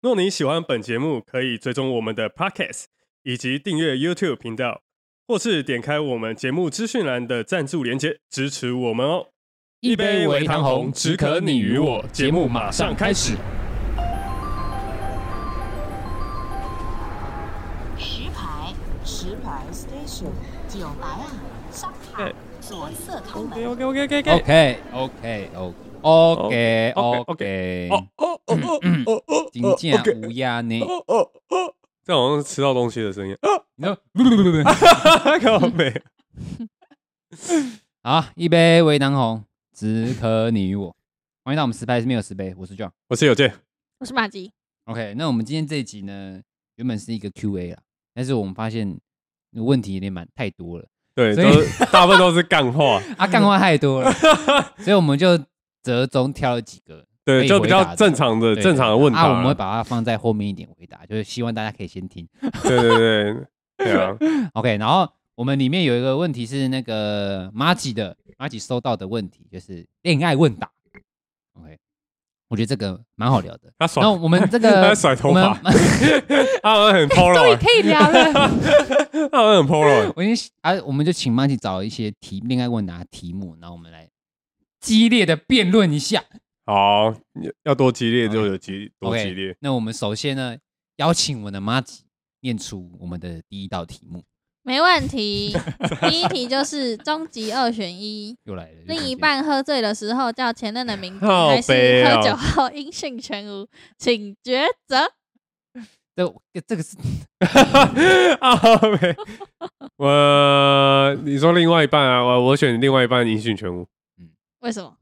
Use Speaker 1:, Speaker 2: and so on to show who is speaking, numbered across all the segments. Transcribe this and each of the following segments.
Speaker 1: 若你喜欢本节目，可以追踪我们的 Podcast 以及订阅 YouTube 频道，或是点开我们节目资讯栏的赞助连接支持我们哦。一杯微糖红，只可你与我。节目马上开始。
Speaker 2: 石牌，石牌 station，九白啊，上海，左侧通门。
Speaker 1: OK OK OK
Speaker 3: OK OK OK OK
Speaker 1: OK，
Speaker 3: OK，
Speaker 1: 哦哦哦哦哦哦，
Speaker 3: 金剑
Speaker 1: OK
Speaker 3: 乌鸦呢？
Speaker 1: 哦哦哦，这好像吃到东西的声音。
Speaker 3: No，不不不不不
Speaker 1: 啊，靠没？
Speaker 3: 好，一杯微糖红，只可你与我。欢迎到我们十拍是没有十杯，我是 John。
Speaker 1: 我是有健。
Speaker 4: 我是马吉，
Speaker 3: OK，那我们今天这一集呢，原本是一个 Q&A 啦，但是我们发现问题有点蛮太多了，
Speaker 1: 对，
Speaker 3: 所
Speaker 1: 都
Speaker 3: 以
Speaker 1: 是大部分都是干 话，
Speaker 3: 啊，干话太 多了，所以我们就折中挑了几个，可
Speaker 1: 对，
Speaker 3: 以
Speaker 1: 就比
Speaker 3: 回
Speaker 1: 较
Speaker 3: 答的
Speaker 1: 正常的
Speaker 3: 对
Speaker 1: 正常的问答
Speaker 3: 啊，我们会
Speaker 1: 啦。
Speaker 3: 把它放在后面一点回答，就是希望大家可以先听。
Speaker 1: 对对对对啊，
Speaker 3: OK，然后我们里面有一个问题是那个马吉的，马吉收到的问题就是恋爱问答。OK，我觉得这个蛮好聊的。
Speaker 1: 他
Speaker 3: 那
Speaker 1: 甩
Speaker 3: 我们 这
Speaker 1: 他
Speaker 3: 个
Speaker 1: 在甩头
Speaker 3: 我们
Speaker 1: 发，他好像很 polo，
Speaker 4: 终于
Speaker 1: 欸
Speaker 4: 可以聊了。
Speaker 1: 他好像很 polo 欸。
Speaker 3: 我已经啊，我们就请马吉找一些题恋爱问答题目，然后我们来激烈的辩论一下。
Speaker 1: 好，要多激烈就有激多
Speaker 3: OK，
Speaker 1: 激 烈。
Speaker 3: 那我们首先呢，邀请我们的马吉念出我们的第一道题目，
Speaker 4: 没问题。第一题就是终极二选一：
Speaker 3: 又来了。
Speaker 4: 另一半喝醉的时候叫前任的名字，
Speaker 1: 好
Speaker 4: 还是
Speaker 1: 悲哦
Speaker 4: 喝酒后音讯全无？请抉择。
Speaker 3: 这这个是
Speaker 1: 啊， 没，我你说另外一半啊，我我选另外一半音讯全无。
Speaker 4: 为什么？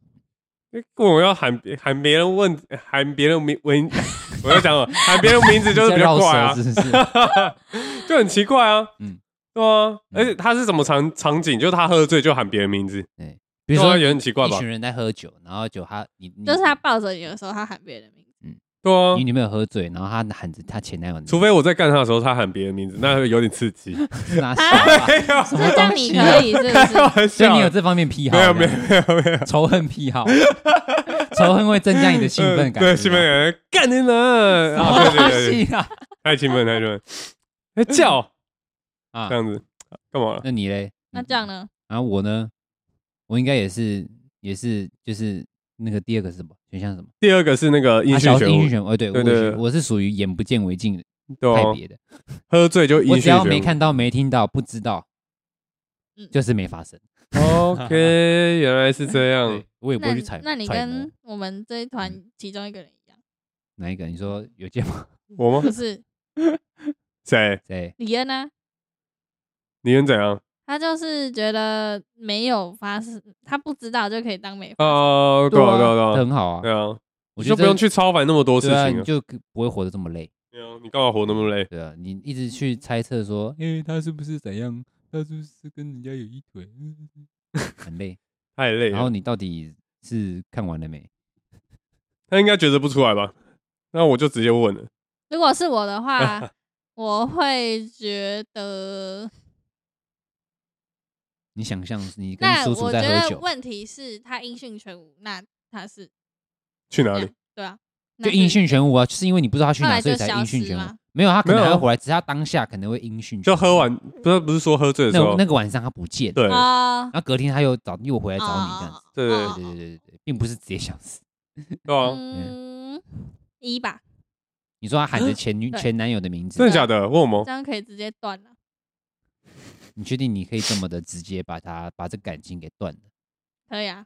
Speaker 1: 我要喊喊别人问，喊别人名名， 我要讲了，喊别人名字就是比较怪啊
Speaker 3: 你，在绕舌是不是？
Speaker 1: 就很奇怪啊。
Speaker 3: 嗯
Speaker 1: 嗯，对啊，
Speaker 3: 嗯
Speaker 1: 而且他是什么场场景？就是他喝醉就喊别人名字，
Speaker 3: 比
Speaker 1: 对
Speaker 3: 如说
Speaker 1: 啊也很奇怪
Speaker 3: 一
Speaker 1: 吧
Speaker 3: 群？人在喝酒，然后酒他你你
Speaker 4: 就是他抱着你的时候，他喊别人的名字。
Speaker 1: 对啊
Speaker 3: 你，女朋友喝醉，然后他喊着他前男友的名字，
Speaker 1: 除非我在干他的时候他喊别人名字，那会有点刺 激。
Speaker 3: 是哪 小啊？
Speaker 1: 没有，
Speaker 3: 什么
Speaker 4: 是这样
Speaker 3: 东
Speaker 4: 你
Speaker 3: 西啊
Speaker 4: 可以是不
Speaker 1: 开
Speaker 4: 是？
Speaker 1: 玩
Speaker 3: 所以
Speaker 1: 笑
Speaker 3: 你有，这方面癖好？
Speaker 1: 没有没有没有没有。
Speaker 3: 仇恨癖好，仇恨会增加你的兴奋感，
Speaker 1: 嗯对兴奋感，干你呢！啊，对对对对，
Speaker 3: 是啊。
Speaker 1: 太兴奋太兴奋，哎叫
Speaker 3: 啊
Speaker 1: 这，样子干嘛？
Speaker 3: 那你嘞？
Speaker 4: 那这样？呢？
Speaker 3: 然后我呢？我应该也是也是就是那个第二个是什么选项是什么？
Speaker 1: 第二个是那个音
Speaker 3: 啊
Speaker 1: 讯
Speaker 3: 小
Speaker 1: 全
Speaker 3: 音
Speaker 1: 无
Speaker 3: 讯，选哦，对，我
Speaker 1: 对
Speaker 3: 也
Speaker 1: 对
Speaker 3: 是
Speaker 1: 对
Speaker 3: 我是属于眼不见为净的
Speaker 1: 对
Speaker 3: 派
Speaker 1: 啊，
Speaker 3: 别的，
Speaker 1: 喝醉就音
Speaker 3: 我
Speaker 1: 讯
Speaker 3: 只要
Speaker 1: 全
Speaker 3: 没
Speaker 1: 无。
Speaker 3: 看到、没听到、不知道
Speaker 4: 嗯，
Speaker 3: 就是没发生。
Speaker 1: OK，原来是这样
Speaker 3: 对，我也不
Speaker 4: 那
Speaker 3: 会去踩。
Speaker 4: 那你
Speaker 3: 揣摩
Speaker 4: 跟我们这一团其中一个人一样，
Speaker 3: 哪一个？你说有见吗？
Speaker 1: 我吗
Speaker 4: 不？是
Speaker 1: 谁？
Speaker 3: 谁？
Speaker 4: 李恩呢？
Speaker 1: 你跟怎样？
Speaker 4: 他就是觉得没有发生，他不知道就可以当美
Speaker 1: 啊，对啊对啊
Speaker 3: 这
Speaker 1: 对啊
Speaker 3: 很好啊
Speaker 1: 对。啊，
Speaker 3: 我觉
Speaker 1: 就不
Speaker 3: 得
Speaker 1: 用去操烦那么多事
Speaker 3: 对啊，
Speaker 1: 情
Speaker 3: 你
Speaker 1: 了。
Speaker 3: 就可不会活得这么累。
Speaker 1: 对啊你干嘛活那么累？
Speaker 3: 对啊，你一直去猜测说，诶、他是不是怎样？他是不是跟人家有一腿？ 嗯嗯嗯很累。
Speaker 1: 太累
Speaker 3: 然后
Speaker 1: 了。
Speaker 3: 你到底是看完了没？
Speaker 1: 他应该觉得不出来吧？那我就直接问了。
Speaker 4: 如果是我的话，我会觉得，
Speaker 3: 你想象你跟
Speaker 4: 那
Speaker 3: 叔叔
Speaker 4: 我觉
Speaker 3: 在喝
Speaker 4: 得
Speaker 3: 酒，
Speaker 4: 问题是他音讯全无，那他是
Speaker 1: 去
Speaker 4: 这
Speaker 1: 哪里
Speaker 4: 样？对啊，那
Speaker 3: 就是音讯全无啊，就是因为你不知道他去
Speaker 4: 后
Speaker 3: 哪，
Speaker 4: 来
Speaker 3: 所以
Speaker 4: 就
Speaker 3: 才
Speaker 4: 消
Speaker 3: 音讯
Speaker 4: 失
Speaker 3: 全无
Speaker 4: 吗。
Speaker 3: 没有，他可能
Speaker 1: 没
Speaker 3: 还
Speaker 1: 有啊
Speaker 3: 会回来，只是他当下可能会音讯全
Speaker 1: 就
Speaker 3: 无。
Speaker 1: 喝完，不是不是说喝醉的时
Speaker 3: 那
Speaker 1: 候，
Speaker 3: 那个晚上他不见，
Speaker 1: 对
Speaker 4: 啊，
Speaker 3: 然后隔天他又找又回来找你这样子。
Speaker 1: 对
Speaker 4: 哦
Speaker 1: 对
Speaker 4: 哦
Speaker 3: 对对对对对，并不是直接消失。
Speaker 1: 对啊，
Speaker 4: 嗯，一吧，
Speaker 3: 你说他 喊着前女
Speaker 4: 对
Speaker 3: 前男友的名字
Speaker 1: 真，的假的？问我们
Speaker 4: 这样可以直接断了。
Speaker 3: 你确定你可以这么的直接把他把这感情给断了？
Speaker 4: 可以啊，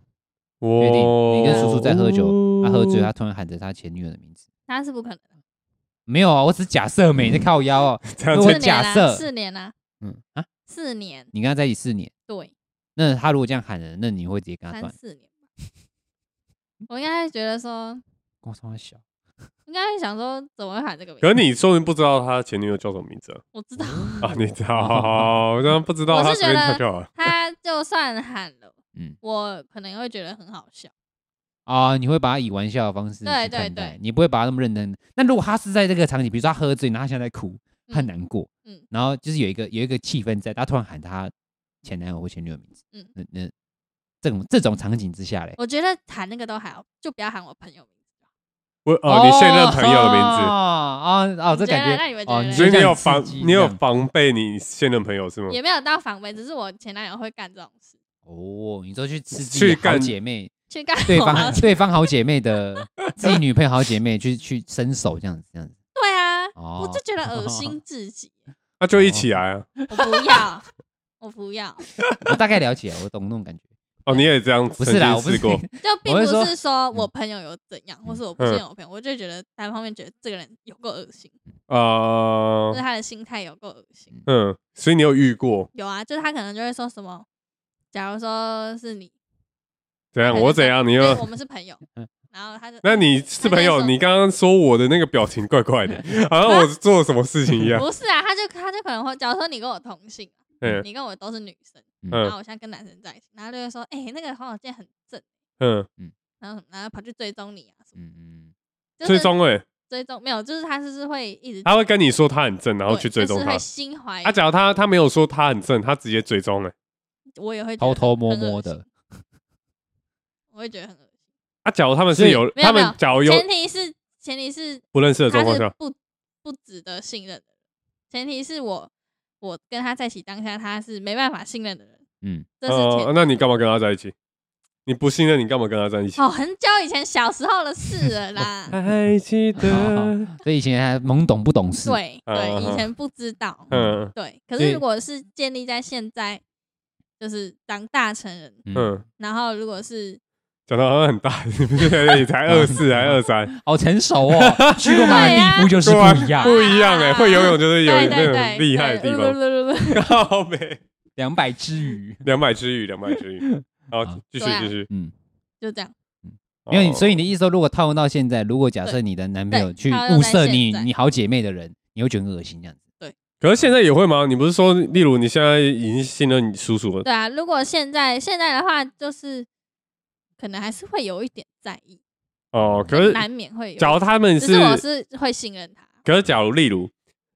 Speaker 3: 确定你跟叔叔在喝酒，
Speaker 1: 哦
Speaker 3: 他喝醉，他突然喊着他前女友的名字。
Speaker 4: 他是不可能的，
Speaker 3: 没有啊，我只是假设没，你
Speaker 4: 嗯
Speaker 3: 在靠腰哦。
Speaker 1: 这样
Speaker 3: 我
Speaker 1: 子
Speaker 4: 四年
Speaker 3: 假设
Speaker 4: 啊，四年啊，
Speaker 3: 嗯啊，
Speaker 4: 四年，
Speaker 3: 你跟他在一起四年，
Speaker 4: 对，
Speaker 3: 那他如果这样喊人，那你会直接跟他
Speaker 4: 三
Speaker 3: 断？
Speaker 4: 四年吧。我应该会觉得说，
Speaker 3: 光说他小，
Speaker 4: 应该想说怎么会喊这个名
Speaker 1: 可是
Speaker 4: 字？
Speaker 1: 你说不定不知道他前女友叫什么名 字啊？
Speaker 4: 我知道，
Speaker 1: 啊，你知道，我刚刚不知道
Speaker 4: 我
Speaker 1: 他啊
Speaker 4: 是
Speaker 1: 随
Speaker 4: 觉
Speaker 1: 便
Speaker 4: 得
Speaker 1: 跳就好了。
Speaker 4: 他就算喊了，
Speaker 3: 嗯
Speaker 4: 我可能会觉得很好笑。
Speaker 3: 啊、你会把它以玩笑的方式去
Speaker 4: 对对
Speaker 3: 看待
Speaker 4: 对
Speaker 3: 你不会把它那么认真。那如果他是在这个场景，比如说他喝醉，然后他现在在哭，他很
Speaker 4: 嗯
Speaker 3: 难过，嗯
Speaker 4: 嗯，
Speaker 3: 然后就是有一个有一个气氛在，他突然喊他前男友或前女友名字，嗯
Speaker 4: 嗯，
Speaker 3: 那那这种这种场景之下嘞，
Speaker 4: 我觉得喊那个都还好，就不要喊我朋友名字。
Speaker 1: 我哦，你现任朋友的名
Speaker 3: 啊啊，哦这
Speaker 4: 你觉
Speaker 3: 感觉
Speaker 4: 得那你们觉
Speaker 3: 哦，
Speaker 4: 得
Speaker 1: 字，所
Speaker 4: 对
Speaker 1: 以
Speaker 3: 这
Speaker 1: 你
Speaker 3: 样
Speaker 1: 有
Speaker 3: 刺
Speaker 1: 防，
Speaker 3: 激
Speaker 1: 你
Speaker 3: 这
Speaker 1: 有
Speaker 3: 样
Speaker 1: 防备你现任朋友是吗？
Speaker 4: 也没有到防备，只是我前男友会干这种事，
Speaker 3: 哦，你说去吃自
Speaker 1: 去
Speaker 3: 己好
Speaker 1: 干
Speaker 3: 姐妹，
Speaker 4: 去干
Speaker 3: 对
Speaker 4: 我
Speaker 3: 方
Speaker 4: 啊。
Speaker 3: 对方好姐妹的自己女朋友好姐妹去去伸手这样子这样子，
Speaker 4: 对啊，
Speaker 3: 哦
Speaker 4: 我就 觉得恶心至极，
Speaker 1: 那就一起来啊！
Speaker 4: 我不 要，我不要，
Speaker 3: 我大概了解，我懂那种感觉。
Speaker 1: 哦，你也这样
Speaker 3: 不
Speaker 1: 曾
Speaker 3: 是啦，
Speaker 1: 经
Speaker 3: 我不是
Speaker 1: 试过，
Speaker 4: 就并
Speaker 3: 我是说
Speaker 4: 不是说
Speaker 3: 嗯
Speaker 4: 我朋友有怎样，或是我不
Speaker 1: 嗯
Speaker 4: 信任我朋友，我就觉得单方面觉得这个人有够恶心，就
Speaker 1: 呃
Speaker 3: 嗯
Speaker 4: 是，他的心态有够恶心。
Speaker 1: 嗯，所以你有遇过
Speaker 4: 有啊，就是他可能就会说什么，假如说是你，
Speaker 1: 怎样？
Speaker 4: 可能
Speaker 1: 我
Speaker 4: 是
Speaker 1: 怎样？你
Speaker 4: 对
Speaker 1: 又
Speaker 4: 我们是朋友
Speaker 3: 嗯，
Speaker 4: 然后他就
Speaker 1: 那你是朋友？
Speaker 4: 他就说
Speaker 1: 你刚刚说我的那个表情怪怪的，好像我做了什么事情一 样。
Speaker 4: 不是啊，他就他就可能会，假如说你跟我同性，啊
Speaker 1: 嗯
Speaker 4: 你跟我都是女生，然
Speaker 1: 嗯
Speaker 4: 后我现在跟男生在一起，然后就会说，哎，那个黄小健很正，
Speaker 1: 嗯，
Speaker 4: 然后什么然后跑去追踪你啊什 么，
Speaker 3: 嗯嗯，
Speaker 4: 就是
Speaker 1: 追踪哎，
Speaker 4: 追踪没有，就是他就是会一直
Speaker 1: 他会跟你说他很正，然后
Speaker 4: 对
Speaker 1: 去追踪
Speaker 4: 就是
Speaker 1: 他
Speaker 4: 会。心怀
Speaker 1: 啊，，假如他他没有说他很正，他直接追踪哎。
Speaker 4: 我也会觉得
Speaker 3: 偷偷摸
Speaker 4: 很恶
Speaker 3: 摸
Speaker 4: 心
Speaker 3: 的，
Speaker 4: 我会觉得很恶心。
Speaker 1: 啊，假如他们
Speaker 3: 所
Speaker 1: 是
Speaker 3: 以
Speaker 1: 有，
Speaker 4: 没有
Speaker 1: 他
Speaker 4: 没
Speaker 1: 们
Speaker 4: 有
Speaker 1: 假如有
Speaker 4: 前提是前提是
Speaker 1: 不认识的状
Speaker 4: 他
Speaker 1: 况
Speaker 4: 是
Speaker 1: 下，
Speaker 4: 不不值得信任的人，前提是我我跟他在一起当下他是没办法信任的人，
Speaker 3: 嗯，
Speaker 4: 这是前提、
Speaker 1: 哦那你干嘛跟他在一起？你不信任，你干嘛跟他在一起？
Speaker 4: 哦，很久以前小时候的事 了啦。
Speaker 1: 还记得，
Speaker 3: 所以以前还懵懂不懂事，
Speaker 4: 对
Speaker 1: 嗯嗯
Speaker 4: 对，
Speaker 1: 嗯
Speaker 4: 以前不知道，
Speaker 1: 嗯
Speaker 4: 对。可
Speaker 3: 对
Speaker 4: 是如果是建立在现在，就是长大成人，
Speaker 3: 嗯，
Speaker 1: 嗯，
Speaker 4: 然后如果是
Speaker 1: 讲到好像很大， 你不是你才二四还二三，
Speaker 3: 好成熟 哦，去过马尔地夫就是不一样，
Speaker 1: 不一样哎，会游泳就是有
Speaker 4: 啊对
Speaker 1: 那
Speaker 4: 对对
Speaker 1: 种厉害的
Speaker 4: 对
Speaker 1: 地
Speaker 4: 呃不
Speaker 1: 方。
Speaker 4: 不不不不
Speaker 1: 好美，
Speaker 3: 两百只 鱼，
Speaker 1: 两百之语，两百之 语。好
Speaker 3: 好，
Speaker 1: 继续
Speaker 4: 对啊
Speaker 1: 继续。哦
Speaker 3: 嗯，
Speaker 4: 就这样，
Speaker 3: 因为所
Speaker 1: 以
Speaker 3: 以你的意思说，如果套用到现在，如果假设你的男朋友
Speaker 4: 对
Speaker 3: 去
Speaker 4: 套用
Speaker 3: 物
Speaker 4: 在
Speaker 3: 色
Speaker 4: 现
Speaker 3: 你
Speaker 4: 在
Speaker 3: 你好姐妹的人，你会觉得很恶心这样子，
Speaker 1: 可是现在也会吗？你不是说，例如你现在已经信任你叔叔了，
Speaker 4: 对啊。如果现在现在的话，就是可能还是会有一点在意，
Speaker 1: 哦，可是
Speaker 4: 难免会有。
Speaker 1: 假如他们
Speaker 4: 只是我是会信任他，
Speaker 1: 可是假如例如，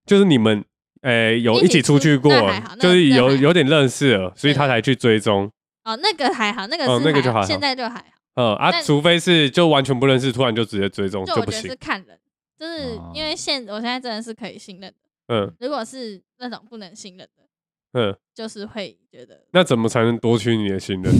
Speaker 1: 就是你们诶、呃有一
Speaker 4: 一
Speaker 1: 起
Speaker 4: 起
Speaker 1: 出
Speaker 4: 出
Speaker 1: 去过
Speaker 4: 那还好，那
Speaker 1: 就是
Speaker 4: 那
Speaker 1: 有
Speaker 4: 还好
Speaker 1: 有点认识了，所以
Speaker 4: 对
Speaker 1: 他才去追踪。
Speaker 4: 哦，那个还好，那个是
Speaker 1: 哦那个就还好
Speaker 4: 现在就还好。
Speaker 1: 嗯啊，
Speaker 4: 但
Speaker 1: 除非是就完全不认识，突然就直接追踪
Speaker 4: 就
Speaker 1: 就
Speaker 4: 我
Speaker 1: 不
Speaker 4: 觉得
Speaker 1: 行哦
Speaker 4: 是。看人，就是因为现我现在真的是可以信任的。
Speaker 1: 嗯
Speaker 4: 如果是那种不能信任的，
Speaker 1: 嗯，
Speaker 4: 就是会觉得
Speaker 1: 那怎么才能夺取你的 信任？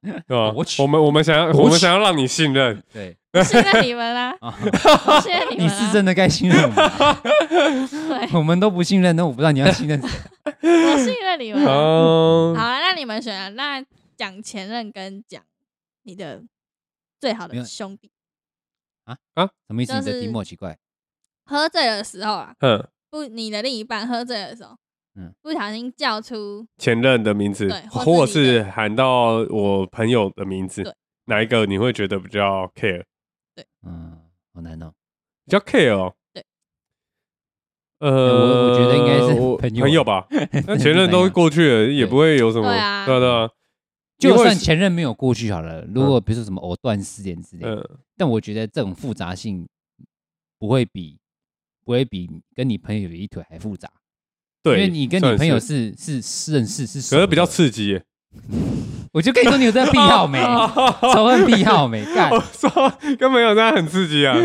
Speaker 1: 对吧
Speaker 3: 夺？取
Speaker 1: 我们我们想要
Speaker 3: 取
Speaker 1: 我们想要让你信任，
Speaker 3: 对，
Speaker 4: 不信任你们啦
Speaker 3: 啊，
Speaker 4: 不信 任你
Speaker 3: 你
Speaker 4: 们
Speaker 3: 是
Speaker 4: 啦。
Speaker 3: 真的该信任我们 啊，
Speaker 4: 对，
Speaker 3: 我们都不信任，那我不知道你要信 任谁，
Speaker 4: 我信任你们啦。
Speaker 1: 哦
Speaker 4: 好，啊，那你们选啊，那讲前任跟讲你的最好
Speaker 3: 没有
Speaker 4: 的兄弟，
Speaker 3: 什么意思？
Speaker 4: 就
Speaker 3: 你的题
Speaker 4: 是
Speaker 3: 目好奇怪，
Speaker 4: 喝醉的时候啊，
Speaker 1: 嗯，
Speaker 4: 不，你的另一半喝醉的时候，
Speaker 3: 嗯
Speaker 4: 不小心叫出
Speaker 1: 前任的名字
Speaker 4: 对，
Speaker 1: 或
Speaker 4: 或是你
Speaker 1: 是
Speaker 4: 的
Speaker 1: 喊到我朋友的名字
Speaker 4: 对，
Speaker 1: 哪一个你会觉得比较 care？
Speaker 3: 嗯，好难哦，
Speaker 1: 比较 care 哦。
Speaker 4: 对。
Speaker 1: 呃，
Speaker 3: 哎我我觉得应该是
Speaker 1: 我
Speaker 3: 朋友
Speaker 1: 朋友 吧，那前任
Speaker 3: 朋
Speaker 1: 都
Speaker 3: 友
Speaker 1: 过去了，也不会有什么。
Speaker 4: 对啊
Speaker 1: 对对啊，
Speaker 3: 就
Speaker 1: 因为
Speaker 3: 算前任没有过去好了，如果比如说什么藕断丝连之类的，
Speaker 1: 嗯，
Speaker 3: 但我觉得这种复杂性不会比不会比跟你朋友有一腿还复杂，因
Speaker 1: 对，
Speaker 3: 为你跟你
Speaker 1: 算
Speaker 3: 朋友
Speaker 1: 是，
Speaker 3: 是是是认识是
Speaker 1: 可
Speaker 3: 熟的，
Speaker 1: 是比较刺激耶。？
Speaker 3: 我就跟你说你有这个癖好 没
Speaker 1: 我
Speaker 3: 仇恨癖好没？
Speaker 1: 哦
Speaker 3: 干，
Speaker 1: 说跟朋友这样很刺 激啊，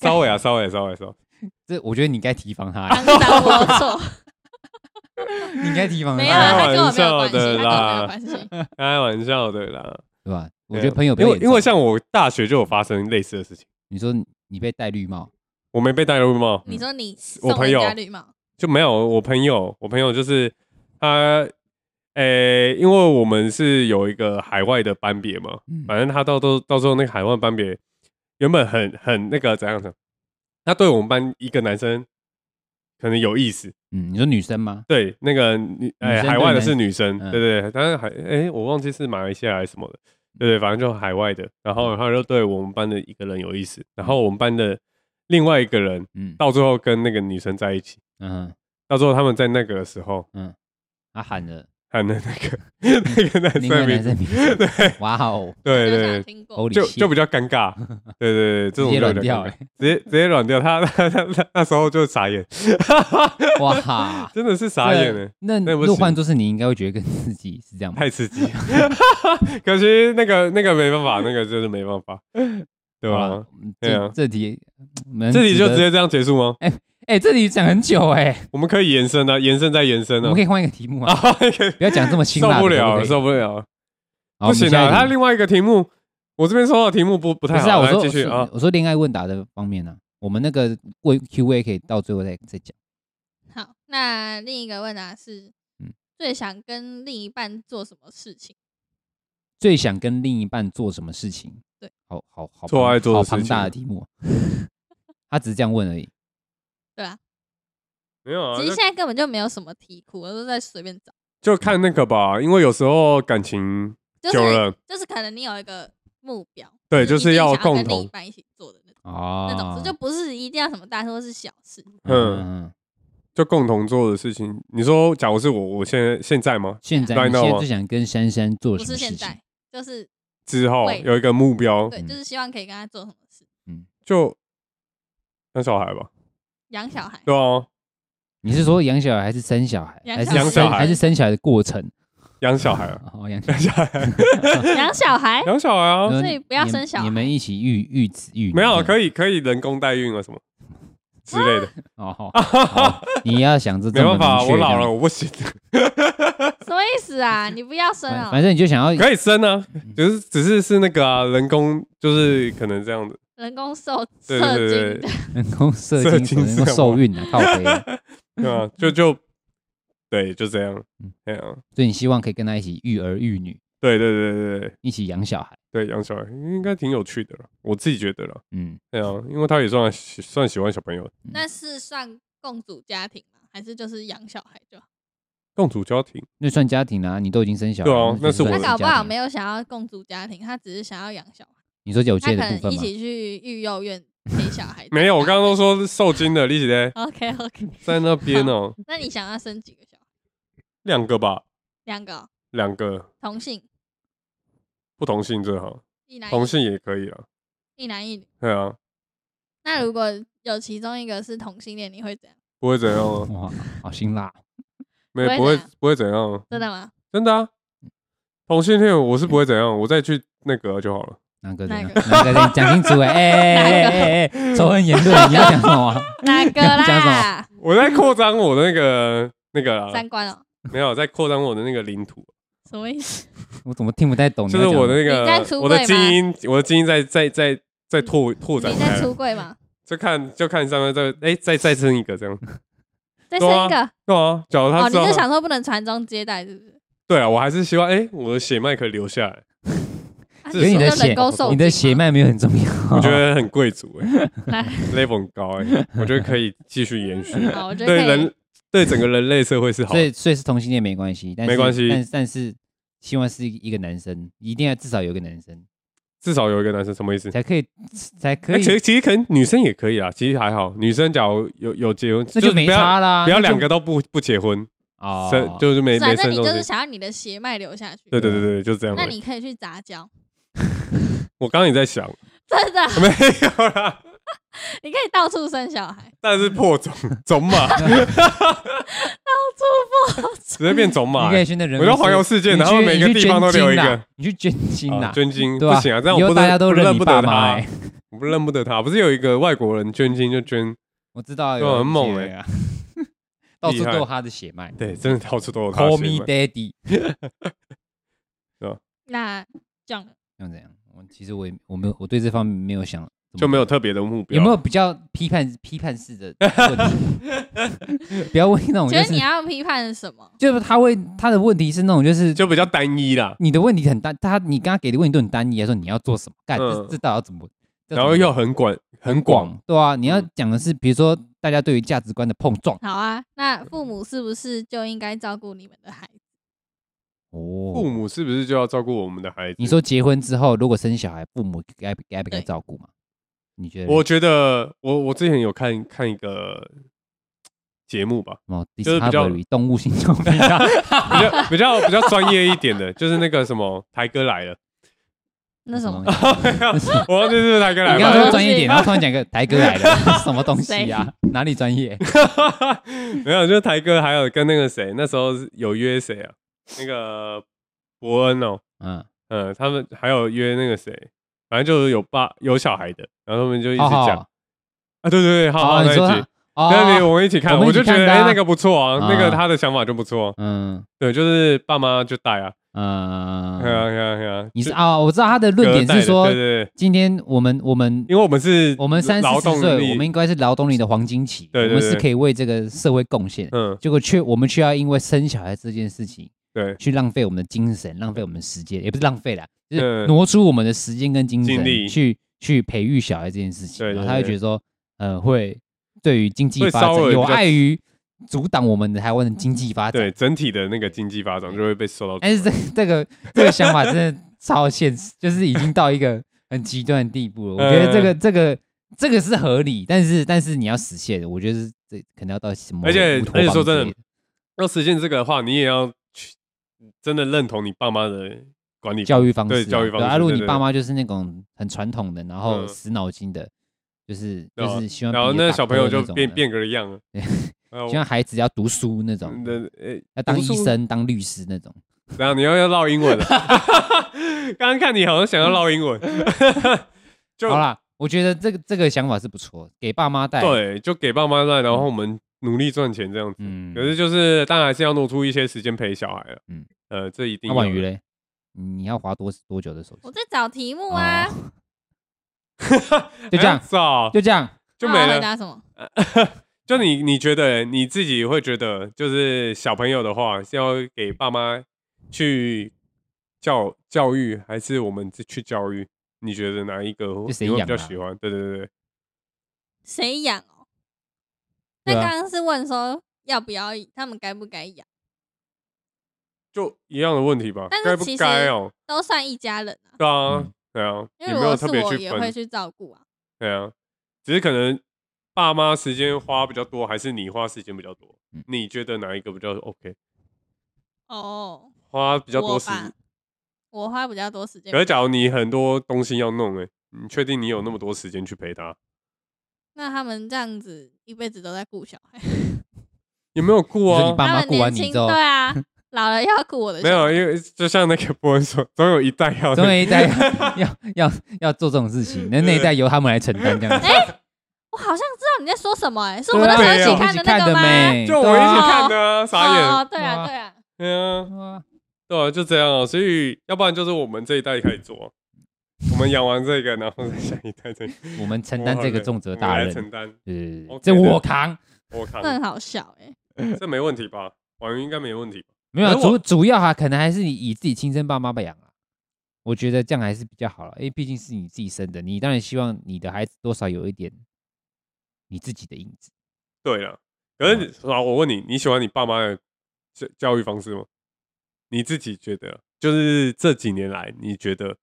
Speaker 1: 稍微啊，稍微，稍微，稍微。
Speaker 3: 这我觉得你该提防他
Speaker 4: 肮，脏龌龊。
Speaker 3: 你该提防
Speaker 4: 没有
Speaker 1: 啊
Speaker 4: 啊，
Speaker 1: 开
Speaker 4: 他
Speaker 3: 他，
Speaker 4: 跟我
Speaker 1: 玩
Speaker 4: 没有
Speaker 1: 笑
Speaker 4: 关系，他
Speaker 1: 的
Speaker 4: 跟我没
Speaker 1: 啦
Speaker 4: 有关系。
Speaker 1: 开玩笑的啦。
Speaker 3: 对吧？我
Speaker 1: 对啊
Speaker 3: 觉得朋友比
Speaker 1: 因
Speaker 3: 较
Speaker 1: 为
Speaker 3: 严重
Speaker 1: 因为像我大学就有发生类似的事情，
Speaker 3: 你说你被戴绿帽，
Speaker 1: 我没被戴绿帽，
Speaker 3: 嗯
Speaker 4: 你说你
Speaker 1: 嗯
Speaker 4: 送
Speaker 1: 我朋友
Speaker 4: 人家绿帽，
Speaker 1: 就没有我朋友，我朋友就是他，诶、因为我们是有一个海外的班别嘛，
Speaker 3: 嗯
Speaker 1: 反正他到都到时候那个海外班别原本很很那个怎样怎样，他对我们班一个男生可能有意思，
Speaker 3: 嗯，你说女生吗？
Speaker 1: 对那个女
Speaker 3: 女
Speaker 1: 诶、
Speaker 3: 生嗯对
Speaker 1: 海外的是女生，
Speaker 3: 男
Speaker 1: 对对对，但是海诶、我忘记是马来西亚还是什
Speaker 3: 嗯
Speaker 1: 么的，对对，反正就海外的，然后他就对我们班的一个人有意思，然后我们班的另外一个人
Speaker 3: 嗯
Speaker 1: 到最后跟那个女生在一起，
Speaker 3: 嗯
Speaker 1: 到最后他们在那个时候
Speaker 3: 嗯，他 喊了
Speaker 1: 喊的那个那个男
Speaker 3: 另
Speaker 1: 生
Speaker 3: 外
Speaker 1: 名
Speaker 3: 嗯男
Speaker 1: 字，
Speaker 3: 生名字，哇哦，
Speaker 1: 对
Speaker 4: 好
Speaker 1: 对对，
Speaker 4: 像听过，
Speaker 3: Holy
Speaker 1: 就
Speaker 3: shit
Speaker 1: 就比较尴 尬，对对对，这
Speaker 3: 直
Speaker 1: 种
Speaker 3: 接
Speaker 1: 就
Speaker 3: 软
Speaker 1: 比较
Speaker 3: 掉
Speaker 1: 尴尬
Speaker 3: 哎，
Speaker 1: 直接直接软掉，他他他他那时候就傻眼，，
Speaker 3: 哇
Speaker 1: 真的是 傻
Speaker 3: 啊
Speaker 1: 眼欸了。
Speaker 3: 那
Speaker 1: 那
Speaker 3: 那
Speaker 1: 不
Speaker 3: 如果
Speaker 1: 行
Speaker 3: 换做是你，应该会觉得更刺激，是这样吗？
Speaker 1: 太刺激了， 可惜那个那个没办法，那个真的没办法，对
Speaker 3: 好
Speaker 1: 吧
Speaker 3: 了？，嗯
Speaker 1: 对啊
Speaker 3: 这这题蛮
Speaker 1: 这题就直
Speaker 3: 得
Speaker 1: 接这样结束吗？
Speaker 3: 哎，这题讲很久哎，
Speaker 1: 我们可以延伸啊，延伸再延伸啊
Speaker 3: 我 们可，以换一个题目啊，
Speaker 1: 啊，可以
Speaker 3: 不要讲这么辛
Speaker 1: 受
Speaker 3: 辣的，
Speaker 1: 不
Speaker 3: 可
Speaker 1: 了
Speaker 3: 可
Speaker 1: 了，
Speaker 3: 以
Speaker 1: 受不了了，不
Speaker 3: 好我们
Speaker 1: 行
Speaker 3: 下一
Speaker 1: 啊！
Speaker 3: 题
Speaker 1: 他另外一个题目，我这边收到的题目不不
Speaker 3: 不
Speaker 1: 太
Speaker 3: 是啊，
Speaker 1: 好，
Speaker 3: 我
Speaker 1: 来
Speaker 3: 说
Speaker 1: 继续啊
Speaker 3: 是，我说恋爱问答的方面呢，我们那个问 Q&A 可以到最后再再讲。
Speaker 4: 好，那另一个问答是，
Speaker 3: 嗯
Speaker 4: 最想跟另一半做什么事情？
Speaker 3: 最想跟另一半做什么事情？
Speaker 4: 对，
Speaker 3: 好好好庞，
Speaker 1: 做爱做的
Speaker 3: 好
Speaker 1: 事情
Speaker 3: 庞大的题目，他只是这样问而已。
Speaker 1: 没有啊
Speaker 4: 其实
Speaker 1: 就
Speaker 4: 现在根本就没有什么题库，我都在随便找，
Speaker 1: 就看那个吧，因为有时候感情
Speaker 4: 就
Speaker 1: 久
Speaker 4: 是
Speaker 1: 了，
Speaker 4: 就是可能你有一个目标，
Speaker 1: 对，就
Speaker 4: 一
Speaker 1: 是
Speaker 4: 定
Speaker 1: 要
Speaker 4: 想
Speaker 1: 共
Speaker 4: 跟另一
Speaker 1: 同，啊
Speaker 4: 半一起做的那种
Speaker 3: 哦，
Speaker 4: 那种事，就不是一定要什么大事或是小事，
Speaker 1: 嗯，
Speaker 3: 嗯，
Speaker 1: 就共同做的事情。你说，假如是我，我现在现在吗？
Speaker 3: 现在
Speaker 1: Right
Speaker 3: 你
Speaker 1: now
Speaker 3: 现在
Speaker 1: 吗
Speaker 3: 最想跟珊珊做
Speaker 4: 不
Speaker 3: 什
Speaker 4: 是
Speaker 3: 么
Speaker 4: 现
Speaker 3: 事情？
Speaker 4: 在，就是
Speaker 1: 之后
Speaker 4: 会
Speaker 1: 有一个目标，
Speaker 4: 对，就是希望可以跟他做什么事，
Speaker 1: 就生小孩吧，
Speaker 4: 养小孩，
Speaker 1: 对啊，
Speaker 3: 你是说养小孩还是生小孩？
Speaker 4: 养
Speaker 3: 还是
Speaker 1: 小孩
Speaker 3: 生还是生小孩的过程？
Speaker 1: 养小孩啊，
Speaker 3: 哦，养小
Speaker 1: 养
Speaker 3: 孩，
Speaker 1: 小
Speaker 4: 哎
Speaker 1: 孩，
Speaker 4: 养 小孩，
Speaker 1: 养小孩啊，
Speaker 4: 所以不要
Speaker 3: 你
Speaker 4: 生小孩
Speaker 3: 你们一起育育子育女
Speaker 1: 没有，
Speaker 3: 以
Speaker 1: 可以可以人工代孕啊什么之类的，
Speaker 3: 哦。好好你要想着
Speaker 1: 没
Speaker 3: 这么
Speaker 1: 办法，
Speaker 3: 明确
Speaker 1: 我老
Speaker 3: 这
Speaker 1: 了
Speaker 3: 样
Speaker 1: 我不行。
Speaker 4: 什么意思啊？你不要生
Speaker 3: 反
Speaker 4: 哦，
Speaker 3: 反正你就想要
Speaker 1: 可以生啊，就是只是是那个啊，人工就是可能这样子，
Speaker 4: 人工受
Speaker 1: 对对
Speaker 4: 射
Speaker 1: 对
Speaker 4: 精
Speaker 1: 对
Speaker 4: 的，
Speaker 3: 人工射
Speaker 1: 射
Speaker 3: 精，
Speaker 1: 精
Speaker 3: 能够
Speaker 1: 是吗
Speaker 3: 受孕啊，靠背。
Speaker 1: 对 啊，就就对，就这样
Speaker 3: 嗯，
Speaker 1: 哎呀，
Speaker 3: 所以你希望可以跟他一起育儿育女，
Speaker 1: 对对对对对
Speaker 3: 一起养小孩。
Speaker 1: 对，养小孩应该挺有趣的了，我自己觉得了，
Speaker 3: 嗯，
Speaker 1: 对啊，因为他也算喜算喜欢小朋友，
Speaker 4: 那是算共组家庭吗？还是就是养小孩就好？
Speaker 1: 共处家庭，
Speaker 3: 那算家庭啦、你都已经生小孩，
Speaker 1: 对啊
Speaker 3: 就
Speaker 1: 那
Speaker 3: 算
Speaker 1: 是
Speaker 4: 他
Speaker 1: 我的。
Speaker 3: 家
Speaker 4: 搞不好
Speaker 3: 庭
Speaker 4: 没有想要共组家庭，他只是想要养小孩，
Speaker 3: 你说有
Speaker 4: 他
Speaker 3: 界
Speaker 4: 可
Speaker 3: 的部
Speaker 4: 能
Speaker 3: 分
Speaker 4: 一
Speaker 3: 吗？
Speaker 4: 起去育幼院陪小孩
Speaker 1: 没有，我刚刚都说是受精的，丽姐姐
Speaker 4: OK OK，
Speaker 1: 在那边 哦，
Speaker 4: 那你想要生几个小孩？
Speaker 1: 两个吧，
Speaker 4: 两个哦
Speaker 1: 两个
Speaker 4: 同性，
Speaker 1: 不同性最好，
Speaker 4: 一
Speaker 3: 哎
Speaker 4: 男一
Speaker 1: 同性也可以了，
Speaker 4: 一男一女。
Speaker 1: 对啊，
Speaker 4: 那如果有其中一个是同性恋，你会怎样？
Speaker 3: 嗯
Speaker 1: 不会怎样啊，
Speaker 3: 哇，好辛辣！
Speaker 1: 没
Speaker 4: 嗯不
Speaker 1: 不
Speaker 4: 会
Speaker 1: 会
Speaker 4: 怎样
Speaker 1: 不会怎样啊，
Speaker 4: 真的吗？
Speaker 1: 真的啊，同性恋我是不会怎样，我再去那个就好了。
Speaker 3: 哪个
Speaker 4: 哪
Speaker 3: 人？
Speaker 4: 个
Speaker 3: 哪个人？讲清楚哎哎哎哎哎！仇恨言论，你要讲什么啊？
Speaker 4: 哪个
Speaker 3: 你要讲
Speaker 4: 啦
Speaker 3: 什？
Speaker 1: 我在扩张我的那个那个啦，
Speaker 4: 三观哦，
Speaker 1: 没有在扩张我的那个领土，
Speaker 4: 什么意思？
Speaker 3: 我怎么听不太懂？
Speaker 1: 就是我的那
Speaker 4: 哦你在
Speaker 1: 个
Speaker 4: 出
Speaker 1: 我
Speaker 4: 柜吗
Speaker 1: 的基因，我的基因在在在在拓拓展
Speaker 4: 你
Speaker 1: 开
Speaker 4: 在
Speaker 1: 来
Speaker 4: 出，柜吗？
Speaker 1: 就看就看上面再哎再再生一个这样，
Speaker 4: 再生一个
Speaker 1: 对啊，假如
Speaker 4: 哦，
Speaker 1: 他
Speaker 4: 你
Speaker 1: 知道
Speaker 4: 就
Speaker 1: 他，
Speaker 4: 想说不能传宗接代是不是？
Speaker 1: 对啊，我还是希望哎我的血脉可以留下来，
Speaker 4: 啊
Speaker 1: 可是你
Speaker 4: 就
Speaker 1: 的
Speaker 4: 人
Speaker 3: 血
Speaker 4: 工受
Speaker 3: 你的
Speaker 4: 精
Speaker 3: 血
Speaker 4: 吗
Speaker 3: 脉没有很重要。
Speaker 1: 我觉得很贵族哎
Speaker 4: 来
Speaker 1: ，level 很高哎，我觉得可以继续延续，
Speaker 4: 哦好，我觉得
Speaker 1: 对
Speaker 4: 可以
Speaker 1: 人对整个人类社会是好
Speaker 3: 所
Speaker 1: 的，
Speaker 3: 以所以是同性恋没关系，但是
Speaker 1: 没关系
Speaker 3: 但但是希望是一个男生，一定要至少有一个男生
Speaker 1: 至少有一个男生什么意思？
Speaker 3: 才可以才可
Speaker 1: 哎，
Speaker 3: 以
Speaker 1: 其，实其实可能女生也可以啦，其实还好，女生假如有有结婚，
Speaker 3: 那
Speaker 1: 是
Speaker 3: 就
Speaker 1: 不
Speaker 3: 没
Speaker 1: 要
Speaker 3: 差啦。
Speaker 1: 不要两
Speaker 3: 那
Speaker 1: 个都不不结婚，
Speaker 3: 就哦，
Speaker 1: 生就是没
Speaker 4: 反
Speaker 1: 没
Speaker 4: 正
Speaker 1: 生
Speaker 4: 你
Speaker 1: 东
Speaker 4: 就是
Speaker 1: 西。
Speaker 4: 想要你的血脉留下去。
Speaker 1: 对对对对，就这样而
Speaker 4: 那
Speaker 1: 已。
Speaker 4: 你可以去杂交，
Speaker 1: 我刚刚也在想，
Speaker 4: 真的，
Speaker 1: 没有啦，
Speaker 4: 你可以到处生小孩，
Speaker 1: 但是破种种 马，
Speaker 4: 到处破
Speaker 1: 直接变种马哎
Speaker 3: 你可以去那人，
Speaker 1: 我就环游世界然后每个地方都留一个，
Speaker 3: 你去捐啊精
Speaker 1: 啊
Speaker 3: 啦，
Speaker 1: 捐精
Speaker 3: 对
Speaker 1: 不
Speaker 3: 吧？
Speaker 1: 行啊，这样
Speaker 3: 以
Speaker 1: 我
Speaker 3: 后
Speaker 1: 不
Speaker 3: 大家
Speaker 1: 认
Speaker 3: 都
Speaker 1: 不
Speaker 3: 认
Speaker 1: 认
Speaker 3: 你
Speaker 1: 不
Speaker 3: 爸
Speaker 1: 得
Speaker 3: 妈
Speaker 1: 他
Speaker 3: 欸，，
Speaker 1: 我认不得他。不是有一个外国人捐精就捐，
Speaker 3: 我知道
Speaker 1: 对啊
Speaker 3: 有
Speaker 1: 很猛
Speaker 3: 哎， 到处都有他的血脉。
Speaker 1: 对，真的到处都有他的
Speaker 3: ，Call
Speaker 1: 血
Speaker 3: me
Speaker 1: 脉。
Speaker 3: daddy，
Speaker 4: 那这样
Speaker 3: 像这样。我其实我也我没有我对这方面没有想这么多，
Speaker 1: 就没有特别的目标，
Speaker 3: 有没有比较批判批判式 的问题？ 不要问那种
Speaker 4: 觉
Speaker 3: 就
Speaker 4: 得你
Speaker 3: 是
Speaker 4: 要批判什么？
Speaker 3: 就是他会他的问题是那种就是
Speaker 1: 就比较单一啦，
Speaker 3: 你的问题很单，他你刚刚给的问题都很单一，啊还说你要做什么，干这
Speaker 1: 嗯
Speaker 3: 这到底要怎么？要
Speaker 1: 然后
Speaker 3: 怎么
Speaker 1: 又很广很广，，
Speaker 3: 对啊，你要
Speaker 1: 嗯
Speaker 3: 讲的是比如说大家对于价值观的碰撞
Speaker 4: 好啊，那父母是不是就应该照顾你们的孩子？
Speaker 3: 哦
Speaker 1: 父母是不是就要照顾我们的孩子？
Speaker 3: 你说结婚之后，如果生小孩，父母该该不该
Speaker 4: 对
Speaker 3: 照顾嘛？你觉得
Speaker 1: 我觉得我我之前有看看一个节目 吧，
Speaker 3: 什么
Speaker 1: 就是比较
Speaker 3: Discovery 动物性啊照片上
Speaker 1: 比较比较比较专业一点的， 就是那个什么台哥来了，
Speaker 4: 那什么？
Speaker 1: 我忘记是台哥来
Speaker 3: 你刚刚
Speaker 1: 了
Speaker 3: 说专业一 点，然后突然讲一个台哥来了，什么东西啊？哪里 专业？
Speaker 1: 吧，没有，就是台哥还有跟那个谁，那时候是有约谁啊？那个伯恩哦，
Speaker 3: 嗯，
Speaker 1: 嗯，他们还有约那个谁，反正就是有爸有小孩的，然后他们就一直
Speaker 3: 哦
Speaker 1: 讲、
Speaker 3: 好
Speaker 1: 啊，对对对，浩浩那
Speaker 3: 哦，你
Speaker 1: 一
Speaker 3: 说
Speaker 1: 集
Speaker 3: 他。哦，
Speaker 1: 对，我们一起看，
Speaker 3: 我们
Speaker 1: 我
Speaker 3: 一起
Speaker 1: 就觉得
Speaker 3: 看的
Speaker 1: 哎、
Speaker 3: 啊
Speaker 1: 那个不错啊，那个
Speaker 3: 啊
Speaker 1: 他的想法就不错。
Speaker 3: 嗯
Speaker 1: 对，就是爸妈就带啊，
Speaker 3: 嗯
Speaker 1: 对啊，对啊，对啊。
Speaker 3: 你是
Speaker 1: 就
Speaker 3: 啊，我知道他的论点
Speaker 1: 隔代的
Speaker 3: 是说
Speaker 1: 对，对对，
Speaker 3: 今天我们我们
Speaker 1: 因为我们是
Speaker 3: 我们三
Speaker 1: 劳
Speaker 3: 四
Speaker 1: 动
Speaker 3: 十岁，
Speaker 1: 力
Speaker 3: 我们应该是劳动力的黄金期，
Speaker 1: 对对
Speaker 3: 我们是
Speaker 1: 对
Speaker 3: 可以为这个社会贡献。
Speaker 1: 嗯，
Speaker 3: 结果却我们却要因为生小孩这件事情
Speaker 1: 对，
Speaker 3: 去浪费我们的精神，浪费我们的时间，也不是浪费啦，就
Speaker 1: 嗯
Speaker 3: 是挪出我们的时间跟精
Speaker 1: 精力
Speaker 3: 神去去培育小孩这件事情。
Speaker 1: 对对
Speaker 3: 然后他会觉得说，呃，会对于经济
Speaker 1: 会
Speaker 3: 发
Speaker 1: 稍
Speaker 3: 展
Speaker 1: 微
Speaker 3: 有
Speaker 1: 比较
Speaker 3: 碍于阻挡我们的台湾的经济发展。
Speaker 1: 对，整体的那个经济发展就会被受到。
Speaker 3: 但哎是这这个这个想法真的超现实，就是已经到一个很极端的地步了。我觉得这
Speaker 1: 嗯
Speaker 3: 个这个这个是合理，但是但是你要实现，我觉得是这可能要到什么
Speaker 1: 而且
Speaker 3: 乌托
Speaker 1: 而且
Speaker 3: 邦
Speaker 1: 说
Speaker 3: 之类
Speaker 1: 真的，要实现这个的话，你也要去真的认同你爸妈的管理
Speaker 3: 教育方式啊、
Speaker 1: 对教育方式
Speaker 3: 啊，如果
Speaker 1: 对
Speaker 3: 你
Speaker 1: 对
Speaker 3: 爸妈就是那种很传统的，然后
Speaker 1: 嗯
Speaker 3: 死脑筋的，就是
Speaker 1: 对啊
Speaker 3: 就是希望
Speaker 1: 然后
Speaker 3: 别人
Speaker 1: 那
Speaker 3: 打
Speaker 1: 小朋友
Speaker 3: 勾
Speaker 1: 就
Speaker 3: 那种
Speaker 1: 变
Speaker 3: 的，
Speaker 1: 变个样 了。哎呦
Speaker 3: 希望孩子要读书那种
Speaker 1: 嗯，的呃，
Speaker 3: 要当
Speaker 1: 读
Speaker 3: 医
Speaker 1: 书
Speaker 3: 生、当律师那种。
Speaker 1: 然后你要要唠英 文了。 刚刚看你好像想要唠英文，就
Speaker 3: 好啦，我觉得这个这个想法是不错，给爸妈带。，
Speaker 1: 对，就给爸妈带，然后我们努力赚钱这样子。
Speaker 3: 嗯
Speaker 1: 可是就是，当然还是要挪出一些时间陪小孩了。嗯
Speaker 3: 嗯，
Speaker 1: 呃，这一定
Speaker 3: 那
Speaker 1: 要的。
Speaker 3: 婉瑜嘞，你要划多多久的手机
Speaker 4: 我？在找题目啊
Speaker 3: 哦，就这样
Speaker 1: 哎，早
Speaker 3: 就这样。
Speaker 1: 就
Speaker 4: 那
Speaker 1: 没
Speaker 4: 我要回
Speaker 1: 了。
Speaker 4: 答什么？
Speaker 1: 就你你觉得你自己会觉得，就是小朋友的话是要给爸妈去教教育，还是我们自去教育？你觉得哪一个
Speaker 3: 就谁
Speaker 1: 你会比
Speaker 3: 养
Speaker 1: 较
Speaker 3: 啊
Speaker 1: 喜欢？对对对对，
Speaker 4: 谁养哦？那
Speaker 3: 对啊
Speaker 4: 刚刚是问说要不要，他们该不该养，
Speaker 1: 就一样的问题吧
Speaker 4: 但。是
Speaker 1: 该不
Speaker 4: 其实
Speaker 1: 该哦？
Speaker 4: 都算一家人啊。
Speaker 1: 对啊
Speaker 3: 嗯，
Speaker 1: 对啊，
Speaker 4: 因
Speaker 1: 也
Speaker 4: 为
Speaker 1: 没
Speaker 4: 如
Speaker 1: 有
Speaker 4: 果是
Speaker 1: 特别
Speaker 4: 我
Speaker 1: 去
Speaker 4: 也会
Speaker 1: 分，
Speaker 4: 去照顾啊。
Speaker 1: 对啊，只是可能爸妈时间花比较多，还是你花时间比较多
Speaker 3: 嗯？
Speaker 1: 你觉得哪一个比较 OK？
Speaker 4: 哦，
Speaker 1: 花比较多
Speaker 4: 我
Speaker 1: 时，
Speaker 4: 吧，我花比较多时间
Speaker 1: 可。是
Speaker 3: 嗯
Speaker 1: 假如你很多东西要弄、欸，你确定你有那么多时间去陪他？
Speaker 4: 那他们这样子一辈子都在顾小孩，
Speaker 1: 有没有顾
Speaker 3: 嗯你说
Speaker 1: 啊
Speaker 3: 你？爸妈
Speaker 4: 他们
Speaker 3: 顾完
Speaker 4: 年
Speaker 3: 你
Speaker 4: 轻
Speaker 3: 之后
Speaker 4: 对，啊，老了要顾我的小
Speaker 1: 没
Speaker 4: 孩。
Speaker 1: 有，啊因为就像那个波恩说，总有一代要
Speaker 3: 终于一代要 要要做这种事情，那那一代由他们来承担这样子。
Speaker 4: 我好像知道你在说什么、欸，是我们那时候
Speaker 1: 对啊
Speaker 4: 一起看的那个吗？
Speaker 3: 没？
Speaker 1: 就我一起
Speaker 4: 对啊
Speaker 1: 看的、啊， 傻
Speaker 4: 哦，
Speaker 1: 眼，
Speaker 4: 对
Speaker 3: 对
Speaker 4: 啊，
Speaker 3: 啊
Speaker 4: 对啊，
Speaker 1: 对啊，
Speaker 3: 啊，
Speaker 1: 对啊，就这样啊。所以要不然就是我们这一代可以做，我们养完这个，然后再下一代再
Speaker 3: 我们承担这个重责大
Speaker 1: 我们
Speaker 3: 任
Speaker 1: 来，承担，
Speaker 3: 对对对
Speaker 1: OK
Speaker 3: 对，这我扛。
Speaker 1: 我 扛，
Speaker 4: 那很好笑哎、
Speaker 1: 这没问题吧？婉云应该没问题吧。
Speaker 3: 没有啊
Speaker 1: 可是我
Speaker 3: 主主要哈，可能还是你以自己亲生爸妈养啊。我觉得这样还是比较好了，因为毕竟是你自己生的，你当然希望你的孩子多少有一点你自己的影子。
Speaker 1: 对了，可
Speaker 3: 嗯
Speaker 1: 是你啊，我问你，你喜欢你爸妈的教教育方式吗？你自己觉得，就是这几年来，你觉得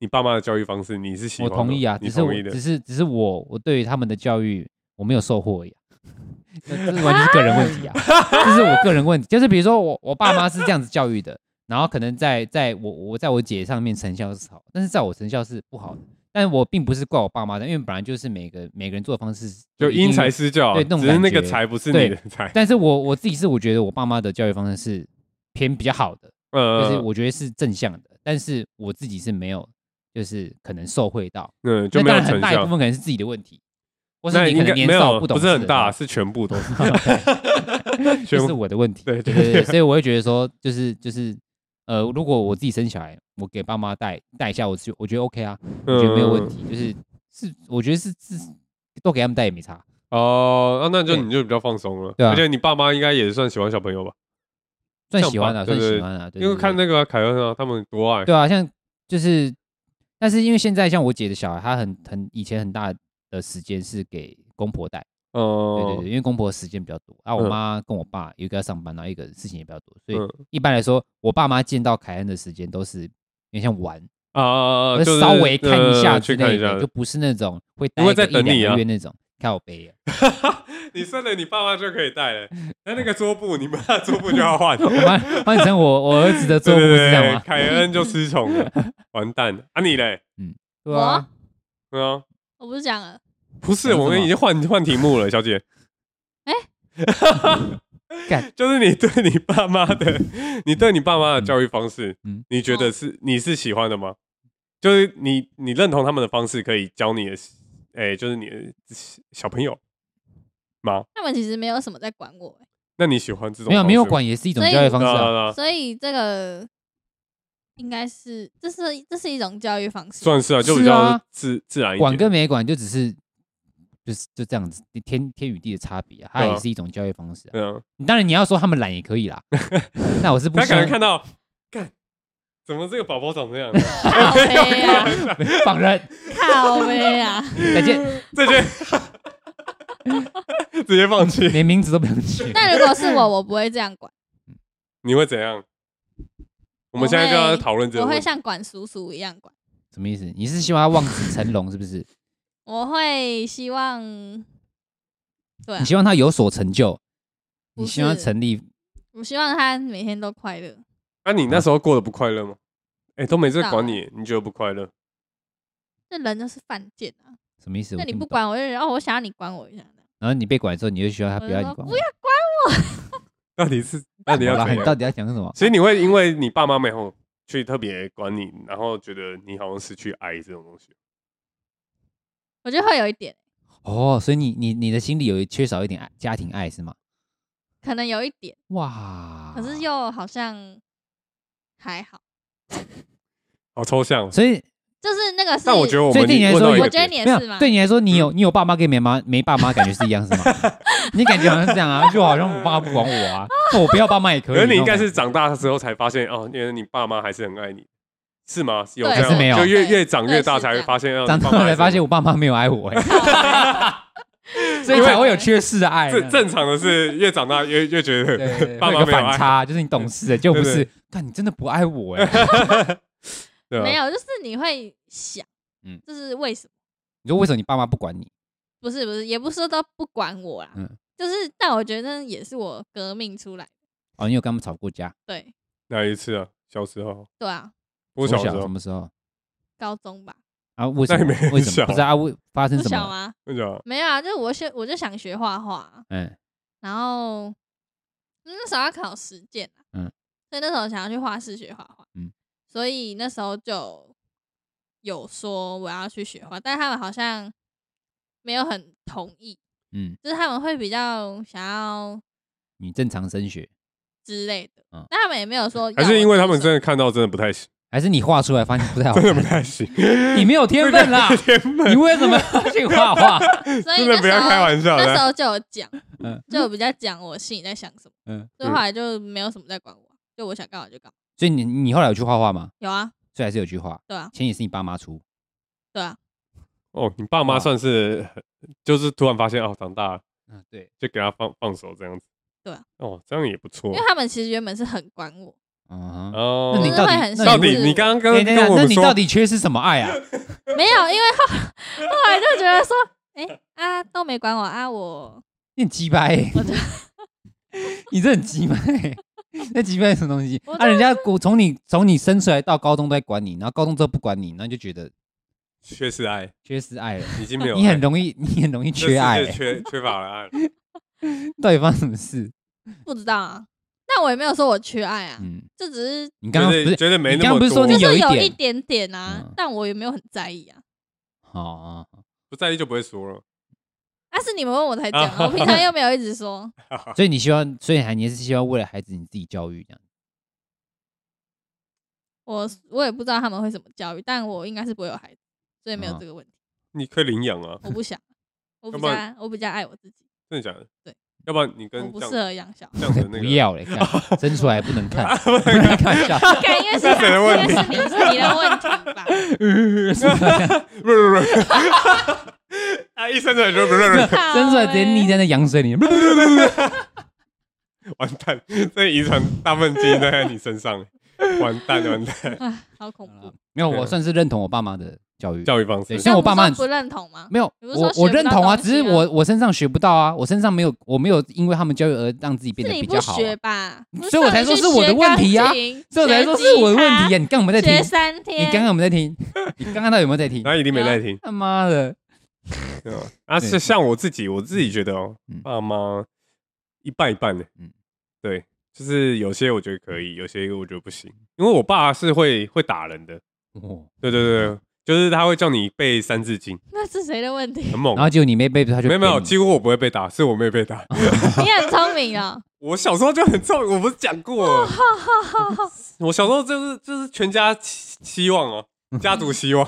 Speaker 1: 你爸妈的教育方式，你是喜
Speaker 3: 我
Speaker 1: 欢的
Speaker 3: 同意啊，
Speaker 1: 你
Speaker 3: 只是我
Speaker 1: 同意的
Speaker 3: 只。是只是我我对于他们的教育我没有收获而已啊、那这完全是个人问题啊，这是我个人问题。就是比如说我我爸妈是这样子教育的，然后可能在在我我在我姐上面成效是好，但是在我成效是不好的。但我并不是怪我爸妈的，因为本来就是每个每个人做的方式
Speaker 1: 就
Speaker 3: 一定
Speaker 1: 因材施教啊，
Speaker 3: 对那种
Speaker 1: 只是那个
Speaker 3: 感觉
Speaker 1: 才不是
Speaker 3: 对
Speaker 1: 你的才，
Speaker 3: 但是我我自己是我觉得我爸妈的教育方式是偏比较好的，就是
Speaker 1: 呃，
Speaker 3: 我觉得是正向的，但是我自己是没有，就是可能受惠到。
Speaker 1: 嗯，就
Speaker 3: 那
Speaker 1: 没有
Speaker 3: 当然
Speaker 1: 成
Speaker 3: 很大一部
Speaker 1: 效。
Speaker 3: 分可能是自己的问题，或是
Speaker 1: 那
Speaker 3: 你
Speaker 1: 应
Speaker 3: 可
Speaker 1: 该
Speaker 3: 能年
Speaker 1: 没
Speaker 3: 少
Speaker 1: 有，
Speaker 3: 不懂
Speaker 1: 不
Speaker 3: 事
Speaker 1: 是
Speaker 3: 的
Speaker 1: 很大，
Speaker 3: 时
Speaker 1: 是全部都 是。
Speaker 3: 候，
Speaker 1: 全
Speaker 3: 这
Speaker 1: 部
Speaker 3: 是我的问题。
Speaker 1: 对对
Speaker 3: 对对
Speaker 1: 对
Speaker 3: 对，所以我会觉得说，就是就是呃，如果我自己生小孩，我给爸妈带带一下，我就我觉得 OK 啊，我觉得没有问
Speaker 1: 嗯
Speaker 3: 题，就是是我觉得是是都给他们带也没差。
Speaker 1: 哦，啊那就
Speaker 3: 对
Speaker 1: 你就比较放松了。
Speaker 3: 对啊
Speaker 1: 而且你爸妈应该也算喜欢小朋友吧？
Speaker 3: 算
Speaker 1: 像
Speaker 3: 喜欢
Speaker 1: 吧
Speaker 3: 啊，
Speaker 1: 对
Speaker 3: 算
Speaker 1: 对
Speaker 3: 喜欢啊，对
Speaker 1: 因为
Speaker 3: 对
Speaker 1: 看
Speaker 3: 对
Speaker 1: 那个啊凯恩啊，他们多爱。
Speaker 3: 对啊，像就是，但是因为现在像我姐的小孩，她很很以前很大的时间是给公婆带，对对
Speaker 1: 哦，
Speaker 3: 对，因为公婆时间比较多啊，
Speaker 1: 嗯
Speaker 3: 我妈跟我爸有一个要上班，然后一个事情也比较多，所以
Speaker 1: 嗯
Speaker 3: 一般来说，我爸妈见到凯恩的时间都是有点像玩，
Speaker 1: 啊，
Speaker 3: 我
Speaker 1: 就是
Speaker 3: 稍微看一下
Speaker 1: 呃
Speaker 3: 之
Speaker 1: 去看
Speaker 3: 类
Speaker 1: 一下
Speaker 3: 的，就。不是那种会待
Speaker 1: 不会
Speaker 3: 个
Speaker 1: 再
Speaker 3: 一
Speaker 1: 等你
Speaker 3: 两
Speaker 1: 啊
Speaker 3: 个月那种。靠 背啊，
Speaker 1: 你生了你爸妈就可以带了，那那个桌布你们的桌布就要换。
Speaker 3: 换换成我我儿子的
Speaker 1: 对
Speaker 3: 作物
Speaker 1: 对哎
Speaker 3: 是这样
Speaker 1: 对，
Speaker 3: 吗？
Speaker 1: 凯恩就失宠了，完蛋了啊！你嘞？
Speaker 3: 对啊，
Speaker 1: 嗯啊，
Speaker 4: 我不是讲了，
Speaker 1: 不是，
Speaker 3: 讲什么
Speaker 1: 我们已经换换题目了，小姐。
Speaker 4: 哎
Speaker 3: 干
Speaker 1: 就是你对你爸妈的，你对你爸妈的教育方式，
Speaker 3: 嗯
Speaker 1: 你觉得是你是喜欢的吗？就是你你认同他们的方式可以教你的，哎、就是你的小朋友吗？
Speaker 4: 他们其实没有什么在管我、欸
Speaker 1: 那你喜欢这种
Speaker 3: 没有没有
Speaker 1: 方式吗
Speaker 3: 管也是一种
Speaker 4: 所以
Speaker 3: 教育方式
Speaker 1: 对啊
Speaker 3: 啊。
Speaker 1: 对啊
Speaker 4: 所以这个应该是这是这是一种教育方式，
Speaker 1: 算是啊，就比
Speaker 3: 是啊
Speaker 1: 较自自然一点。
Speaker 3: 管跟没管就只是就是就这样子，天天与地的差别啊，它
Speaker 1: 对啊
Speaker 3: 也是一种教育方式、啊。
Speaker 1: 嗯，
Speaker 3: 当然你要说他们懒也可以啦， 那我是不
Speaker 1: 他
Speaker 3: 希
Speaker 1: 可能看
Speaker 3: 望
Speaker 1: 到， 干，怎么这个宝宝长 这样？
Speaker 4: 靠背啊，
Speaker 3: 放任。
Speaker 4: 靠背啊，
Speaker 3: 再见，
Speaker 1: 这些 直接放弃，
Speaker 3: 连名字都不想取。
Speaker 4: 但如果是我，我不会这样 管，
Speaker 1: 你会怎样？我们
Speaker 4: 我
Speaker 1: 现在就要
Speaker 4: 会
Speaker 1: 讨论这
Speaker 4: 我
Speaker 1: 个
Speaker 4: 会
Speaker 1: 问题。
Speaker 4: 像管叔叔一样管，
Speaker 3: 什么意思？你是希望他望子成龙是不是？
Speaker 4: 我会希望，对、啊
Speaker 3: 你，希望他有所成就，
Speaker 4: 不
Speaker 3: 你希望
Speaker 4: 是
Speaker 3: 成立
Speaker 4: 我希望他每天都快乐。
Speaker 1: 那啊你那时候过得不快乐吗？哎，都没在
Speaker 4: 到
Speaker 1: 管你，你觉得不快乐？
Speaker 4: 这人就是犯贱啊！
Speaker 3: 什么意思？
Speaker 4: 那
Speaker 3: 我
Speaker 4: 你
Speaker 3: 听
Speaker 4: 不
Speaker 3: 不懂，
Speaker 4: 管我就觉得哦，我想要你管我一下。
Speaker 3: 然后你被管之后，你就希望他
Speaker 4: 我
Speaker 3: 不
Speaker 4: 就
Speaker 3: 要
Speaker 4: 说
Speaker 3: 你管我。
Speaker 4: 不要
Speaker 1: 到底 是到底要
Speaker 3: 好啦
Speaker 1: 怎
Speaker 3: 你到
Speaker 1: 样？
Speaker 3: 底要讲什么？
Speaker 1: 所以你会因为你爸妈没有去特别管你，然后觉得你好像失去爱这种东西。
Speaker 4: 我觉得会有一点，
Speaker 3: 哦，所以你你你的心里有缺少一点爱家庭爱是吗？
Speaker 4: 可能有一点，
Speaker 3: 哇，
Speaker 4: 可
Speaker 1: 啊
Speaker 4: 是又好像还好，
Speaker 1: 好抽象哦。
Speaker 3: 所以
Speaker 4: 就是那个是。
Speaker 1: 但我觉得我
Speaker 3: 所以
Speaker 1: 们
Speaker 3: 对你来
Speaker 1: 问
Speaker 3: 说
Speaker 1: 到一
Speaker 3: 有
Speaker 1: 个
Speaker 4: 我觉得
Speaker 1: 点
Speaker 4: 你也
Speaker 3: 没有
Speaker 4: 是吗？
Speaker 3: 对你来说，你有你有爸妈跟没妈没爸妈，感觉是一样 是吗？你感觉好像是这样啊，就好像我爸妈不管我 啊，那我不要爸妈也可以。
Speaker 1: 可是你应该
Speaker 3: 那种
Speaker 1: 是长大的时候才发现哦，原来你爸妈还是很爱你，是吗？有
Speaker 4: 对
Speaker 1: 这样
Speaker 3: 还是没有
Speaker 1: 就越
Speaker 4: 对
Speaker 1: 越长越大
Speaker 4: 对是这
Speaker 1: 才
Speaker 4: 样
Speaker 1: 会发现，哦
Speaker 3: 长
Speaker 1: 你爸
Speaker 3: 大
Speaker 1: 妈还
Speaker 3: 了
Speaker 1: 是
Speaker 3: 才发现我爸妈没有爱 我、欸，所以才会有缺失的爱。
Speaker 1: 正正常的是越长大越越觉
Speaker 3: 对
Speaker 1: 得
Speaker 3: 对对，
Speaker 1: 爸
Speaker 3: 会
Speaker 1: 妈
Speaker 3: 有个
Speaker 1: 没有爱
Speaker 3: 反差，就是你懂事的，就不
Speaker 1: 对
Speaker 3: 是。但你真的不爱我 哎、欸
Speaker 1: 对吧
Speaker 4: 没有，就是你会想，
Speaker 3: 啊嗯
Speaker 4: 嗯，就是为什么？
Speaker 3: 你说为什么你爸妈不管你？
Speaker 4: 不是不是，也不是说都不管我啦，
Speaker 3: 嗯
Speaker 4: 就是但我觉得也是我革命出来，
Speaker 3: 哦，你有跟他们吵过架？
Speaker 4: 对
Speaker 1: 哪一次啊？小时候，
Speaker 4: 对啊，
Speaker 1: 我
Speaker 3: 从
Speaker 1: 小时
Speaker 3: 什
Speaker 1: 候，
Speaker 3: 么时候
Speaker 4: 高中吧，
Speaker 3: 啊？为什
Speaker 1: 那
Speaker 3: 么
Speaker 1: 也没很？
Speaker 3: 为什么？
Speaker 1: 小
Speaker 3: 不是啊？为发生
Speaker 4: 不
Speaker 3: 什
Speaker 4: 小
Speaker 3: 么了？
Speaker 4: 吗？
Speaker 1: 我讲
Speaker 4: 没有啊，就是我学我就想学画画啊，
Speaker 3: 嗯，
Speaker 4: 然后嗯那时候要考实践啊，
Speaker 3: 嗯
Speaker 4: 所以那时候想要去画室学画画，
Speaker 3: 嗯
Speaker 4: 所以那时候就有说我要去学画，但他们好像没有很同意，
Speaker 3: 嗯，
Speaker 4: 就是他们会比较想要
Speaker 3: 你正常升学，
Speaker 4: 之类的，
Speaker 3: 嗯
Speaker 4: 但他们也没有说要
Speaker 1: 还是因为
Speaker 4: 我
Speaker 1: 他们
Speaker 4: 做什
Speaker 1: 真
Speaker 4: 么
Speaker 1: 的看到真的不太行，
Speaker 3: 还是你画出来发现不太好看？
Speaker 1: 真的不太行，！
Speaker 3: 你没有天分啦
Speaker 1: 天分
Speaker 3: 你为什么要去 画画？
Speaker 4: 所以
Speaker 1: 真的不要
Speaker 4: 那时候
Speaker 1: 开 玩笑
Speaker 4: 那时
Speaker 1: 的。
Speaker 4: 候就有讲，
Speaker 3: 嗯
Speaker 4: 就有比较讲我心里在想什么，
Speaker 3: 嗯，
Speaker 4: 所以后来就没有什么在管我，就我想干嘛就干嘛。
Speaker 3: 所以你你后来有去画画吗？
Speaker 4: 有啊，
Speaker 3: 所以还是有去画，
Speaker 4: 对啊，
Speaker 3: 钱也是你爸妈出。
Speaker 4: 对啊，
Speaker 1: 哦，你爸妈算是就是突然发现哦，长大了
Speaker 3: 嗯，对，
Speaker 1: 就给他放放手这样子。
Speaker 4: 对啊
Speaker 1: 哦，这样也不错
Speaker 4: 因为。他们其实原本是很管我，
Speaker 3: 嗯哼。
Speaker 1: 哦
Speaker 3: 那，你
Speaker 4: 就是
Speaker 3: 到底
Speaker 4: 会很
Speaker 3: 那
Speaker 1: 到
Speaker 4: 限
Speaker 1: 底
Speaker 4: 制
Speaker 1: 你
Speaker 4: 我
Speaker 1: 刚刚
Speaker 3: 对
Speaker 1: 跟跟
Speaker 3: 对对，
Speaker 1: 我
Speaker 3: 那
Speaker 1: 们
Speaker 3: 你
Speaker 1: 说
Speaker 3: 到底缺失什么 爱啊？
Speaker 4: 没有，因为后后来就觉得说，哎、啊都没管我啊，我
Speaker 3: 你很鸡掰欸
Speaker 4: 我就，
Speaker 3: 你这很鸡掰欸，那鸡掰是什么东西？
Speaker 4: 我
Speaker 3: 啊，人家我从你从你生出来到高中都在管你，然后高中之后不管你，然后就觉得
Speaker 1: 缺失爱，
Speaker 3: 缺失爱了。
Speaker 1: 已经没有爱，
Speaker 3: 你很容易，你很容易
Speaker 1: 这
Speaker 3: 缺爱
Speaker 1: 世
Speaker 3: 欸
Speaker 1: 界，缺缺乏了爱。
Speaker 3: 到底发生什么事？
Speaker 4: 不知道啊。那我也没有说我缺爱啊，
Speaker 3: 嗯，
Speaker 4: 这只是
Speaker 3: 你刚刚不
Speaker 1: 觉得
Speaker 3: 是
Speaker 1: 觉得没
Speaker 3: 你
Speaker 1: 那
Speaker 3: 刚
Speaker 1: 么
Speaker 3: 刚不是说
Speaker 1: 多
Speaker 3: 哦你
Speaker 4: 就
Speaker 3: 有一
Speaker 4: 是有一
Speaker 3: 点
Speaker 4: 点点啊，
Speaker 3: 嗯
Speaker 4: 但我也没有很在意啊。
Speaker 3: 哦，哦
Speaker 1: 不在意就不会说了。
Speaker 4: 啊，是你们问我才讲啊，
Speaker 1: 啊
Speaker 4: 我平 常又没有一直说。
Speaker 3: 哦所以你希望，所以还你是希望为了孩子你自己教育这样。
Speaker 4: 我我也不知道他们会怎么教育，但我应该是不会有孩子，所以没有
Speaker 3: 嗯
Speaker 4: 这个问题。
Speaker 1: 你可以领养啊，
Speaker 4: 我不想，我比
Speaker 1: 要不
Speaker 4: 较
Speaker 1: 然
Speaker 4: 我比较爱我自己，
Speaker 1: 真的假的？
Speaker 4: 对，
Speaker 1: 要不然你跟
Speaker 4: 我不
Speaker 1: 这
Speaker 4: 啊
Speaker 1: 样
Speaker 4: 适合养小 孩。
Speaker 1: 这样的那个
Speaker 3: 不要嘞， 看生出来不能看，
Speaker 1: 不能
Speaker 3: 不能看 一下，
Speaker 4: 感应该是
Speaker 1: 是谁的问题
Speaker 4: 应该是你是你的问题吧？
Speaker 1: 不不不，啊，一生出来就不是
Speaker 3: 生出来直接溺在那羊水 里。
Speaker 1: 完蛋，这遗传大部分基因都在你身上，完蛋完蛋。
Speaker 4: 啊，好恐
Speaker 3: 好
Speaker 4: 怖
Speaker 3: 了！没有，
Speaker 1: 嗯
Speaker 3: 我算是认同我爸妈的教育。
Speaker 1: 教育方式
Speaker 3: 对，，像我爸妈
Speaker 4: 那不是不认同吗？
Speaker 3: 没有，
Speaker 4: 比如说
Speaker 3: 我
Speaker 4: 学
Speaker 3: 我
Speaker 4: 不
Speaker 3: 认
Speaker 4: 到
Speaker 3: 同啊，
Speaker 4: 东
Speaker 3: 只是
Speaker 4: 西啊
Speaker 3: 我我身上学不到啊，我身上没有，我没有因为他们教育而让自己变
Speaker 4: 是
Speaker 3: 得
Speaker 4: 你
Speaker 3: 比
Speaker 4: 不
Speaker 3: 较好啊、
Speaker 4: 学吧？不
Speaker 3: 所以我才
Speaker 4: 叫
Speaker 3: 说
Speaker 4: 你去
Speaker 3: 是我的
Speaker 4: 学
Speaker 3: 问
Speaker 4: 钢
Speaker 3: 题啊
Speaker 4: 琴
Speaker 3: 所以我才
Speaker 4: 学
Speaker 3: 说是
Speaker 4: 吉
Speaker 3: 我的问
Speaker 4: 他
Speaker 3: 题呀、啊你刚刚有没有在听
Speaker 4: 学？三
Speaker 3: 你
Speaker 4: 天，
Speaker 3: 刚刚有没有在听？ 你刚刚到底有没有在听？
Speaker 1: 那一定没
Speaker 4: 啊
Speaker 1: 在听。
Speaker 3: 他妈的，
Speaker 1: 嗯啊，
Speaker 3: 对
Speaker 1: 是像我自己，我自己觉得哦
Speaker 3: 嗯，
Speaker 1: 爸妈一半一半的，
Speaker 3: 嗯
Speaker 1: 嗯，对，就是有些我觉得可以，有些我觉得不行，因为我爸是会会打人的，
Speaker 3: 哦，
Speaker 1: 对对对，就是他会叫你背三字经，
Speaker 4: 那是谁的问题？
Speaker 1: 很猛
Speaker 3: 然。后结果你没背，啊他就
Speaker 1: 没有没有，
Speaker 3: 扁你
Speaker 1: 几乎我不会被打，是我妹被打。
Speaker 4: 你很聪明哦，
Speaker 1: 我小时候就很重，我不是讲 过，我小时候就是就是全家期期望哦，
Speaker 3: 嗯
Speaker 1: 家族希望，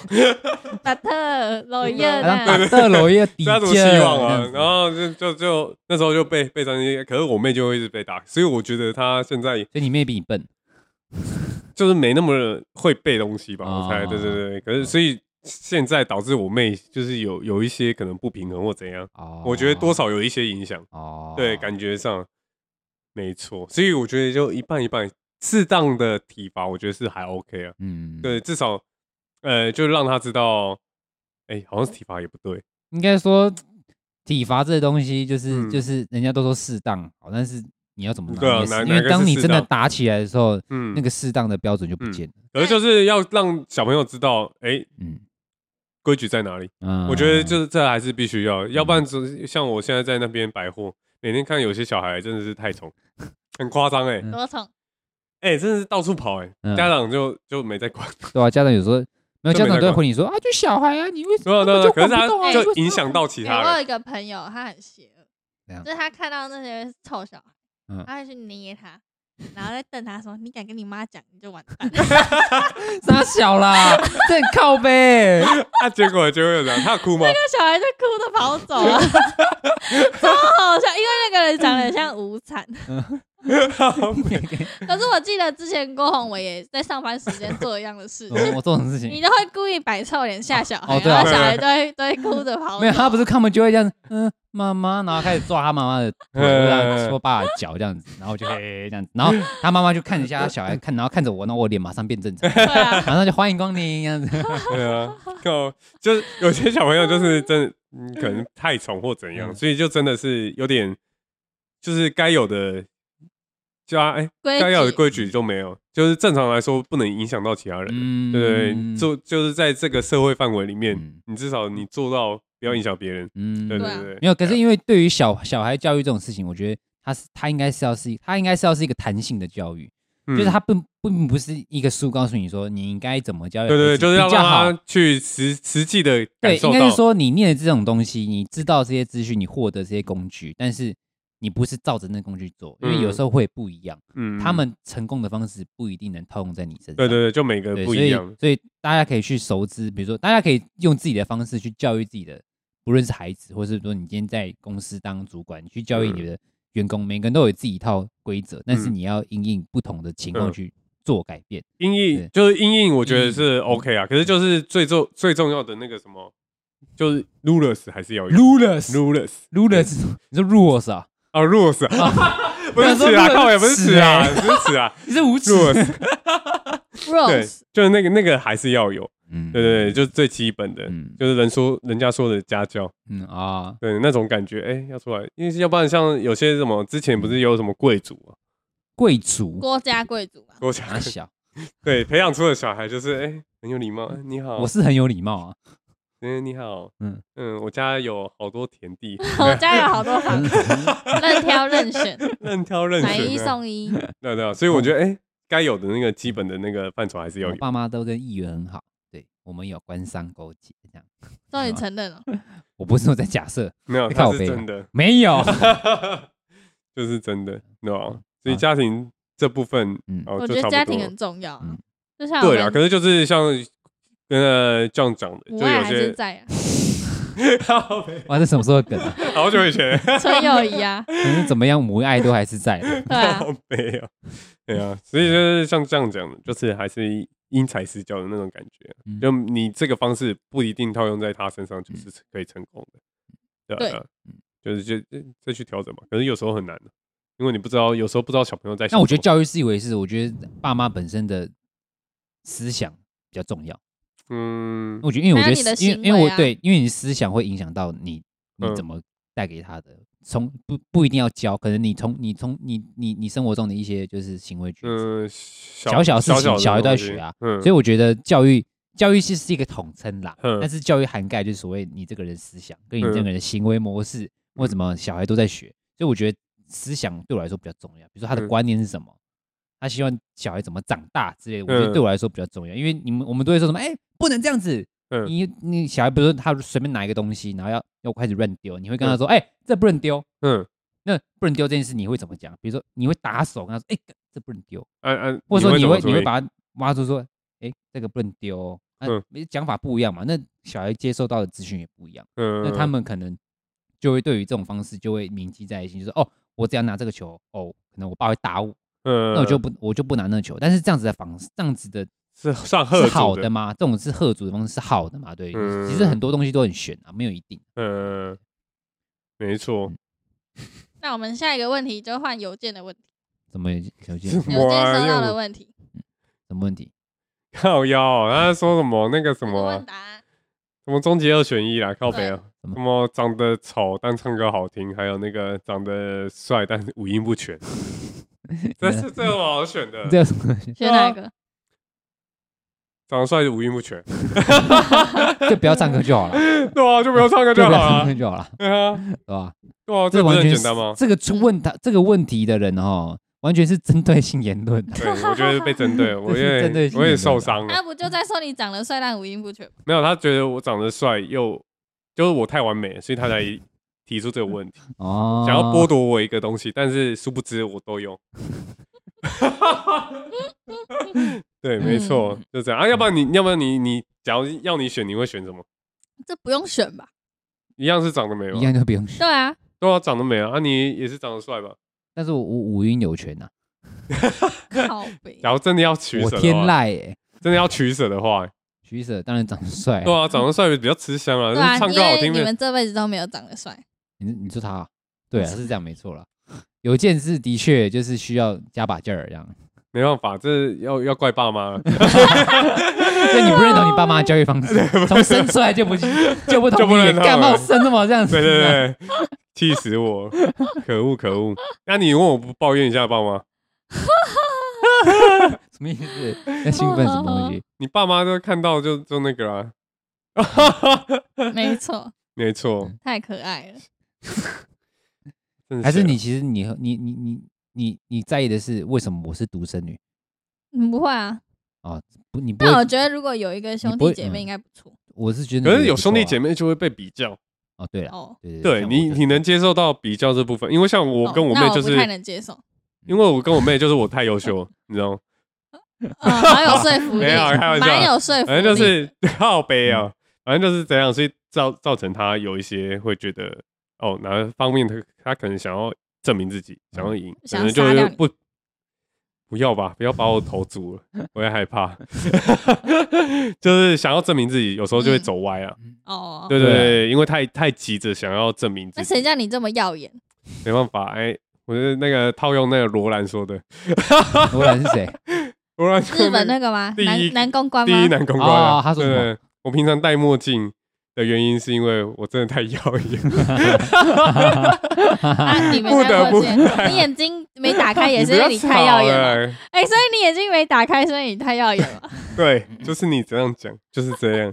Speaker 4: 达特、老
Speaker 1: 真的
Speaker 4: 叶
Speaker 1: 啊
Speaker 3: 好像打
Speaker 4: 呢？
Speaker 3: 特罗也 底
Speaker 1: 家
Speaker 3: 价
Speaker 1: 族希望啊，然后就就就那时候就被被三星，可是我妹就会一直被打，所以我觉得她现在
Speaker 3: 所以你妹比你笨，
Speaker 1: 就是没那么会背东西吧，
Speaker 3: 哦
Speaker 1: 我猜，对对对，可是所以现在导致我妹就是有有一些可能不平衡或怎样，
Speaker 3: 哦，
Speaker 1: 我觉得多少有一些影响，
Speaker 3: 哦，
Speaker 1: 对，感觉上没错，所以我觉得就一半一半，适当的体罚我觉得是还 OK 啊，
Speaker 3: 嗯，
Speaker 1: 对，至少呃就让她知道，哎，好像是体罚也不对，
Speaker 3: 应该说体罚这东西就是、
Speaker 1: 嗯
Speaker 3: 就是人家都说适当好，但是你要怎么拿
Speaker 1: 对啊
Speaker 3: 捏适
Speaker 1: 哪
Speaker 3: 因
Speaker 1: 哪
Speaker 3: 为
Speaker 1: 个
Speaker 3: 当
Speaker 1: 是
Speaker 3: 你
Speaker 1: 适
Speaker 3: 真的
Speaker 1: 当
Speaker 3: 打起来的时候，
Speaker 1: 嗯
Speaker 3: 那，个适当的标准就不见了。
Speaker 1: 可是就是要让小朋友知道，哎，
Speaker 3: 嗯
Speaker 1: 规矩在哪里？
Speaker 3: 嗯，
Speaker 1: 我觉得就是这还是必须要，要不然就是像我现在在那边百货，每天看有些小孩真的是太 宠，很夸张哎
Speaker 3: 嗯
Speaker 4: 多宠，
Speaker 1: 哎，真的是到处跑哎、
Speaker 3: 嗯
Speaker 1: 家长就就没在管，
Speaker 3: 对啊，家长有时候没有
Speaker 1: 就
Speaker 3: 家
Speaker 1: 没
Speaker 3: 长
Speaker 1: 在
Speaker 3: 都会
Speaker 1: 管
Speaker 3: 回你说啊，就小孩啊，你为什
Speaker 1: 对啊
Speaker 3: 么
Speaker 1: 对啊，对
Speaker 3: 根本
Speaker 1: 啊可是
Speaker 3: 管
Speaker 1: 他
Speaker 3: 不动啊？
Speaker 1: 就
Speaker 3: 为什么
Speaker 1: 影响到其
Speaker 4: 哎我
Speaker 1: 他
Speaker 4: 有
Speaker 1: 人，
Speaker 4: 一个朋友，他很邪
Speaker 3: 怎
Speaker 4: 恶，
Speaker 3: 样
Speaker 4: 就是他看到那些臭小孩，
Speaker 3: 嗯
Speaker 4: 他会去捏他，然后再瞪他说：“你敢跟你妈讲，你就完蛋。
Speaker 3: 傻小啦， 这很靠背欸。
Speaker 1: 啊，结果就会有这样，他有哭吗？”
Speaker 4: 那小孩就哭着跑走了，超好笑，因为那个人长得很像无惨。可是我记得之前郭宏伟也在上班时间做一样的事，就是
Speaker 3: 我我做什么事
Speaker 4: 你
Speaker 3: 情？
Speaker 4: 都会故意摆臭脸吓小孩，
Speaker 3: 哦哦对啊
Speaker 4: 然后小孩都会都会哭着跑走。
Speaker 3: 没有，他不是看我们就会这样，嗯，妈妈，然后开始抓他妈妈的腿，
Speaker 1: 嗯
Speaker 3: 这样戳爸爸的脚这样子，然后就嘿这样子，然后他妈妈就看一下他小孩看，然后看着我，然后我脸马上变正常，
Speaker 4: 对啊，
Speaker 3: 然后他就欢迎光临这样子。
Speaker 1: 对啊，靠，就是有些小朋友就是真的，嗯可能太宠或怎样，
Speaker 3: 嗯
Speaker 1: 所以就真的是有点，就是该有的家哎，
Speaker 4: 规
Speaker 1: 该有的
Speaker 4: 矩
Speaker 1: 规矩就没有，就是正常来说不能影响到其他人。
Speaker 3: 嗯，
Speaker 1: 对，就就是在这个社会范围里面，
Speaker 3: 嗯
Speaker 1: 你至少你做到不要影响别人。
Speaker 3: 嗯
Speaker 1: 对
Speaker 4: 对啊
Speaker 1: 对对，
Speaker 3: 没有，可是因为对于小小孩教育这种事情，我觉得他是他应该是要是他应该是要是一个弹性的教育，
Speaker 1: 嗯
Speaker 3: 就是他并并不是一个书告诉你说你应该怎么教育，
Speaker 1: 对对，对就是要
Speaker 3: 比较
Speaker 1: 让
Speaker 3: 好。
Speaker 1: 他去实实际的感
Speaker 3: 对，
Speaker 1: 受
Speaker 3: 应
Speaker 1: 到。
Speaker 3: 该是说你念的这种东西，你知道这些资讯，你获得这些工具，但是你不是照着那工具做，因为有时候会不一样，
Speaker 1: 嗯
Speaker 3: 他们成功的方式不一定能套用在你身上。
Speaker 1: 对对对，就每个
Speaker 3: 对，
Speaker 1: 不
Speaker 3: 所
Speaker 1: 一
Speaker 3: 以
Speaker 1: 样。
Speaker 3: 所以大家可以去熟知，比如说大家可以用自己的方式去教育自己的，不论是孩子，或是说你今天在公司当主管，你去教育你的员工，每个人都有自己一套规则，但是
Speaker 1: 嗯
Speaker 3: 你要因应不同的情况
Speaker 1: 嗯
Speaker 3: 去做改变。
Speaker 1: 音
Speaker 3: 对
Speaker 1: 译就是音译，我觉得
Speaker 3: 音
Speaker 1: 是
Speaker 3: 译
Speaker 1: OK 啊。可是就是最重最重要的那个什么，就是 rulers 还是要有
Speaker 3: Rulers，Rulers，
Speaker 1: rulers
Speaker 3: 你说 Rules 啊？
Speaker 1: 啊 rules 啊，不是
Speaker 3: 我
Speaker 1: 尺
Speaker 3: 想
Speaker 1: 啊，
Speaker 3: 说
Speaker 1: 靠也不是
Speaker 3: rulers
Speaker 1: 尺啊，
Speaker 3: 欸
Speaker 1: 不是尺啊
Speaker 3: 你是无耻。
Speaker 1: ，rules 对
Speaker 4: rules，，
Speaker 1: 就是那个那个还是要有。
Speaker 3: 嗯，
Speaker 1: 对对对，就是最基本的，
Speaker 3: 嗯
Speaker 1: 就是人说人家说的家教，
Speaker 3: 嗯啊，
Speaker 1: 对那种感觉，哎、要出来，因为要不然像有些什么之前不是有什么贵族啊，
Speaker 3: 贵族
Speaker 4: 郭家贵族 嘛，
Speaker 1: 我想
Speaker 3: 哪小？
Speaker 1: 对培养出的小孩就是哎、很有礼貌，哎你好，
Speaker 3: 我是很有礼貌啊。
Speaker 1: 嗯你好，
Speaker 3: 嗯
Speaker 1: 嗯嗯，我家有好多田地，
Speaker 4: 我家有好多 房
Speaker 3: 嗯
Speaker 4: 子，任挑任选，
Speaker 1: 任挑任
Speaker 4: 买
Speaker 1: 选
Speaker 4: 一
Speaker 1: 的，
Speaker 4: 送嗯一，
Speaker 1: 对对啊，所以我觉得哎。该有的那个基本的那个范畴还是要
Speaker 3: 我
Speaker 1: 有，
Speaker 3: 爸妈都跟议员很好，对我们有官商勾结这样。
Speaker 4: 终
Speaker 1: 啊
Speaker 4: 于承认了。哦
Speaker 3: 我不是我在假设，
Speaker 1: 没有，
Speaker 3: 你看
Speaker 1: 它
Speaker 3: 我
Speaker 1: 是
Speaker 3: 背
Speaker 1: 真的，
Speaker 3: 没有。
Speaker 1: 就是真的，对吧？所
Speaker 3: 啊
Speaker 1: 以家庭这部分，
Speaker 3: 嗯
Speaker 1: 哦，
Speaker 4: 我
Speaker 1: 就
Speaker 4: 觉得
Speaker 1: 差不
Speaker 4: 家
Speaker 1: 多
Speaker 4: 庭
Speaker 1: 了
Speaker 4: 很重要啊
Speaker 3: 嗯，
Speaker 4: 就像我
Speaker 1: 对啊，可
Speaker 4: 们
Speaker 1: 是就是像跟呃这样讲的，
Speaker 4: 母
Speaker 1: 就
Speaker 4: 爱
Speaker 1: 有
Speaker 4: 还是
Speaker 1: 些
Speaker 4: 在啊，
Speaker 1: 靠北
Speaker 3: 哇，这什么时候的梗啊？
Speaker 1: 好久以前，
Speaker 4: 纯友谊啊，
Speaker 3: 可是嗯怎么样，母爱都还是在的。
Speaker 4: 对啊，
Speaker 1: 没有，对啊，所以就是像这样讲的，就是还是因材施教的那种感觉
Speaker 3: 嗯，
Speaker 1: 就你这个方式不一定套用在他身上，就是可以成功的，对啊对啊，就是就再去调整嘛。可是有时候很难的，因为你不知道，有时候不知道小朋友在想什么。
Speaker 3: 那我觉得教育是一回事，我觉得爸妈本身的思想比较重要。
Speaker 1: 嗯
Speaker 3: 我觉得，因为我觉
Speaker 4: 还有
Speaker 3: 得
Speaker 4: 你的
Speaker 3: 思，因
Speaker 4: 行
Speaker 3: 为因为
Speaker 4: 为
Speaker 3: 我
Speaker 4: 啊
Speaker 3: 对，因为你思想会影响到你你
Speaker 1: 嗯
Speaker 3: 怎么带给他的，从不不一定要教，可能你从你从你你你生活中的一些就是行为举止，
Speaker 1: 嗯，
Speaker 3: 小
Speaker 1: 小
Speaker 3: 小事情
Speaker 1: 小的
Speaker 3: 小一段
Speaker 1: 东西
Speaker 3: 学啊
Speaker 1: 嗯，
Speaker 3: 所以我觉得教育教育其实是一个统称啦，
Speaker 1: 嗯
Speaker 3: 但是教育涵盖就是所谓你这个人思想跟你这个
Speaker 1: 嗯
Speaker 3: 人的行为模式，为什么小孩都在学，所以我觉得思想对我来说比较重要，比如说他的
Speaker 1: 嗯
Speaker 3: 观念是什么，他希望小孩怎么长大之类的，我觉得
Speaker 1: 嗯
Speaker 3: 对我来说比较重要，因为你们我们都会说什么，哎，不能这样子，
Speaker 1: 嗯
Speaker 3: 你你小孩不是他随便拿一个东西，然后要要开始乱丢，你会跟他说，哎，这不能丢，
Speaker 1: 嗯，
Speaker 3: 那不能丢这件事你会怎么讲？比如说你会打手跟他说，哎，这不能丢。
Speaker 1: 嗯嗯，
Speaker 3: 或者说你
Speaker 1: 怎
Speaker 3: 会
Speaker 1: 么
Speaker 3: 你
Speaker 1: 处
Speaker 3: 会
Speaker 1: 理
Speaker 3: 把它挖出说，哎，这个不能丢、哦，嗯
Speaker 1: 嗯，
Speaker 3: 讲法不一样嘛，那小孩接受到的资讯也不一样，
Speaker 1: 嗯，
Speaker 3: 那他们可能就会对于这种方式就会铭记在心，就是哦，我只要拿这个球，哦，可能我爸会打我，
Speaker 1: 嗯，
Speaker 3: 那我就不我就不拿那个球，但是这样子的方式，这样子的
Speaker 1: 是上
Speaker 3: 是
Speaker 1: 贺
Speaker 3: 好
Speaker 1: 族
Speaker 3: 的，吗？这种是贺主的方式是好的嘛？对，
Speaker 1: 嗯
Speaker 3: 其实很多东西都很悬啊，没有一定。
Speaker 1: 嗯，没错，
Speaker 3: 嗯
Speaker 4: 那我们下一个问题就换邮件的问题，
Speaker 3: 怎么有 有件
Speaker 1: 是
Speaker 3: 什
Speaker 4: 邮件
Speaker 1: 哇
Speaker 4: 收到
Speaker 1: 又
Speaker 4: 的问题，
Speaker 3: 么问题？
Speaker 1: 靠腰，哦他说什么那个什
Speaker 4: 我
Speaker 1: 么
Speaker 4: 问
Speaker 1: 啊
Speaker 4: 答案。
Speaker 1: 什么终极二选一啦，靠北啊，
Speaker 3: 对
Speaker 1: 什么长得丑但唱歌好听，还有那个长得帅但五音不 全，这是这有什么好选的？
Speaker 3: 这有什么？
Speaker 4: 选
Speaker 1: 啊
Speaker 4: 哪一个？
Speaker 1: 长得帅就五音不全，
Speaker 3: 就不要唱歌就好了，
Speaker 1: 对 啊，就不要唱歌
Speaker 3: 就
Speaker 1: 就
Speaker 3: 不
Speaker 1: 好
Speaker 3: 要唱歌
Speaker 1: 了，
Speaker 3: 就好了，
Speaker 1: 对啊，
Speaker 3: 对吧？
Speaker 1: 对啊，
Speaker 3: 这
Speaker 1: 不是
Speaker 3: 完
Speaker 1: 很
Speaker 3: 全
Speaker 1: 简单吗
Speaker 3: 是？这个出问他这个问题的人哦，完全是针对性言论的。
Speaker 1: 对，我觉得被针 对，我也
Speaker 3: 针对性
Speaker 1: 我也
Speaker 3: 言论
Speaker 1: 受
Speaker 3: 啊
Speaker 1: 伤了
Speaker 4: 他。不就在说你长得帅但五音不全吗？
Speaker 1: 没有，他觉得我长得帅又就是我太完美了，所以他才提出这个问题，
Speaker 3: 哦，
Speaker 1: 想要剥夺我一个东西，但是殊不知我都有。 对，
Speaker 3: 嗯
Speaker 1: 没错，就这样啊。要不然你，要不然你，你假如要你选，你会选什么？
Speaker 4: 这不用选吧？
Speaker 1: 一样是长得美吧
Speaker 3: 一？样就不用选。
Speaker 4: 对 啊，
Speaker 1: 对啊，长得美啊，啊你也是长得帅吧？
Speaker 3: 但是我我五音有权呐，
Speaker 4: 靠北。
Speaker 1: 假如真的要取
Speaker 3: 我
Speaker 1: 舍
Speaker 3: 天哎
Speaker 1: 的话，
Speaker 3: 籁哎，
Speaker 1: 真的要取舍的话，欸
Speaker 3: 徐舍当然长得帅啊。
Speaker 1: 对啊，长得帅比较吃香啊，
Speaker 4: 对
Speaker 1: 但
Speaker 4: 啊
Speaker 1: 是，唱
Speaker 4: 因
Speaker 1: 歌好
Speaker 4: 为
Speaker 1: 听
Speaker 4: 你
Speaker 1: 的。
Speaker 4: 们这辈子都没有长 得帅，
Speaker 3: 你你说他啊对啊，是这样没错了。有件事的确就是需要加把劲儿，这样。
Speaker 1: 没办法，这要要怪爸妈了，啊
Speaker 3: 所以你不认同你爸妈的教育方 式，从生出来就不就不
Speaker 1: 就
Speaker 3: 同
Speaker 1: 不
Speaker 3: 意了，
Speaker 1: 认同
Speaker 3: 干嘛
Speaker 1: 了
Speaker 3: 我生那么这样子？啊
Speaker 1: 对对对，气死我！可恶可恶！那你问我不抱怨一下爸妈？
Speaker 3: 什么意思？在兴奋什 么东西？
Speaker 1: 你爸妈都看到就就那个啦、
Speaker 4: 没错，
Speaker 1: 没错，
Speaker 4: 太可爱了。
Speaker 1: 真的
Speaker 3: 嗯还是你其实你和你你你你你在意的是为什么我是独生女？
Speaker 4: 嗯，不会啊，
Speaker 3: 不，你不
Speaker 4: 但我
Speaker 3: 会，
Speaker 4: 觉得如果有一个兄
Speaker 3: 不会
Speaker 4: 弟姐妹
Speaker 3: 嗯
Speaker 4: 应该不错
Speaker 3: 我是觉
Speaker 1: 可
Speaker 3: 得你觉
Speaker 1: 是
Speaker 3: 得
Speaker 1: 有
Speaker 3: 不
Speaker 1: 兄弟
Speaker 3: 错啊
Speaker 1: 姐妹就会被比较，
Speaker 3: 哦，对了，
Speaker 4: 哦。
Speaker 3: 对
Speaker 1: 对啊
Speaker 3: 像
Speaker 1: 你
Speaker 3: 我就
Speaker 1: 你能接受到比较这部分，因为像我
Speaker 4: 哦
Speaker 1: 跟我
Speaker 4: 那
Speaker 1: 妹就
Speaker 4: 不
Speaker 1: 是，
Speaker 4: 太能接受，
Speaker 1: 因为我跟我妹就是我太优秀了，你知道吗？
Speaker 4: 嗯，蛮有说 服力，
Speaker 1: 没有开玩笑
Speaker 4: 蛮有说服
Speaker 1: 反
Speaker 4: 力，
Speaker 1: 正就是 靠背
Speaker 3: 嗯
Speaker 1: 啊，反正就是这样，所以造造成他有一些会觉得哦哪个方面他他可能想要证明自己，想
Speaker 3: 嗯
Speaker 1: 要赢，可
Speaker 4: 想
Speaker 1: 能
Speaker 4: 杀
Speaker 1: 就是
Speaker 4: 掉你
Speaker 1: 不不要吧，不要把我投足了，我也害 怕， 就是想要证明自己，有时候就会
Speaker 4: 嗯
Speaker 1: 走歪啊。
Speaker 4: 哦。
Speaker 1: 对对
Speaker 3: 对啊
Speaker 1: 对，因为太太急着想要证明
Speaker 4: 那
Speaker 1: 自
Speaker 4: 谁
Speaker 1: 己，
Speaker 4: 叫你这么耀眼？
Speaker 1: 没办法，哎。我觉得那个套用那个罗兰说的，
Speaker 3: 罗兰是谁？
Speaker 1: 罗兰说
Speaker 4: 日本
Speaker 1: 那
Speaker 4: 那个吗？
Speaker 1: 第一
Speaker 4: 男男公关
Speaker 1: 第
Speaker 4: 吗？
Speaker 1: 一男公关啊、
Speaker 3: 哦他说什么
Speaker 1: 对我平常戴墨镜的原因是因为我真的太耀眼，
Speaker 4: 啊， 你没
Speaker 1: 不
Speaker 4: 戴
Speaker 1: 得
Speaker 4: 墨
Speaker 1: 不
Speaker 4: 镜
Speaker 1: 戴
Speaker 4: 你眼睛没打 开 也
Speaker 1: 不
Speaker 4: 是因
Speaker 1: 要
Speaker 4: 为你太耀眼
Speaker 1: 吵欸
Speaker 4: 了。
Speaker 1: 了。
Speaker 4: 哎，所以你眼睛没打开，所以你太耀眼 了。
Speaker 1: 对，就是你这样讲，就是这样。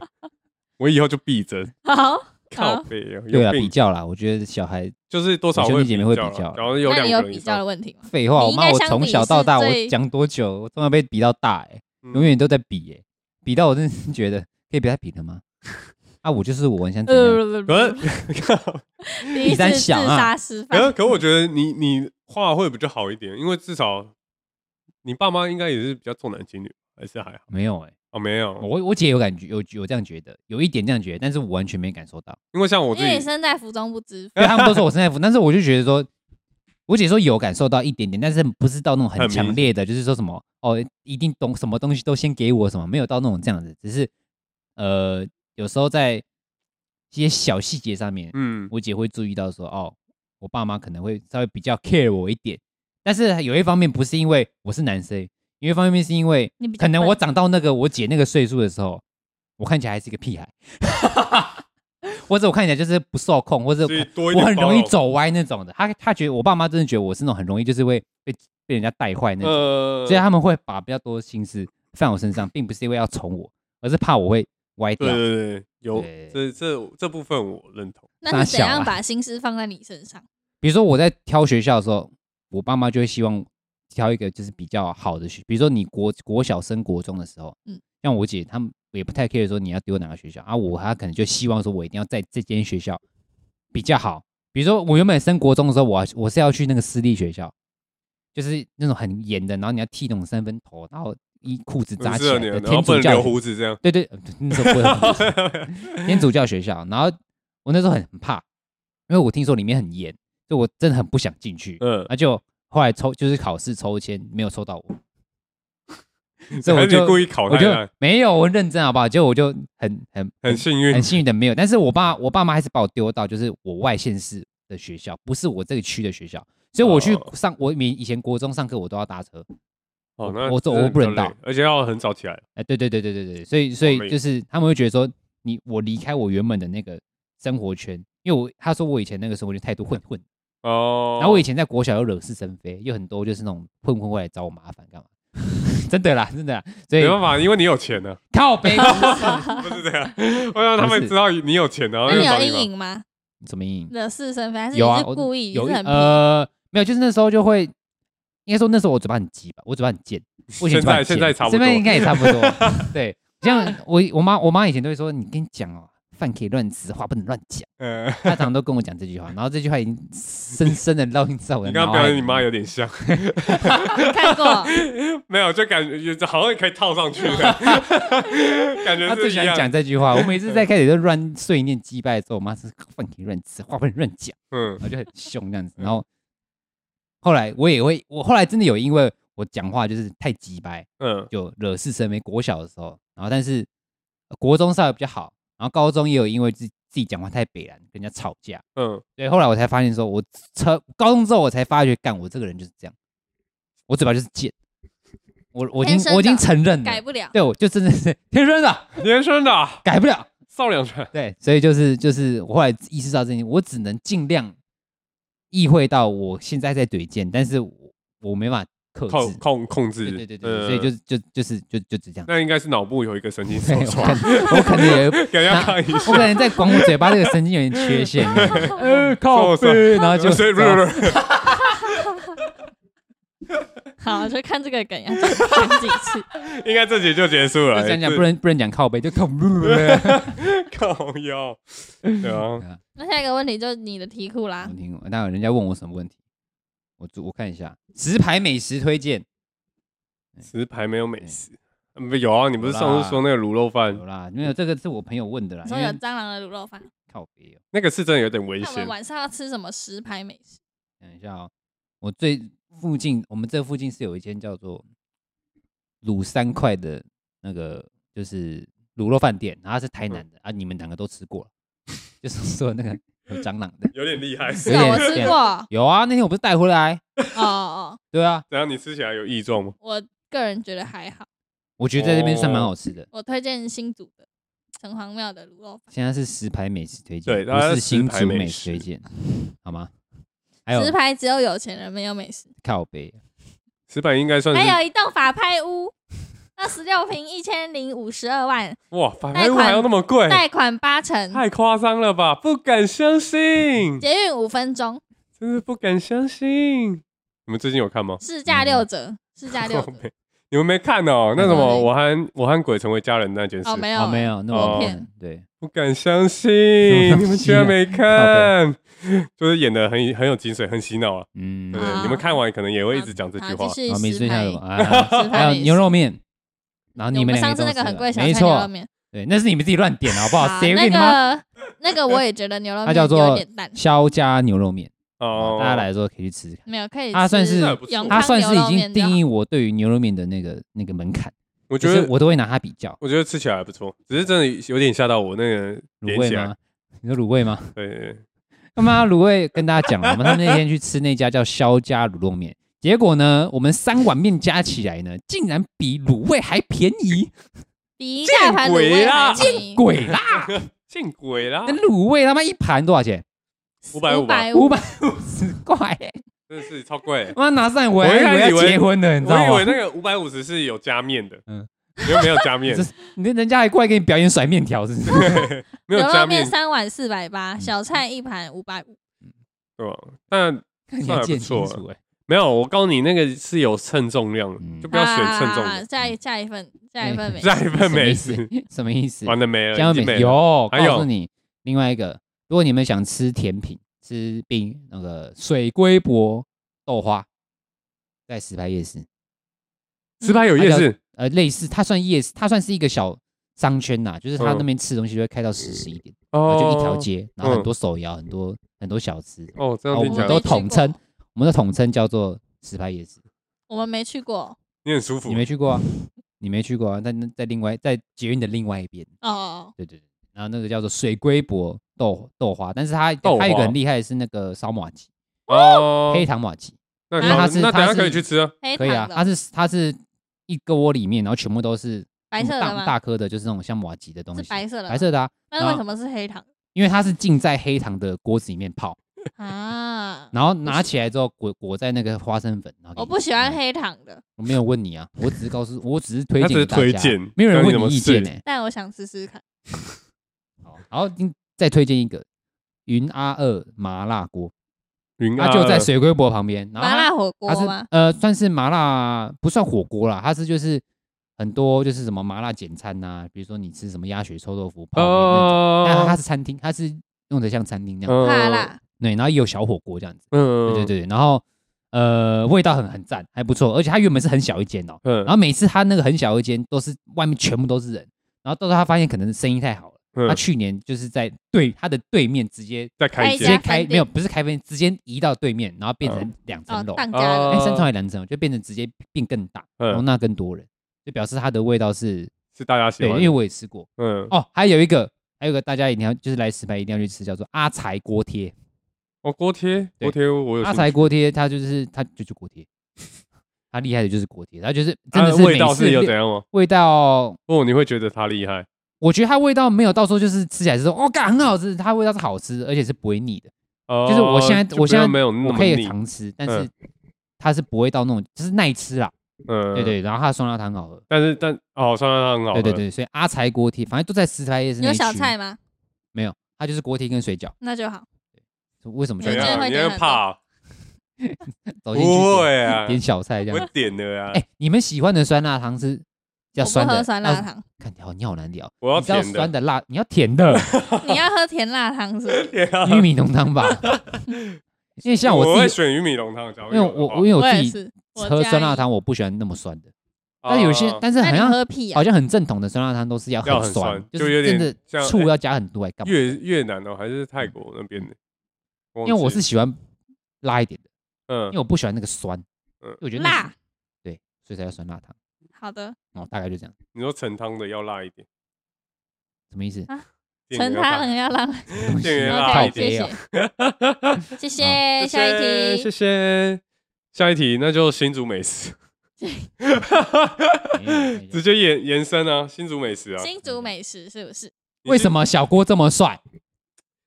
Speaker 1: 我以后就避着
Speaker 4: 好，
Speaker 1: 靠背哦，有
Speaker 3: 对啊，比
Speaker 1: 病
Speaker 3: 较啦，我觉得小孩
Speaker 1: 就是多少
Speaker 3: 我兄
Speaker 1: 会
Speaker 3: 弟姐妹会
Speaker 1: 较
Speaker 3: 比较啊
Speaker 1: 啦然后有
Speaker 4: 那
Speaker 1: 两
Speaker 4: 你有
Speaker 1: 个人以
Speaker 4: 比较
Speaker 1: 上
Speaker 4: 的，问题吗？
Speaker 3: 废话，
Speaker 4: 你
Speaker 3: 我
Speaker 4: 应
Speaker 3: 妈
Speaker 4: 该
Speaker 3: 我
Speaker 4: 相
Speaker 3: 从
Speaker 4: 比
Speaker 3: 小到
Speaker 4: 是
Speaker 3: 大我
Speaker 4: 最
Speaker 3: 讲多久，我从来被比到大哎，
Speaker 1: 嗯
Speaker 3: 永远都在比哎，比到我真的是觉得可以不要比了吗？ 啊，我就是我，我想怎
Speaker 4: 呃
Speaker 3: 样？
Speaker 1: 可是 靠
Speaker 4: 第一
Speaker 3: 比
Speaker 4: 次
Speaker 3: 三
Speaker 4: 自
Speaker 3: 小啊
Speaker 4: 杀失败
Speaker 1: 可，是可是我觉得你你话会比较好一点，因为至少你爸妈应该也是比较重男轻女，还是还好
Speaker 3: 没有哎，
Speaker 1: 哦，没有，
Speaker 3: 我我姐有感觉，有有这样觉得，有一点这样觉得，但是我完全没感受到。
Speaker 1: 因为像我自
Speaker 4: 因为你
Speaker 1: 己，
Speaker 4: 身在福中不知 福。
Speaker 3: 对他们都说我身材福，但是我就觉得说，我姐说有感受到一点点，但是不是到那种很
Speaker 1: 很明
Speaker 3: 强烈的，就是说什么哦，一定懂什么东西都先给我什么，没有到那种这样子，只是呃，有时候在一些小细节上面，
Speaker 1: 嗯
Speaker 3: 我姐会注意到说，哦，我爸妈可能会稍微比较 care 我一点，但是有一方面不是因为我是男生，因为方便面是因为
Speaker 4: 你比较
Speaker 3: 可能
Speaker 4: 笨
Speaker 3: 我长到那个我姐那个岁数的时候，我看起来还是一个屁孩， 或者我看起来就是不受控，或者
Speaker 1: 所以多一
Speaker 3: 我
Speaker 1: 点
Speaker 3: 很
Speaker 1: 包
Speaker 3: 容易
Speaker 1: 容
Speaker 3: 走歪那种的。他他觉得我爸妈真的觉得我是那种很容易就是会被被人家带坏那种，
Speaker 1: 呃，
Speaker 3: 所以他们会把比较多的心思放我身上，并不是因为要宠我，而是怕我会歪掉
Speaker 1: 对。对对，有
Speaker 3: 对
Speaker 1: 这这这部分我认同。
Speaker 4: 那你
Speaker 3: 傻
Speaker 4: 怎
Speaker 3: 小
Speaker 4: 样
Speaker 3: 啊
Speaker 4: 把心思放在你身上？
Speaker 3: 比如说我在挑学校的时候，我爸妈就会希望挑一个就是比较好的学，比如说你国国小升国中的时候，嗯
Speaker 4: 嗯，
Speaker 3: 像我姐他们也不太 care 说你要丢哪个学校啊，我她可能就希望说我一定要在这间学校比较好。比如说我原本升国中的时候，我要我是要去那个私立学校，就是那种很严的，然后你要剃那种三分头，然后衣裤子扎
Speaker 1: 很
Speaker 3: 起
Speaker 1: 适合
Speaker 3: 来
Speaker 1: 你，
Speaker 3: 的
Speaker 1: 然后
Speaker 3: 天
Speaker 1: 不
Speaker 3: 主
Speaker 1: 能
Speaker 3: 教
Speaker 1: 留
Speaker 3: 学
Speaker 1: 胡子这样。
Speaker 3: 对对，呃那时候不会 天主教学校，然后我那时候很怕，因为我听说里面很严，所以我真的很不想进去。
Speaker 1: 嗯，
Speaker 3: 那就后来抽就是考试抽签没有抽到我，所以
Speaker 1: 还
Speaker 3: 我
Speaker 1: 是
Speaker 3: 就
Speaker 1: 你故意考
Speaker 3: 我
Speaker 1: 他
Speaker 3: 就
Speaker 1: 的，啊
Speaker 3: 没有我认真好不好？结果我就很很
Speaker 1: 很幸运
Speaker 3: 很。幸运的没有，但是我爸我爸妈还是把我丢到就是我外县市的学校，不是我这个区的学校，所以我去
Speaker 1: 哦
Speaker 3: 上、我以以前国中上课我都要搭车，
Speaker 1: 哦，那
Speaker 3: 我走
Speaker 1: 真的
Speaker 3: 我不
Speaker 1: 比较
Speaker 3: 能到
Speaker 1: 累，而且要很早起来。
Speaker 3: 哎，对对对对对对，所以所
Speaker 1: 累
Speaker 3: 以就是他们会觉得说你我离开我原本的那个生活圈，因为我他说我以前那个生活圈态度混混，
Speaker 1: 哦，
Speaker 3: 然后我以前在国小又惹是生非，又很多就是那种混混会来找我麻烦干 嘛，真的啦真的啦，所以
Speaker 1: 没办法，因为你有钱呢，
Speaker 3: 靠 背
Speaker 1: 不是这样。我让他
Speaker 3: 不
Speaker 1: 们
Speaker 3: 是
Speaker 1: 知道你哦有钱，然后
Speaker 4: 那
Speaker 1: 就
Speaker 4: 你
Speaker 1: 找
Speaker 4: 有
Speaker 1: 你麻
Speaker 4: 阴
Speaker 1: 烦。
Speaker 4: 影吗？
Speaker 3: 什么阴影？
Speaker 4: 惹是生非，还是
Speaker 3: 有
Speaker 4: 你
Speaker 3: 啊
Speaker 4: 是，
Speaker 3: 我
Speaker 4: 故意？
Speaker 3: 有
Speaker 4: 你
Speaker 3: 一
Speaker 4: 是很皮
Speaker 3: 呃没有，就是那时候就会，应该说那时候我嘴巴很急吧，我嘴巴很贱，我以
Speaker 1: 现
Speaker 3: 前嘴巴
Speaker 1: 在
Speaker 3: 很
Speaker 1: 现
Speaker 3: 贱
Speaker 1: 在差不
Speaker 3: 现
Speaker 1: 多
Speaker 3: 在。应该也差不多。 对，像我我妈我妈以前都会说，你跟你讲哦，饭可以乱吃，话不能乱讲。
Speaker 1: 嗯，
Speaker 3: 她常常都跟我讲这句话，然后这句话已经 深深的烙印在我的
Speaker 1: 你
Speaker 3: 脑
Speaker 1: 刚
Speaker 3: 海。
Speaker 1: 刚表演你妈有点像，
Speaker 4: 看过，
Speaker 1: 没有，就感觉好像可以套上去的，感觉
Speaker 3: 她最
Speaker 1: 是
Speaker 3: 喜
Speaker 1: 一
Speaker 3: 欢讲
Speaker 1: 样。
Speaker 3: 这句话。我每 次在开始就乱碎念击败的时候，我妈是饭可以乱吃，话不能乱讲。
Speaker 1: 嗯
Speaker 3: 然后就很凶这样子。然后后来我也会，我后来真的有因为我讲话就是太急掰，
Speaker 1: 嗯，
Speaker 3: 就惹是生非。国小的时候，然后但是呃国中稍微比较好，然后高中也有因为自己自己讲话太北然跟人家吵架。
Speaker 1: 嗯，
Speaker 3: 对，后来我才发现说，我超高中之后我才发觉，干我这个人就是这样，我嘴巴就是贱。我我已
Speaker 4: 天
Speaker 3: 经
Speaker 4: 生的
Speaker 3: 我已经承认了
Speaker 4: 改，不了。
Speaker 3: 对，我就真的是天生的，
Speaker 1: 天生的啊
Speaker 3: 改不了。
Speaker 1: 少两拳。
Speaker 3: 对，所以就是就是我后来意识到这件事，我只能尽量意会到我现在在怼剑，但是我我没办法克
Speaker 1: 控
Speaker 3: 制。
Speaker 1: 控控制，
Speaker 3: 对对对对，对所以
Speaker 1: 嗯
Speaker 3: 就是就就是就就只这样。
Speaker 1: 那应该是脑部有一个神经受
Speaker 3: 对，我
Speaker 1: 创，
Speaker 3: 可我可能 也
Speaker 1: 感觉要看医
Speaker 3: 我
Speaker 1: 生。
Speaker 3: 可能在管我嘴巴这个神经有点 缺陷，呃，
Speaker 1: 受
Speaker 3: 靠
Speaker 1: 伤
Speaker 3: 背，然后就啊
Speaker 1: 所以不
Speaker 3: 这样
Speaker 1: 是不是，
Speaker 4: 好，就看这个梗要讲讲几次。
Speaker 1: 应该这集就结束了。哎
Speaker 3: 就想讲
Speaker 1: 是
Speaker 3: 不能不能讲靠背，就靠
Speaker 1: 靠腰，对啊，
Speaker 4: 那下一个问题就是你的题库啦
Speaker 3: 我，听过，那人家问我什么问题，我我看一下，石牌美食推荐
Speaker 1: 石牌没有美食，嗯不有啊？你不是上次说那个卤肉饭
Speaker 3: 有，啦，没有这个是我朋友问的啦，
Speaker 4: 你
Speaker 3: 因
Speaker 4: 说有
Speaker 3: 为
Speaker 4: 蟑螂的卤肉饭，
Speaker 3: 靠背哦。
Speaker 1: 那个是真的有点危
Speaker 4: 那我们
Speaker 1: 险。
Speaker 4: 晚上要吃什么石牌美食？
Speaker 3: 等一下哦，我最附近，我们这附近是有一间叫做卤三块的那个，就是卤肉饭店，然后它是台南的、啊，你们两个都吃过了， 就是说那个有蟑螂的，
Speaker 1: 有点厉害，
Speaker 4: 是
Speaker 3: 有
Speaker 4: 啊，
Speaker 3: 点
Speaker 4: 我吃过。哦
Speaker 3: 有啊，那天我不是带回来，
Speaker 4: 哦，
Speaker 3: 对啊，
Speaker 1: 然后你吃起来有异状吗？
Speaker 4: 我个人觉得还好。
Speaker 3: 我觉得在这边算蛮好吃的。
Speaker 4: 我推荐新竹的城隍庙的卤肉
Speaker 3: 现在是石牌美食推荐，
Speaker 1: 对大
Speaker 3: 不
Speaker 1: 家
Speaker 3: 是新
Speaker 1: 石牌
Speaker 3: 竹
Speaker 1: 美
Speaker 3: 美
Speaker 1: 食
Speaker 3: 食推荐，好吗？还
Speaker 4: 饭，石
Speaker 3: 有
Speaker 4: 牌只有有钱人没有美食。
Speaker 3: 靠北，
Speaker 1: 石牌应该算
Speaker 4: 还
Speaker 1: 是
Speaker 4: 有一栋法拍屋， 二十六平一千零五十二万，
Speaker 1: 哇，反派屋还要那么
Speaker 3: 哎
Speaker 1: 贵，
Speaker 4: 贷款八成，
Speaker 1: 太夸张了吧？不敢相信，
Speaker 4: 捷运五分钟，
Speaker 1: 真是不敢相信。你们最近有看吗？
Speaker 4: 市价六
Speaker 3: 嗯
Speaker 4: 折，市价六
Speaker 1: 我
Speaker 4: 折。
Speaker 1: 没，你们没看哦？那什么，我和我和鬼成为家人那件事
Speaker 4: 哦，，没有、
Speaker 3: 哦，没，有，那
Speaker 1: 哦
Speaker 3: 我看对，
Speaker 1: 不敢相 信，
Speaker 3: 什么东西啊
Speaker 1: 你们居然没看，就是演的很很有精髓，很洗脑啊，
Speaker 3: 嗯
Speaker 1: 对，
Speaker 3: 哦
Speaker 1: 不对？
Speaker 4: 好
Speaker 1: 你们看完可能也会一直讲这句话
Speaker 4: 好，继续
Speaker 3: 好，美食
Speaker 4: 石
Speaker 3: 推荐
Speaker 4: 牌
Speaker 3: 什么？ 啊？
Speaker 4: 石
Speaker 3: 还
Speaker 4: 牌
Speaker 3: 有
Speaker 4: 美食
Speaker 3: 牛肉面，然后你
Speaker 4: 我
Speaker 3: 们两
Speaker 4: 们上
Speaker 3: 个
Speaker 4: 次
Speaker 3: 都
Speaker 4: 那
Speaker 3: 吃
Speaker 4: 个很
Speaker 3: 了
Speaker 4: 贵小菜
Speaker 3: 没
Speaker 4: 牛肉
Speaker 3: 错，
Speaker 4: 面，
Speaker 3: 对，那是你们自己乱点的好不好？
Speaker 4: 好
Speaker 3: 谁给
Speaker 4: 那
Speaker 3: 你们？
Speaker 4: 个那个我也觉得牛肉
Speaker 3: 它
Speaker 4: 面
Speaker 3: 叫做
Speaker 4: 有点淡，
Speaker 3: 肖家牛肉面，
Speaker 1: 哦
Speaker 3: 大家来的时候可以去吃吃看。
Speaker 4: 没有可以吃。
Speaker 3: 它算是
Speaker 1: 那还不错
Speaker 4: 永
Speaker 3: 它
Speaker 4: 康
Speaker 3: 算是已经定
Speaker 4: 义，
Speaker 3: 义我对于牛肉面的那个那个门槛，
Speaker 1: 我觉
Speaker 3: 就是
Speaker 1: 得
Speaker 3: 我都会拿它比较
Speaker 1: 我觉得吃起来还不错，只是真的有点吓到我那个
Speaker 3: 卤
Speaker 1: 连
Speaker 3: 味
Speaker 1: 起来
Speaker 3: 吗，？你说卤味吗？
Speaker 1: 对对，对
Speaker 3: 干嘛卤味跟大家讲了嘛？他们那天去吃那家叫肖家卤肉面，结果呢，我们三碗面加起来呢，竟然比卤味还便宜，
Speaker 4: 比一大盘卤
Speaker 1: 见鬼
Speaker 4: 味
Speaker 1: 啦
Speaker 4: 还便
Speaker 3: 鬼
Speaker 4: 宜
Speaker 3: 啦！
Speaker 1: 见鬼啦
Speaker 3: 那！卤味他妈一盘多少钱？
Speaker 1: 550
Speaker 4: 五百
Speaker 3: 五百五十块、欸，
Speaker 1: 真的是超贵。
Speaker 3: 妈拿上来我
Speaker 1: 我
Speaker 3: 还
Speaker 1: 一
Speaker 3: 以
Speaker 1: 开始以
Speaker 3: 为要
Speaker 1: 为
Speaker 3: 结婚了，你知道
Speaker 1: 我以为
Speaker 3: 吗？
Speaker 1: 那个五百五十是有加面的，
Speaker 3: 嗯
Speaker 1: 嗯，又没有加面
Speaker 3: 这， 是你人家还过来给你表演甩面条，是不是？
Speaker 1: 没有
Speaker 4: 牛
Speaker 1: 加面嗯
Speaker 4: 肉面，三碗四百八，小菜一盘五百五，
Speaker 1: 对吧？但
Speaker 3: 看起
Speaker 1: 算
Speaker 3: 来
Speaker 1: 还不
Speaker 3: 见清
Speaker 1: 错
Speaker 3: 楚哎、
Speaker 1: 没有，我告诉你，那个是有称重量的
Speaker 3: 嗯，
Speaker 1: 就不要选称重
Speaker 4: 啊
Speaker 1: 的。
Speaker 4: 下一下一份，下一份美 食，
Speaker 1: 下一份美
Speaker 3: 哎什么
Speaker 1: 食，
Speaker 3: 意思？什么意思？
Speaker 1: 完了没了，
Speaker 3: 加
Speaker 1: 已经
Speaker 3: 美
Speaker 1: 没呃了。哎
Speaker 3: 有，
Speaker 1: 还有
Speaker 3: 告诉你另外一个，如果你们想吃甜品，吃冰那个水龟博豆花，在石牌夜市，
Speaker 1: 石牌有夜市，
Speaker 3: 呃，类似它算夜市，它算是一个小商圈呐、就是它
Speaker 1: 嗯
Speaker 3: 那边吃的东西就会开到十十一点，然
Speaker 1: 哦
Speaker 3: 后啊就一条街，然后很
Speaker 1: 嗯
Speaker 3: 多手摇，很多很多小吃，
Speaker 1: 哦，这
Speaker 3: 然
Speaker 1: 样
Speaker 3: 后我
Speaker 1: 听起
Speaker 3: 们
Speaker 1: 来
Speaker 3: 都
Speaker 4: 没去
Speaker 3: 统
Speaker 4: 过
Speaker 3: 称，我们的统称叫做石牌夜市。
Speaker 4: 我们没去过
Speaker 1: 你很舒服
Speaker 3: 你。没去过啊？你没去过啊？在那在另外在捷运的另外一边，
Speaker 4: 哦，
Speaker 3: 对对对，然后那个叫做水龟博豆豆花，但是它
Speaker 1: 豆花
Speaker 3: 它有一个很厉害的是那个烧马鸡，
Speaker 1: 哦，
Speaker 3: 黑糖马鸡，
Speaker 1: 那
Speaker 4: 因为它
Speaker 3: 是
Speaker 1: 那等一
Speaker 3: 它
Speaker 1: 下
Speaker 3: 是
Speaker 1: 可以去吃啊。
Speaker 4: 黑
Speaker 3: 可以啊
Speaker 4: 糖，
Speaker 3: 它
Speaker 4: 的
Speaker 3: 是它是一个窝里面，然后全部都是
Speaker 4: 白
Speaker 3: 那种
Speaker 4: 色的
Speaker 3: 大
Speaker 4: 吗？
Speaker 3: 大颗的，就是那种像马吉的东西，
Speaker 4: 是白色的吗，
Speaker 3: 白色的啊，
Speaker 4: 那为什么是黑糖
Speaker 3: 因为它是浸在黑糖的锅子里面
Speaker 4: 哦
Speaker 3: 泡，
Speaker 4: 啊？
Speaker 3: 然后拿起来之后裹裹在那个花生粉，然后给
Speaker 4: 我
Speaker 3: 你
Speaker 4: 不喜欢
Speaker 3: 吃，
Speaker 4: 黑糖的，
Speaker 3: 我没有问你啊，我只是告诉，我只是推
Speaker 1: 他
Speaker 3: 荐
Speaker 1: 只是
Speaker 3: 给大家，
Speaker 1: 推荐
Speaker 3: 没有
Speaker 1: 那
Speaker 3: 人
Speaker 1: 你
Speaker 3: 问
Speaker 1: 怎么
Speaker 3: 意见欸
Speaker 1: 试
Speaker 3: 呢、
Speaker 4: 但我想试试看。
Speaker 3: 好，然后嗯再推荐一个云阿二麻辣锅，
Speaker 1: 云
Speaker 3: 它
Speaker 1: 啊，
Speaker 3: 就在水龟博旁边，然后
Speaker 4: 麻
Speaker 3: 它
Speaker 4: 辣火锅
Speaker 3: 它是
Speaker 4: 吗？
Speaker 3: 呃，算是麻辣，不算火锅啦，它是就是很多就是什么麻辣简餐呐、比如说你吃什么鸭血臭豆腐、泡面那种，
Speaker 1: 哦，
Speaker 3: 但它它是餐厅，它是弄得像餐厅那
Speaker 1: 嗯
Speaker 3: 样，
Speaker 4: 怕，辣，
Speaker 3: 对，然后也有小火锅这样子，
Speaker 1: 嗯
Speaker 3: 对对，对，然后呃，味道很很赞，还不错，而且它原本是很小一间哦，
Speaker 1: 嗯
Speaker 3: 然后每次它那个很小一间都是外面全部都是人，然后到时候他发现可能生意太好了，
Speaker 1: 嗯
Speaker 3: 他去年就是在对他的对面直接
Speaker 1: 再开一
Speaker 4: 一
Speaker 3: 直接
Speaker 4: 家
Speaker 1: 间，
Speaker 3: 开
Speaker 4: 饭店
Speaker 3: 没有不是开分，直接移到对面，然后变成
Speaker 1: 嗯
Speaker 3: 两
Speaker 4: 哦
Speaker 3: 层楼，，
Speaker 4: 当家
Speaker 1: 哦
Speaker 4: 的
Speaker 3: 哎，三层还是两层，就变成直接变更大，
Speaker 1: 嗯
Speaker 3: 容纳更多人，就表示它的味道是
Speaker 1: 是大家喜
Speaker 3: 对，
Speaker 1: 欢
Speaker 3: 因
Speaker 1: 的。
Speaker 3: 为我也吃过
Speaker 1: 嗯
Speaker 3: 哦。还有一个，还有一个大家一定要就是来石牌一定要去吃，叫做阿财锅贴。
Speaker 1: 哦，锅贴，
Speaker 3: 对
Speaker 1: 锅贴，我有
Speaker 3: 阿
Speaker 1: 兴趣
Speaker 3: 财锅贴，它就是它就是锅贴，它厉害的就是锅贴，它就是真
Speaker 1: 啊
Speaker 3: 的是
Speaker 1: 味道
Speaker 3: 每次
Speaker 1: 是有
Speaker 3: 六
Speaker 1: 怎样吗？
Speaker 3: 味道。
Speaker 1: 哦，你会觉得它厉害，
Speaker 3: 我觉得它味道没有到时候就是吃起来是说哦，干很好吃，它味道是好吃，而且是不会腻的。
Speaker 1: 哦
Speaker 3: 就是我现在
Speaker 1: 就
Speaker 3: 我
Speaker 1: 不
Speaker 3: 现在
Speaker 1: 要没有那
Speaker 3: 我
Speaker 1: 么
Speaker 3: 可以
Speaker 1: 腻，
Speaker 3: 常吃，但是它是不会到那种就是耐吃啦。
Speaker 1: 嗯，
Speaker 3: 对，对，然后它的酸辣汤好喝。
Speaker 1: 但是但哦，酸辣汤很好，
Speaker 3: 对对，对，所以阿财锅贴，反正都在石牌夜市那
Speaker 4: 有
Speaker 3: 一区
Speaker 4: 小菜吗？
Speaker 3: 没有？它就是锅贴跟水饺。那
Speaker 4: 那就好。
Speaker 3: 为什么就
Speaker 1: 怎
Speaker 4: 你真的
Speaker 1: 样？
Speaker 4: 会
Speaker 1: 你
Speaker 4: 点
Speaker 1: 会
Speaker 4: 很
Speaker 1: 怕啊？
Speaker 3: 走哦进去
Speaker 1: 不
Speaker 3: 点
Speaker 1: 会啊，
Speaker 3: 点小菜这
Speaker 1: 我
Speaker 3: 样？
Speaker 1: 点了啊，
Speaker 3: 哎，你们喜欢的酸辣汤是要
Speaker 4: 我不
Speaker 3: 酸的？
Speaker 4: 喝酸辣汤，
Speaker 3: 看你好，你好难聊。
Speaker 1: 我要
Speaker 3: 你知道
Speaker 1: 甜的
Speaker 3: 酸的辣，你要甜的
Speaker 4: 你要喝甜辣汤是不是？
Speaker 1: 天啊
Speaker 3: 玉米浓汤 吧？因为像
Speaker 1: 我
Speaker 3: 我
Speaker 1: 会
Speaker 3: 自己，
Speaker 1: 选哦玉米浓汤，假如
Speaker 3: 因为
Speaker 1: 有的
Speaker 3: 我
Speaker 1: 话
Speaker 3: 我因为我
Speaker 4: 我
Speaker 3: 自
Speaker 4: 也
Speaker 3: 己
Speaker 4: 是，我
Speaker 3: 喝
Speaker 4: 加
Speaker 3: 酸辣
Speaker 4: 一。
Speaker 3: 汤，我不喜欢那么酸的。但有些
Speaker 1: 啊，
Speaker 3: 但是
Speaker 4: 那
Speaker 3: 好
Speaker 4: 你
Speaker 3: 像
Speaker 4: 喝屁啊
Speaker 3: 好！像很正统的酸辣汤都是要
Speaker 1: 要
Speaker 3: 很
Speaker 1: 很酸
Speaker 3: 就
Speaker 1: 就有
Speaker 3: 是
Speaker 1: 点
Speaker 3: 真的
Speaker 1: 像
Speaker 3: 醋
Speaker 1: 哎
Speaker 3: 要加很多来干嘛？
Speaker 1: 越越南哦，还是泰国那边的，忘
Speaker 3: 因为我
Speaker 1: 记
Speaker 3: 是喜欢辣一点的，
Speaker 1: 嗯
Speaker 3: 因为我不喜欢那个酸，
Speaker 1: 嗯
Speaker 3: 因为我觉得那是
Speaker 4: 辣，，
Speaker 3: 对，所以才叫酸辣汤。
Speaker 4: 好的，
Speaker 3: 哦，大概就这样，
Speaker 1: 你说盛汤的要辣一点，
Speaker 3: 什么意思？
Speaker 1: 店
Speaker 4: 盛
Speaker 1: 员要
Speaker 4: 汤
Speaker 1: 辣
Speaker 4: 很要辣。
Speaker 3: 什么东西
Speaker 1: 店员辣
Speaker 3: 靠
Speaker 1: 一
Speaker 4: OK，
Speaker 1: 点
Speaker 4: 谢
Speaker 3: 北哦
Speaker 4: 谢，谢谢，
Speaker 1: 谢
Speaker 4: 下一
Speaker 1: 谢谢
Speaker 4: 题。
Speaker 1: 谢。下一题，那就新竹美食，
Speaker 4: 嗯
Speaker 3: 没有没 有
Speaker 1: 直接延延伸啊，新竹美食啊。
Speaker 4: 新竹美食是不是？
Speaker 3: 为什么小郭这么帅？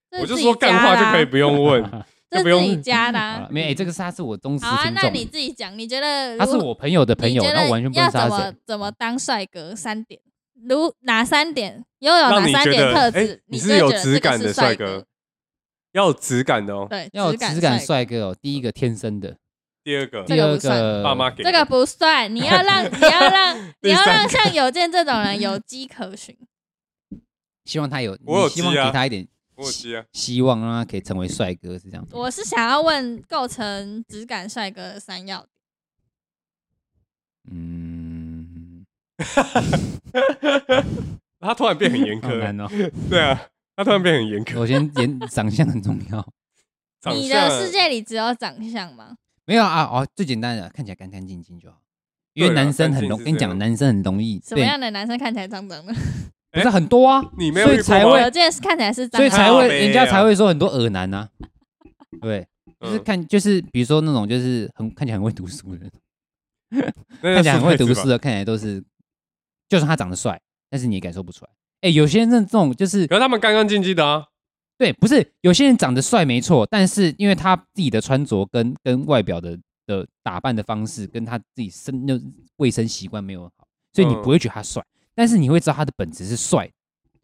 Speaker 4: 这
Speaker 1: 我
Speaker 4: 是
Speaker 1: 就
Speaker 4: 自己
Speaker 1: 说干话
Speaker 4: 加的
Speaker 1: 就
Speaker 4: 啊
Speaker 1: 可以，不用问， 就
Speaker 4: 这
Speaker 1: 是不用
Speaker 4: 自己加的
Speaker 3: 好
Speaker 4: 啊
Speaker 3: 了。没有，哎这个是他是我忠实
Speaker 4: 好啊，
Speaker 3: 听
Speaker 4: 那
Speaker 3: 众，
Speaker 4: 你自己讲，你觉得
Speaker 3: 他是
Speaker 4: 如
Speaker 3: 我朋友的朋友，
Speaker 4: 你觉
Speaker 3: 那
Speaker 4: 得
Speaker 3: 我完全不知
Speaker 4: 要
Speaker 3: 道他
Speaker 4: 怎
Speaker 3: 是
Speaker 4: 么
Speaker 3: 谁。
Speaker 4: 怎么当帅哥？三点，如哪三点？拥有
Speaker 1: 让
Speaker 4: 哪
Speaker 1: 你
Speaker 4: 三
Speaker 1: 觉
Speaker 4: 点
Speaker 1: 得
Speaker 4: 特
Speaker 1: 哎
Speaker 4: 质，，
Speaker 1: 你
Speaker 4: 就会
Speaker 1: 是有
Speaker 4: 觉得这
Speaker 1: 质
Speaker 4: 个
Speaker 1: 感
Speaker 4: 是
Speaker 1: 的
Speaker 4: 帅
Speaker 1: 哥，，要有质感的哦。
Speaker 4: 对，
Speaker 3: 要有质感
Speaker 4: 帅
Speaker 3: 帅哥哦，第一个天生的，
Speaker 1: 第二个
Speaker 4: 这
Speaker 3: 第
Speaker 4: 个
Speaker 3: 二
Speaker 4: 不算
Speaker 3: 个
Speaker 1: 爸妈给
Speaker 4: 这
Speaker 1: 的
Speaker 4: 个不算，你要 让你要让你要让
Speaker 1: 第
Speaker 4: 像有健这种人有迹可循。
Speaker 3: 希望他有，
Speaker 1: 我有
Speaker 3: 你希望
Speaker 1: 鸡啊
Speaker 3: 给他一点
Speaker 1: 我有记啊，
Speaker 3: 希望，让他可以成为帅哥，是这样。
Speaker 4: 我是想要问构成质感帅哥的三要点，
Speaker 3: 嗯，
Speaker 1: 他突然变很严
Speaker 3: 好
Speaker 1: 苛，
Speaker 3: 难哦。
Speaker 1: 对啊，他突然变很严苛。
Speaker 3: 我先演长相很重要，
Speaker 1: 长
Speaker 4: 你
Speaker 1: 相啊
Speaker 4: 的世界里只有长相吗？
Speaker 3: 没有啊哦，最简单的，看起来干干净净就好。因为
Speaker 1: 对啦啊
Speaker 3: 男生
Speaker 1: 干
Speaker 3: 很
Speaker 1: 净
Speaker 3: 容，
Speaker 1: 是
Speaker 3: 跟你
Speaker 1: 这
Speaker 3: 讲，
Speaker 1: 样
Speaker 3: 男生很容易
Speaker 4: 什么
Speaker 3: 被
Speaker 4: 样的男生看起来脏脏的？
Speaker 3: 不是很多啊，
Speaker 1: 你没有
Speaker 3: 所
Speaker 1: 遇
Speaker 3: 以
Speaker 1: 过
Speaker 3: 才
Speaker 1: 吗
Speaker 3: 会
Speaker 4: 有健看起来是脏
Speaker 3: 所以
Speaker 4: 脏的，
Speaker 3: 才
Speaker 1: 好
Speaker 3: 会
Speaker 1: 呗
Speaker 3: 人家才
Speaker 1: 啊
Speaker 3: 会说很多耳男啊。对，就是
Speaker 1: 嗯
Speaker 3: 看就是比如说那种就是很看起来很会读书 的，
Speaker 1: 那
Speaker 3: 看起来很会
Speaker 1: 是
Speaker 3: 读
Speaker 1: 太子吧
Speaker 3: 书的，看起来都是，就算他长得帅，但是你也感受不出来。哎，有些人这种就是
Speaker 1: 可是他们干干净净的啊，
Speaker 3: 对，不是有些人长得帅没错，但是因为他自己的穿着跟跟外表的的打扮的方式，跟他自己身就卫生习惯没有好，所以你
Speaker 1: 嗯
Speaker 3: 不会觉得他帅，但是你会知道他的本质是帅。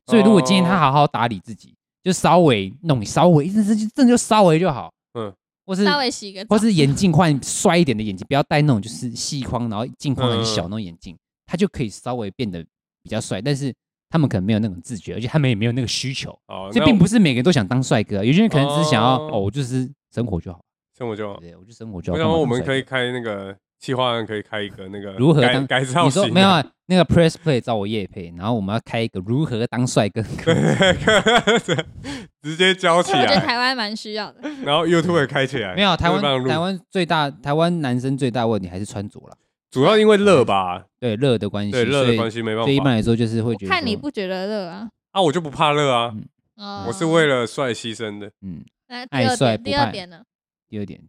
Speaker 3: 所以如果今天他
Speaker 1: 哦
Speaker 3: 好好打理自己，就稍微弄稍微，这这这就稍微就好，
Speaker 1: 嗯
Speaker 3: 嗯，或是
Speaker 4: 稍微洗个澡
Speaker 3: 或，是眼镜换帅一点的眼镜，不要戴那种就是细框，然后镜框很小
Speaker 1: 嗯
Speaker 3: 那种眼镜，他就可以稍微变得比较帅，但是。他们可能没有那种自觉，而且他们也没有那个需求，
Speaker 1: 哦，
Speaker 3: 所以
Speaker 1: 那
Speaker 3: 并不是每个人都想当帅哥啊，有些人可能只是想要
Speaker 1: 哦
Speaker 3: 哦我就是生活就好，
Speaker 1: 像我就好
Speaker 3: 对不。对？我就生活就
Speaker 1: 我想
Speaker 3: 好。干嘛
Speaker 1: 说我
Speaker 3: 当
Speaker 1: 们
Speaker 3: 帅
Speaker 1: 可以
Speaker 3: 哥
Speaker 1: 开那个企划案，可以开一个那个
Speaker 3: 如何
Speaker 1: 改
Speaker 3: 当
Speaker 1: 改造
Speaker 3: 你说
Speaker 1: 型？
Speaker 3: 没有啊那个 press play 找我夜配，然后我们要开一个如何当 帅哥课，
Speaker 1: 对， 直接教起
Speaker 4: 我觉得
Speaker 1: 来，
Speaker 4: 台湾蛮需要的。
Speaker 1: 然后 YouTube 也开起来。
Speaker 3: 没有啊台湾
Speaker 1: YouTube 上录
Speaker 3: 台湾最大台湾男生最大问题还是穿着啦，
Speaker 1: 主要因为热吧，
Speaker 3: 对热的关系，
Speaker 1: 对热
Speaker 3: 嗯所
Speaker 1: 的
Speaker 3: 以
Speaker 1: 关系没办
Speaker 3: 所以一
Speaker 1: 法
Speaker 3: 般来说就是会觉
Speaker 4: 我
Speaker 3: 得
Speaker 4: 看你
Speaker 3: 说
Speaker 4: 不觉得热啊？
Speaker 1: 啊，我就不怕热啊，
Speaker 4: 哦
Speaker 1: 我是为了帅牺牲的，
Speaker 3: 嗯，
Speaker 4: 那第
Speaker 3: 爱
Speaker 4: 二
Speaker 3: 帅
Speaker 4: 点，
Speaker 3: 不
Speaker 4: 第
Speaker 3: 怕
Speaker 4: 二点呢？
Speaker 3: 第二点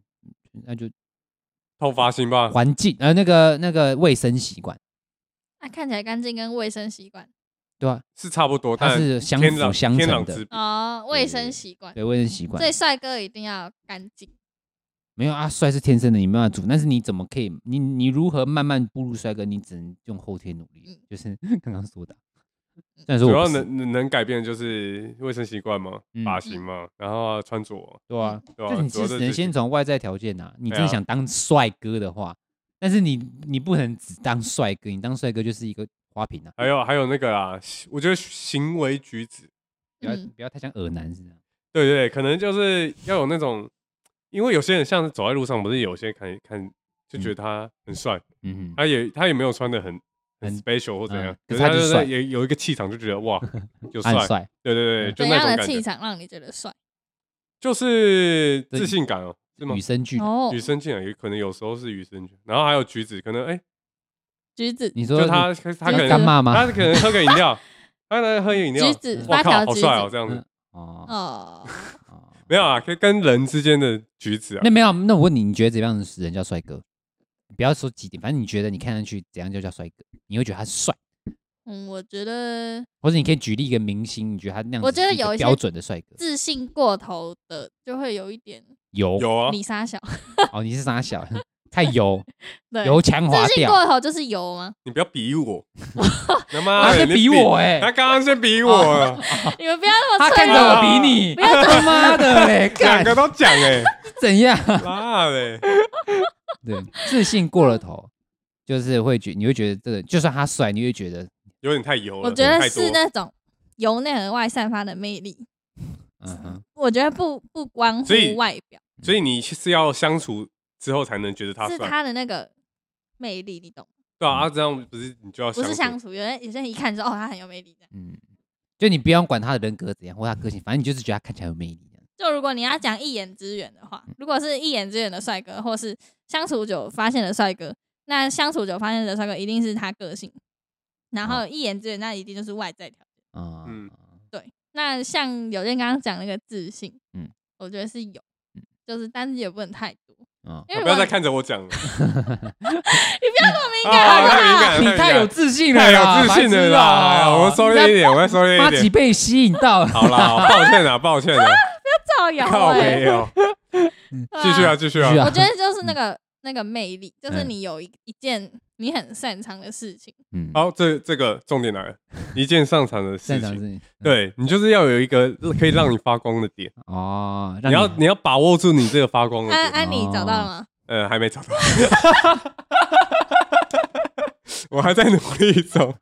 Speaker 3: 那就
Speaker 1: 透发型吧。
Speaker 3: 环境呃那个那个卫生习惯，
Speaker 4: 那啊看起来干净跟卫生习惯
Speaker 3: 对吧？
Speaker 1: 是差不多，
Speaker 3: 它
Speaker 1: 但
Speaker 3: 是相
Speaker 1: 天壤
Speaker 3: 辅相
Speaker 1: 天
Speaker 3: 成
Speaker 1: 壤
Speaker 3: 的
Speaker 1: 之，别。
Speaker 4: 哦，卫生习惯。
Speaker 3: 对卫生习惯
Speaker 4: 所以帅哥一定要干净。
Speaker 3: 没有啊，帅是天生的，你没办法主，但是你怎么可以，你你如何慢慢步入帅哥，你只能用后天努力，
Speaker 4: 嗯
Speaker 3: 就是刚刚说的。但是
Speaker 1: 主
Speaker 3: 我
Speaker 1: 要
Speaker 3: 不是
Speaker 1: 能能能改变的就是卫生习惯嘛，
Speaker 3: 嗯
Speaker 1: 发型嘛，然后啊穿着，
Speaker 3: 对啊，
Speaker 1: 对吧？
Speaker 3: 就你
Speaker 1: 嗯主要这
Speaker 3: 是只
Speaker 1: 几
Speaker 3: 能先
Speaker 1: 点
Speaker 3: 从外在条件呐、你真
Speaker 1: 对
Speaker 3: 的
Speaker 1: 啊
Speaker 3: 想当帅哥的话，但是你你不能只当帅哥，你当帅哥就是一个花瓶啊，
Speaker 1: 还有还有那个啦，我觉得行为举止，
Speaker 3: 不要、
Speaker 4: 嗯，
Speaker 3: 不要太像耳男是这样。
Speaker 1: 对对对，可能就是要有那种，因为有些人像走在路上，不是有些看看就觉得他很帅，
Speaker 3: 嗯哼，
Speaker 1: 他也他也没有穿的很很
Speaker 3: 很
Speaker 1: special 或怎样可是
Speaker 3: 嗯，可是
Speaker 1: 他
Speaker 3: 他就
Speaker 1: 就是
Speaker 3: 帅
Speaker 1: 也有一个气场，就 觉得哇，就帅
Speaker 3: 他，很帅，嗯
Speaker 1: 对对对，就
Speaker 4: 怎
Speaker 1: 那
Speaker 4: 样
Speaker 1: 种
Speaker 4: 的
Speaker 1: 感
Speaker 4: 气
Speaker 1: 觉，
Speaker 4: 场让你觉得帅？
Speaker 1: 就是
Speaker 3: 对
Speaker 1: 自信感哦，是吗
Speaker 3: 与？生俱来。
Speaker 4: 哦
Speaker 1: 与，生俱来，也可能有时候是与生俱来，然后还有举止，可能哎，
Speaker 4: 橘子，
Speaker 3: 你说
Speaker 1: 就他他可
Speaker 3: 你
Speaker 1: 能
Speaker 3: 要干嘛吗？
Speaker 1: 他可能喝个饮料，他可能喝个饮料
Speaker 4: 橘，子，
Speaker 1: 哇
Speaker 4: 八
Speaker 1: 靠，
Speaker 4: 条
Speaker 1: 好
Speaker 4: 橘
Speaker 1: 帅哦，
Speaker 4: 子。
Speaker 1: 这样子
Speaker 3: 嗯，哦
Speaker 4: 哦，
Speaker 3: 哦，
Speaker 1: 没有啊，可以跟人之间的举止啊
Speaker 3: 那，没有，那我问你，你觉得怎样的人叫帅哥？不要说几点，反正你觉得你看上去怎样就叫帅哥，你会觉得他是帅，
Speaker 4: 嗯，我觉得
Speaker 3: 或者你可以举例一个明星，你觉得他那样子
Speaker 4: 我觉得
Speaker 3: 是一个
Speaker 4: 有一些
Speaker 3: 标准的帅哥
Speaker 4: 自信过头的就会有一点
Speaker 3: 油
Speaker 1: 有啊，
Speaker 4: 你傻小，
Speaker 3: 哦，你是傻小， 太油
Speaker 4: 对，
Speaker 3: 油腔滑
Speaker 4: 自信
Speaker 3: 调，
Speaker 4: 过头就是油吗？
Speaker 1: 你不要比 我，他妈
Speaker 3: 他
Speaker 1: 的
Speaker 3: 在
Speaker 1: 哎你
Speaker 3: 比我欸哦
Speaker 1: 他刚刚在比我了，
Speaker 4: 你们不要那么
Speaker 3: 他
Speaker 4: 脆
Speaker 3: 看着
Speaker 4: 弱
Speaker 3: 我比你，他妈 的嘞，
Speaker 1: 两
Speaker 3: 干
Speaker 1: 个都讲哎，
Speaker 3: 怎样？
Speaker 1: 妈嘞，
Speaker 3: 对，自信过了头，就是会觉，你会觉得这个，就算他帅，你会觉得，
Speaker 1: 有点太油了，
Speaker 4: 我觉得
Speaker 1: 太多
Speaker 4: 是那种由内而外散发的魅力。
Speaker 3: 嗯哼，
Speaker 4: 我觉得不不关乎
Speaker 1: 所以
Speaker 4: 外表，
Speaker 1: 所以你是要相处之后才能觉得他
Speaker 4: 是
Speaker 1: 帅，
Speaker 4: 他的那个魅力，你懂？
Speaker 1: 对啊，啊这样不是你就要
Speaker 4: 不
Speaker 1: 相
Speaker 4: 是相
Speaker 1: 处，啊
Speaker 4: 处，有人有些人一看就说哦，他很有魅力这样。
Speaker 3: 嗯，就你不用管他的人格怎样或他个性，反正你就是觉得他看起来有魅力。
Speaker 4: 就如果你要讲一眼之缘的话，如果是一眼之缘的帅哥，或是相处久发现的帅哥，那相处久发现的帅哥一定是他个性，然
Speaker 3: 哦
Speaker 4: 后一眼之缘那一定就是外在条件。
Speaker 3: 啊，
Speaker 1: 嗯
Speaker 4: 那像有健刚刚讲那个自信，
Speaker 3: 嗯
Speaker 4: 嗯，我觉得是有
Speaker 3: 嗯，
Speaker 4: 就是但是也不能太多，
Speaker 3: 嗯，
Speaker 4: 因
Speaker 1: 啊
Speaker 4: 为
Speaker 1: 不要
Speaker 4: 我
Speaker 1: 再看着我讲了，
Speaker 4: 你不要那么敏
Speaker 1: 啊
Speaker 4: 感，好不
Speaker 1: 太敏
Speaker 4: 好？
Speaker 1: 感了，
Speaker 3: 你太有自信了
Speaker 1: 太
Speaker 3: 啦，哦
Speaker 1: 有自信了啦，哎呀我收敛一
Speaker 4: 啊
Speaker 1: 点，我要收敛
Speaker 3: 妈
Speaker 1: 一
Speaker 3: 几
Speaker 1: 点，
Speaker 3: 被吸引到了。
Speaker 1: 好啦，抱歉啊，抱歉啊，
Speaker 4: 造谣
Speaker 1: 靠
Speaker 4: 欸
Speaker 1: 没有，
Speaker 4: 对
Speaker 1: 继续啊，继续啊
Speaker 3: 继 续，啊
Speaker 4: 我觉得就是那个那个魅力，就是
Speaker 3: 嗯
Speaker 4: 你有一一件你很擅长的事情，
Speaker 3: 嗯，
Speaker 1: 好，这这个重点来了，一件上场的 事
Speaker 3: 擅长
Speaker 1: 情
Speaker 3: 自。己
Speaker 1: 对你就是要有一个可以让你发光的点，
Speaker 3: 哦，让
Speaker 1: 你要你要把握住你这个发光的
Speaker 4: 安
Speaker 1: 点。
Speaker 4: 安，你找到了
Speaker 3: 哦
Speaker 4: 吗？
Speaker 1: 呃，还没找到， 我还在努力中。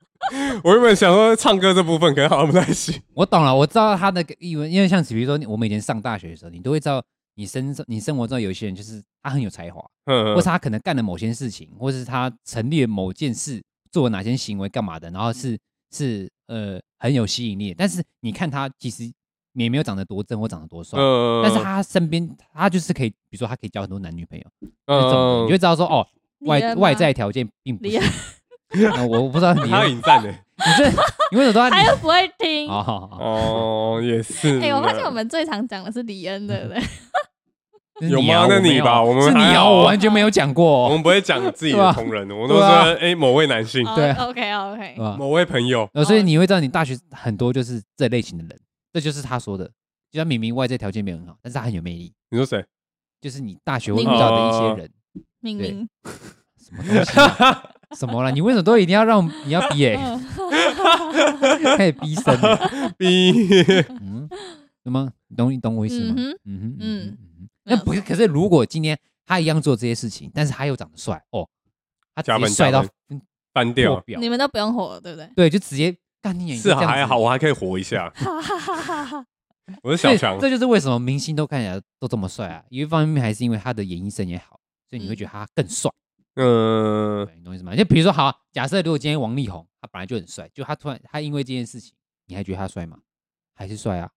Speaker 1: 我原本想说唱歌这部分可能好像不太行，
Speaker 3: 我懂了，我知道他的意文，因为像比如说你我们以前上大学的时候，你都会知道你身上你生活中有一些人就是他很有才华，
Speaker 1: 嗯
Speaker 3: 或是他可能干了某些事情，或是他成立了某件事，做了哪些行为干嘛的，然后是是呃很有吸引力，但是你看他其实也没有长得多正或长得多帅，
Speaker 1: 嗯
Speaker 3: 但是他身边他就是可以，比如说他可以交很多男女朋友，
Speaker 1: 嗯
Speaker 3: 这种的你就知道说哦，
Speaker 4: 你
Speaker 3: 外
Speaker 4: 认吗
Speaker 3: 外在条件并不是。
Speaker 4: 李
Speaker 3: 呃我我不知道你，
Speaker 1: 他
Speaker 3: 你
Speaker 1: 引战呢。
Speaker 3: 这你为什么都要你
Speaker 4: 他？又不会 听。
Speaker 3: 哦，好好好
Speaker 1: 哦，也是。
Speaker 4: 哎哎、我发现我们最常讲的是李恩，对不对？
Speaker 3: 这是
Speaker 1: 有
Speaker 3: 你
Speaker 1: 吗
Speaker 3: 啊
Speaker 1: 那
Speaker 3: 我没
Speaker 1: 你
Speaker 3: 有
Speaker 1: 吧我们
Speaker 3: 是你
Speaker 1: 还
Speaker 3: 啊，
Speaker 1: 好
Speaker 3: 我完全没有讲
Speaker 1: 我
Speaker 3: 过，哦
Speaker 1: 们不会讲自己
Speaker 3: 对
Speaker 1: 的
Speaker 3: 吧
Speaker 1: 同仁，我们都
Speaker 3: 对啊
Speaker 1: 说哎某位男性、
Speaker 3: 对啊
Speaker 4: o k OK，
Speaker 3: 对吧？
Speaker 1: 某位朋 友，
Speaker 3: 呃，所以你会知道，你大学很多就是这类型的人，这就是他说的，就他明明外在条件没有很好，但是他很有魅力，
Speaker 1: 你说 谁？
Speaker 3: 就是你大学会遇
Speaker 4: 明明
Speaker 3: 到的一
Speaker 1: 哦
Speaker 3: 些人，
Speaker 4: 明
Speaker 3: 对
Speaker 4: 明，
Speaker 3: 什么东西啊什么啦？你为什么都一定要让你要逼欸？
Speaker 4: 嗯，
Speaker 3: 开始逼生了，
Speaker 1: B
Speaker 3: 嗯，那么你懂你懂我意思吗？
Speaker 4: 嗯哼
Speaker 3: 嗯哼嗯
Speaker 4: 嗯
Speaker 3: 哼嗯哼，那不是，可是如果今天他一样做这些事情，但是他又长得帅哦，他直
Speaker 1: 加
Speaker 3: 接
Speaker 1: 分
Speaker 3: 帅
Speaker 1: 加
Speaker 3: 到
Speaker 1: 分
Speaker 3: 嗯
Speaker 1: 翻
Speaker 3: 破
Speaker 1: 掉
Speaker 3: 表
Speaker 4: 你，们都不用火了，对不对？
Speaker 3: 对，就直接干你眼
Speaker 1: 是啊还好，，我还可以活一 下。
Speaker 4: 哈哈哈哈哈！
Speaker 1: 我是小
Speaker 3: 对，
Speaker 1: 强，
Speaker 3: 这就是为什么明星都看起来都这么帅啊！一方面还是因为他的演艺生涯好，所以你会觉得他更帅，
Speaker 1: 嗯，
Speaker 3: 对你懂我意思吗？就比如说，好啊，假设如果今天王力宏他本来就很帅，就他突然他因为这件事情，你还觉得他帅吗？还是帅啊？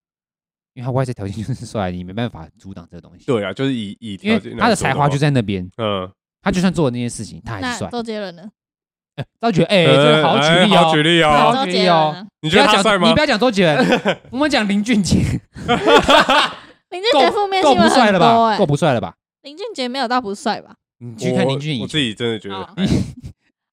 Speaker 3: 因为他外在条件就是帅，你没办法阻挡这个东西。，
Speaker 1: 对啊，就是以以
Speaker 3: 因
Speaker 1: 条件
Speaker 3: 为他
Speaker 1: 来
Speaker 3: 的
Speaker 1: 说
Speaker 3: 才华
Speaker 1: 话
Speaker 3: 就在那边，
Speaker 1: 嗯，
Speaker 3: 他就算做了那件事情，他还
Speaker 4: 那
Speaker 3: 是帅。
Speaker 4: 周杰伦呢？
Speaker 3: 哎，大家觉得哎，这个好举
Speaker 1: 哎
Speaker 3: 例
Speaker 1: 好
Speaker 3: 哦，
Speaker 1: 举例
Speaker 3: 好
Speaker 1: 哦。
Speaker 4: 那周
Speaker 3: 举
Speaker 4: 杰
Speaker 3: 例
Speaker 4: 伦
Speaker 3: 哦
Speaker 4: 呢？
Speaker 1: 你
Speaker 3: 你
Speaker 1: 觉得
Speaker 3: 不要
Speaker 1: 他
Speaker 3: 讲
Speaker 1: 帅吗
Speaker 3: 你不？要讲周 杰伦，我们讲林俊杰，
Speaker 4: 林俊杰负面
Speaker 3: 够
Speaker 4: 新
Speaker 3: 不
Speaker 4: 闻
Speaker 3: 帅了
Speaker 4: 很多哎
Speaker 3: 吧？够，不帅了吧？
Speaker 4: 林俊杰没有到不帅吧？
Speaker 3: 你去看林俊
Speaker 1: 我
Speaker 3: 杰
Speaker 1: 我自己真的觉得
Speaker 4: 哦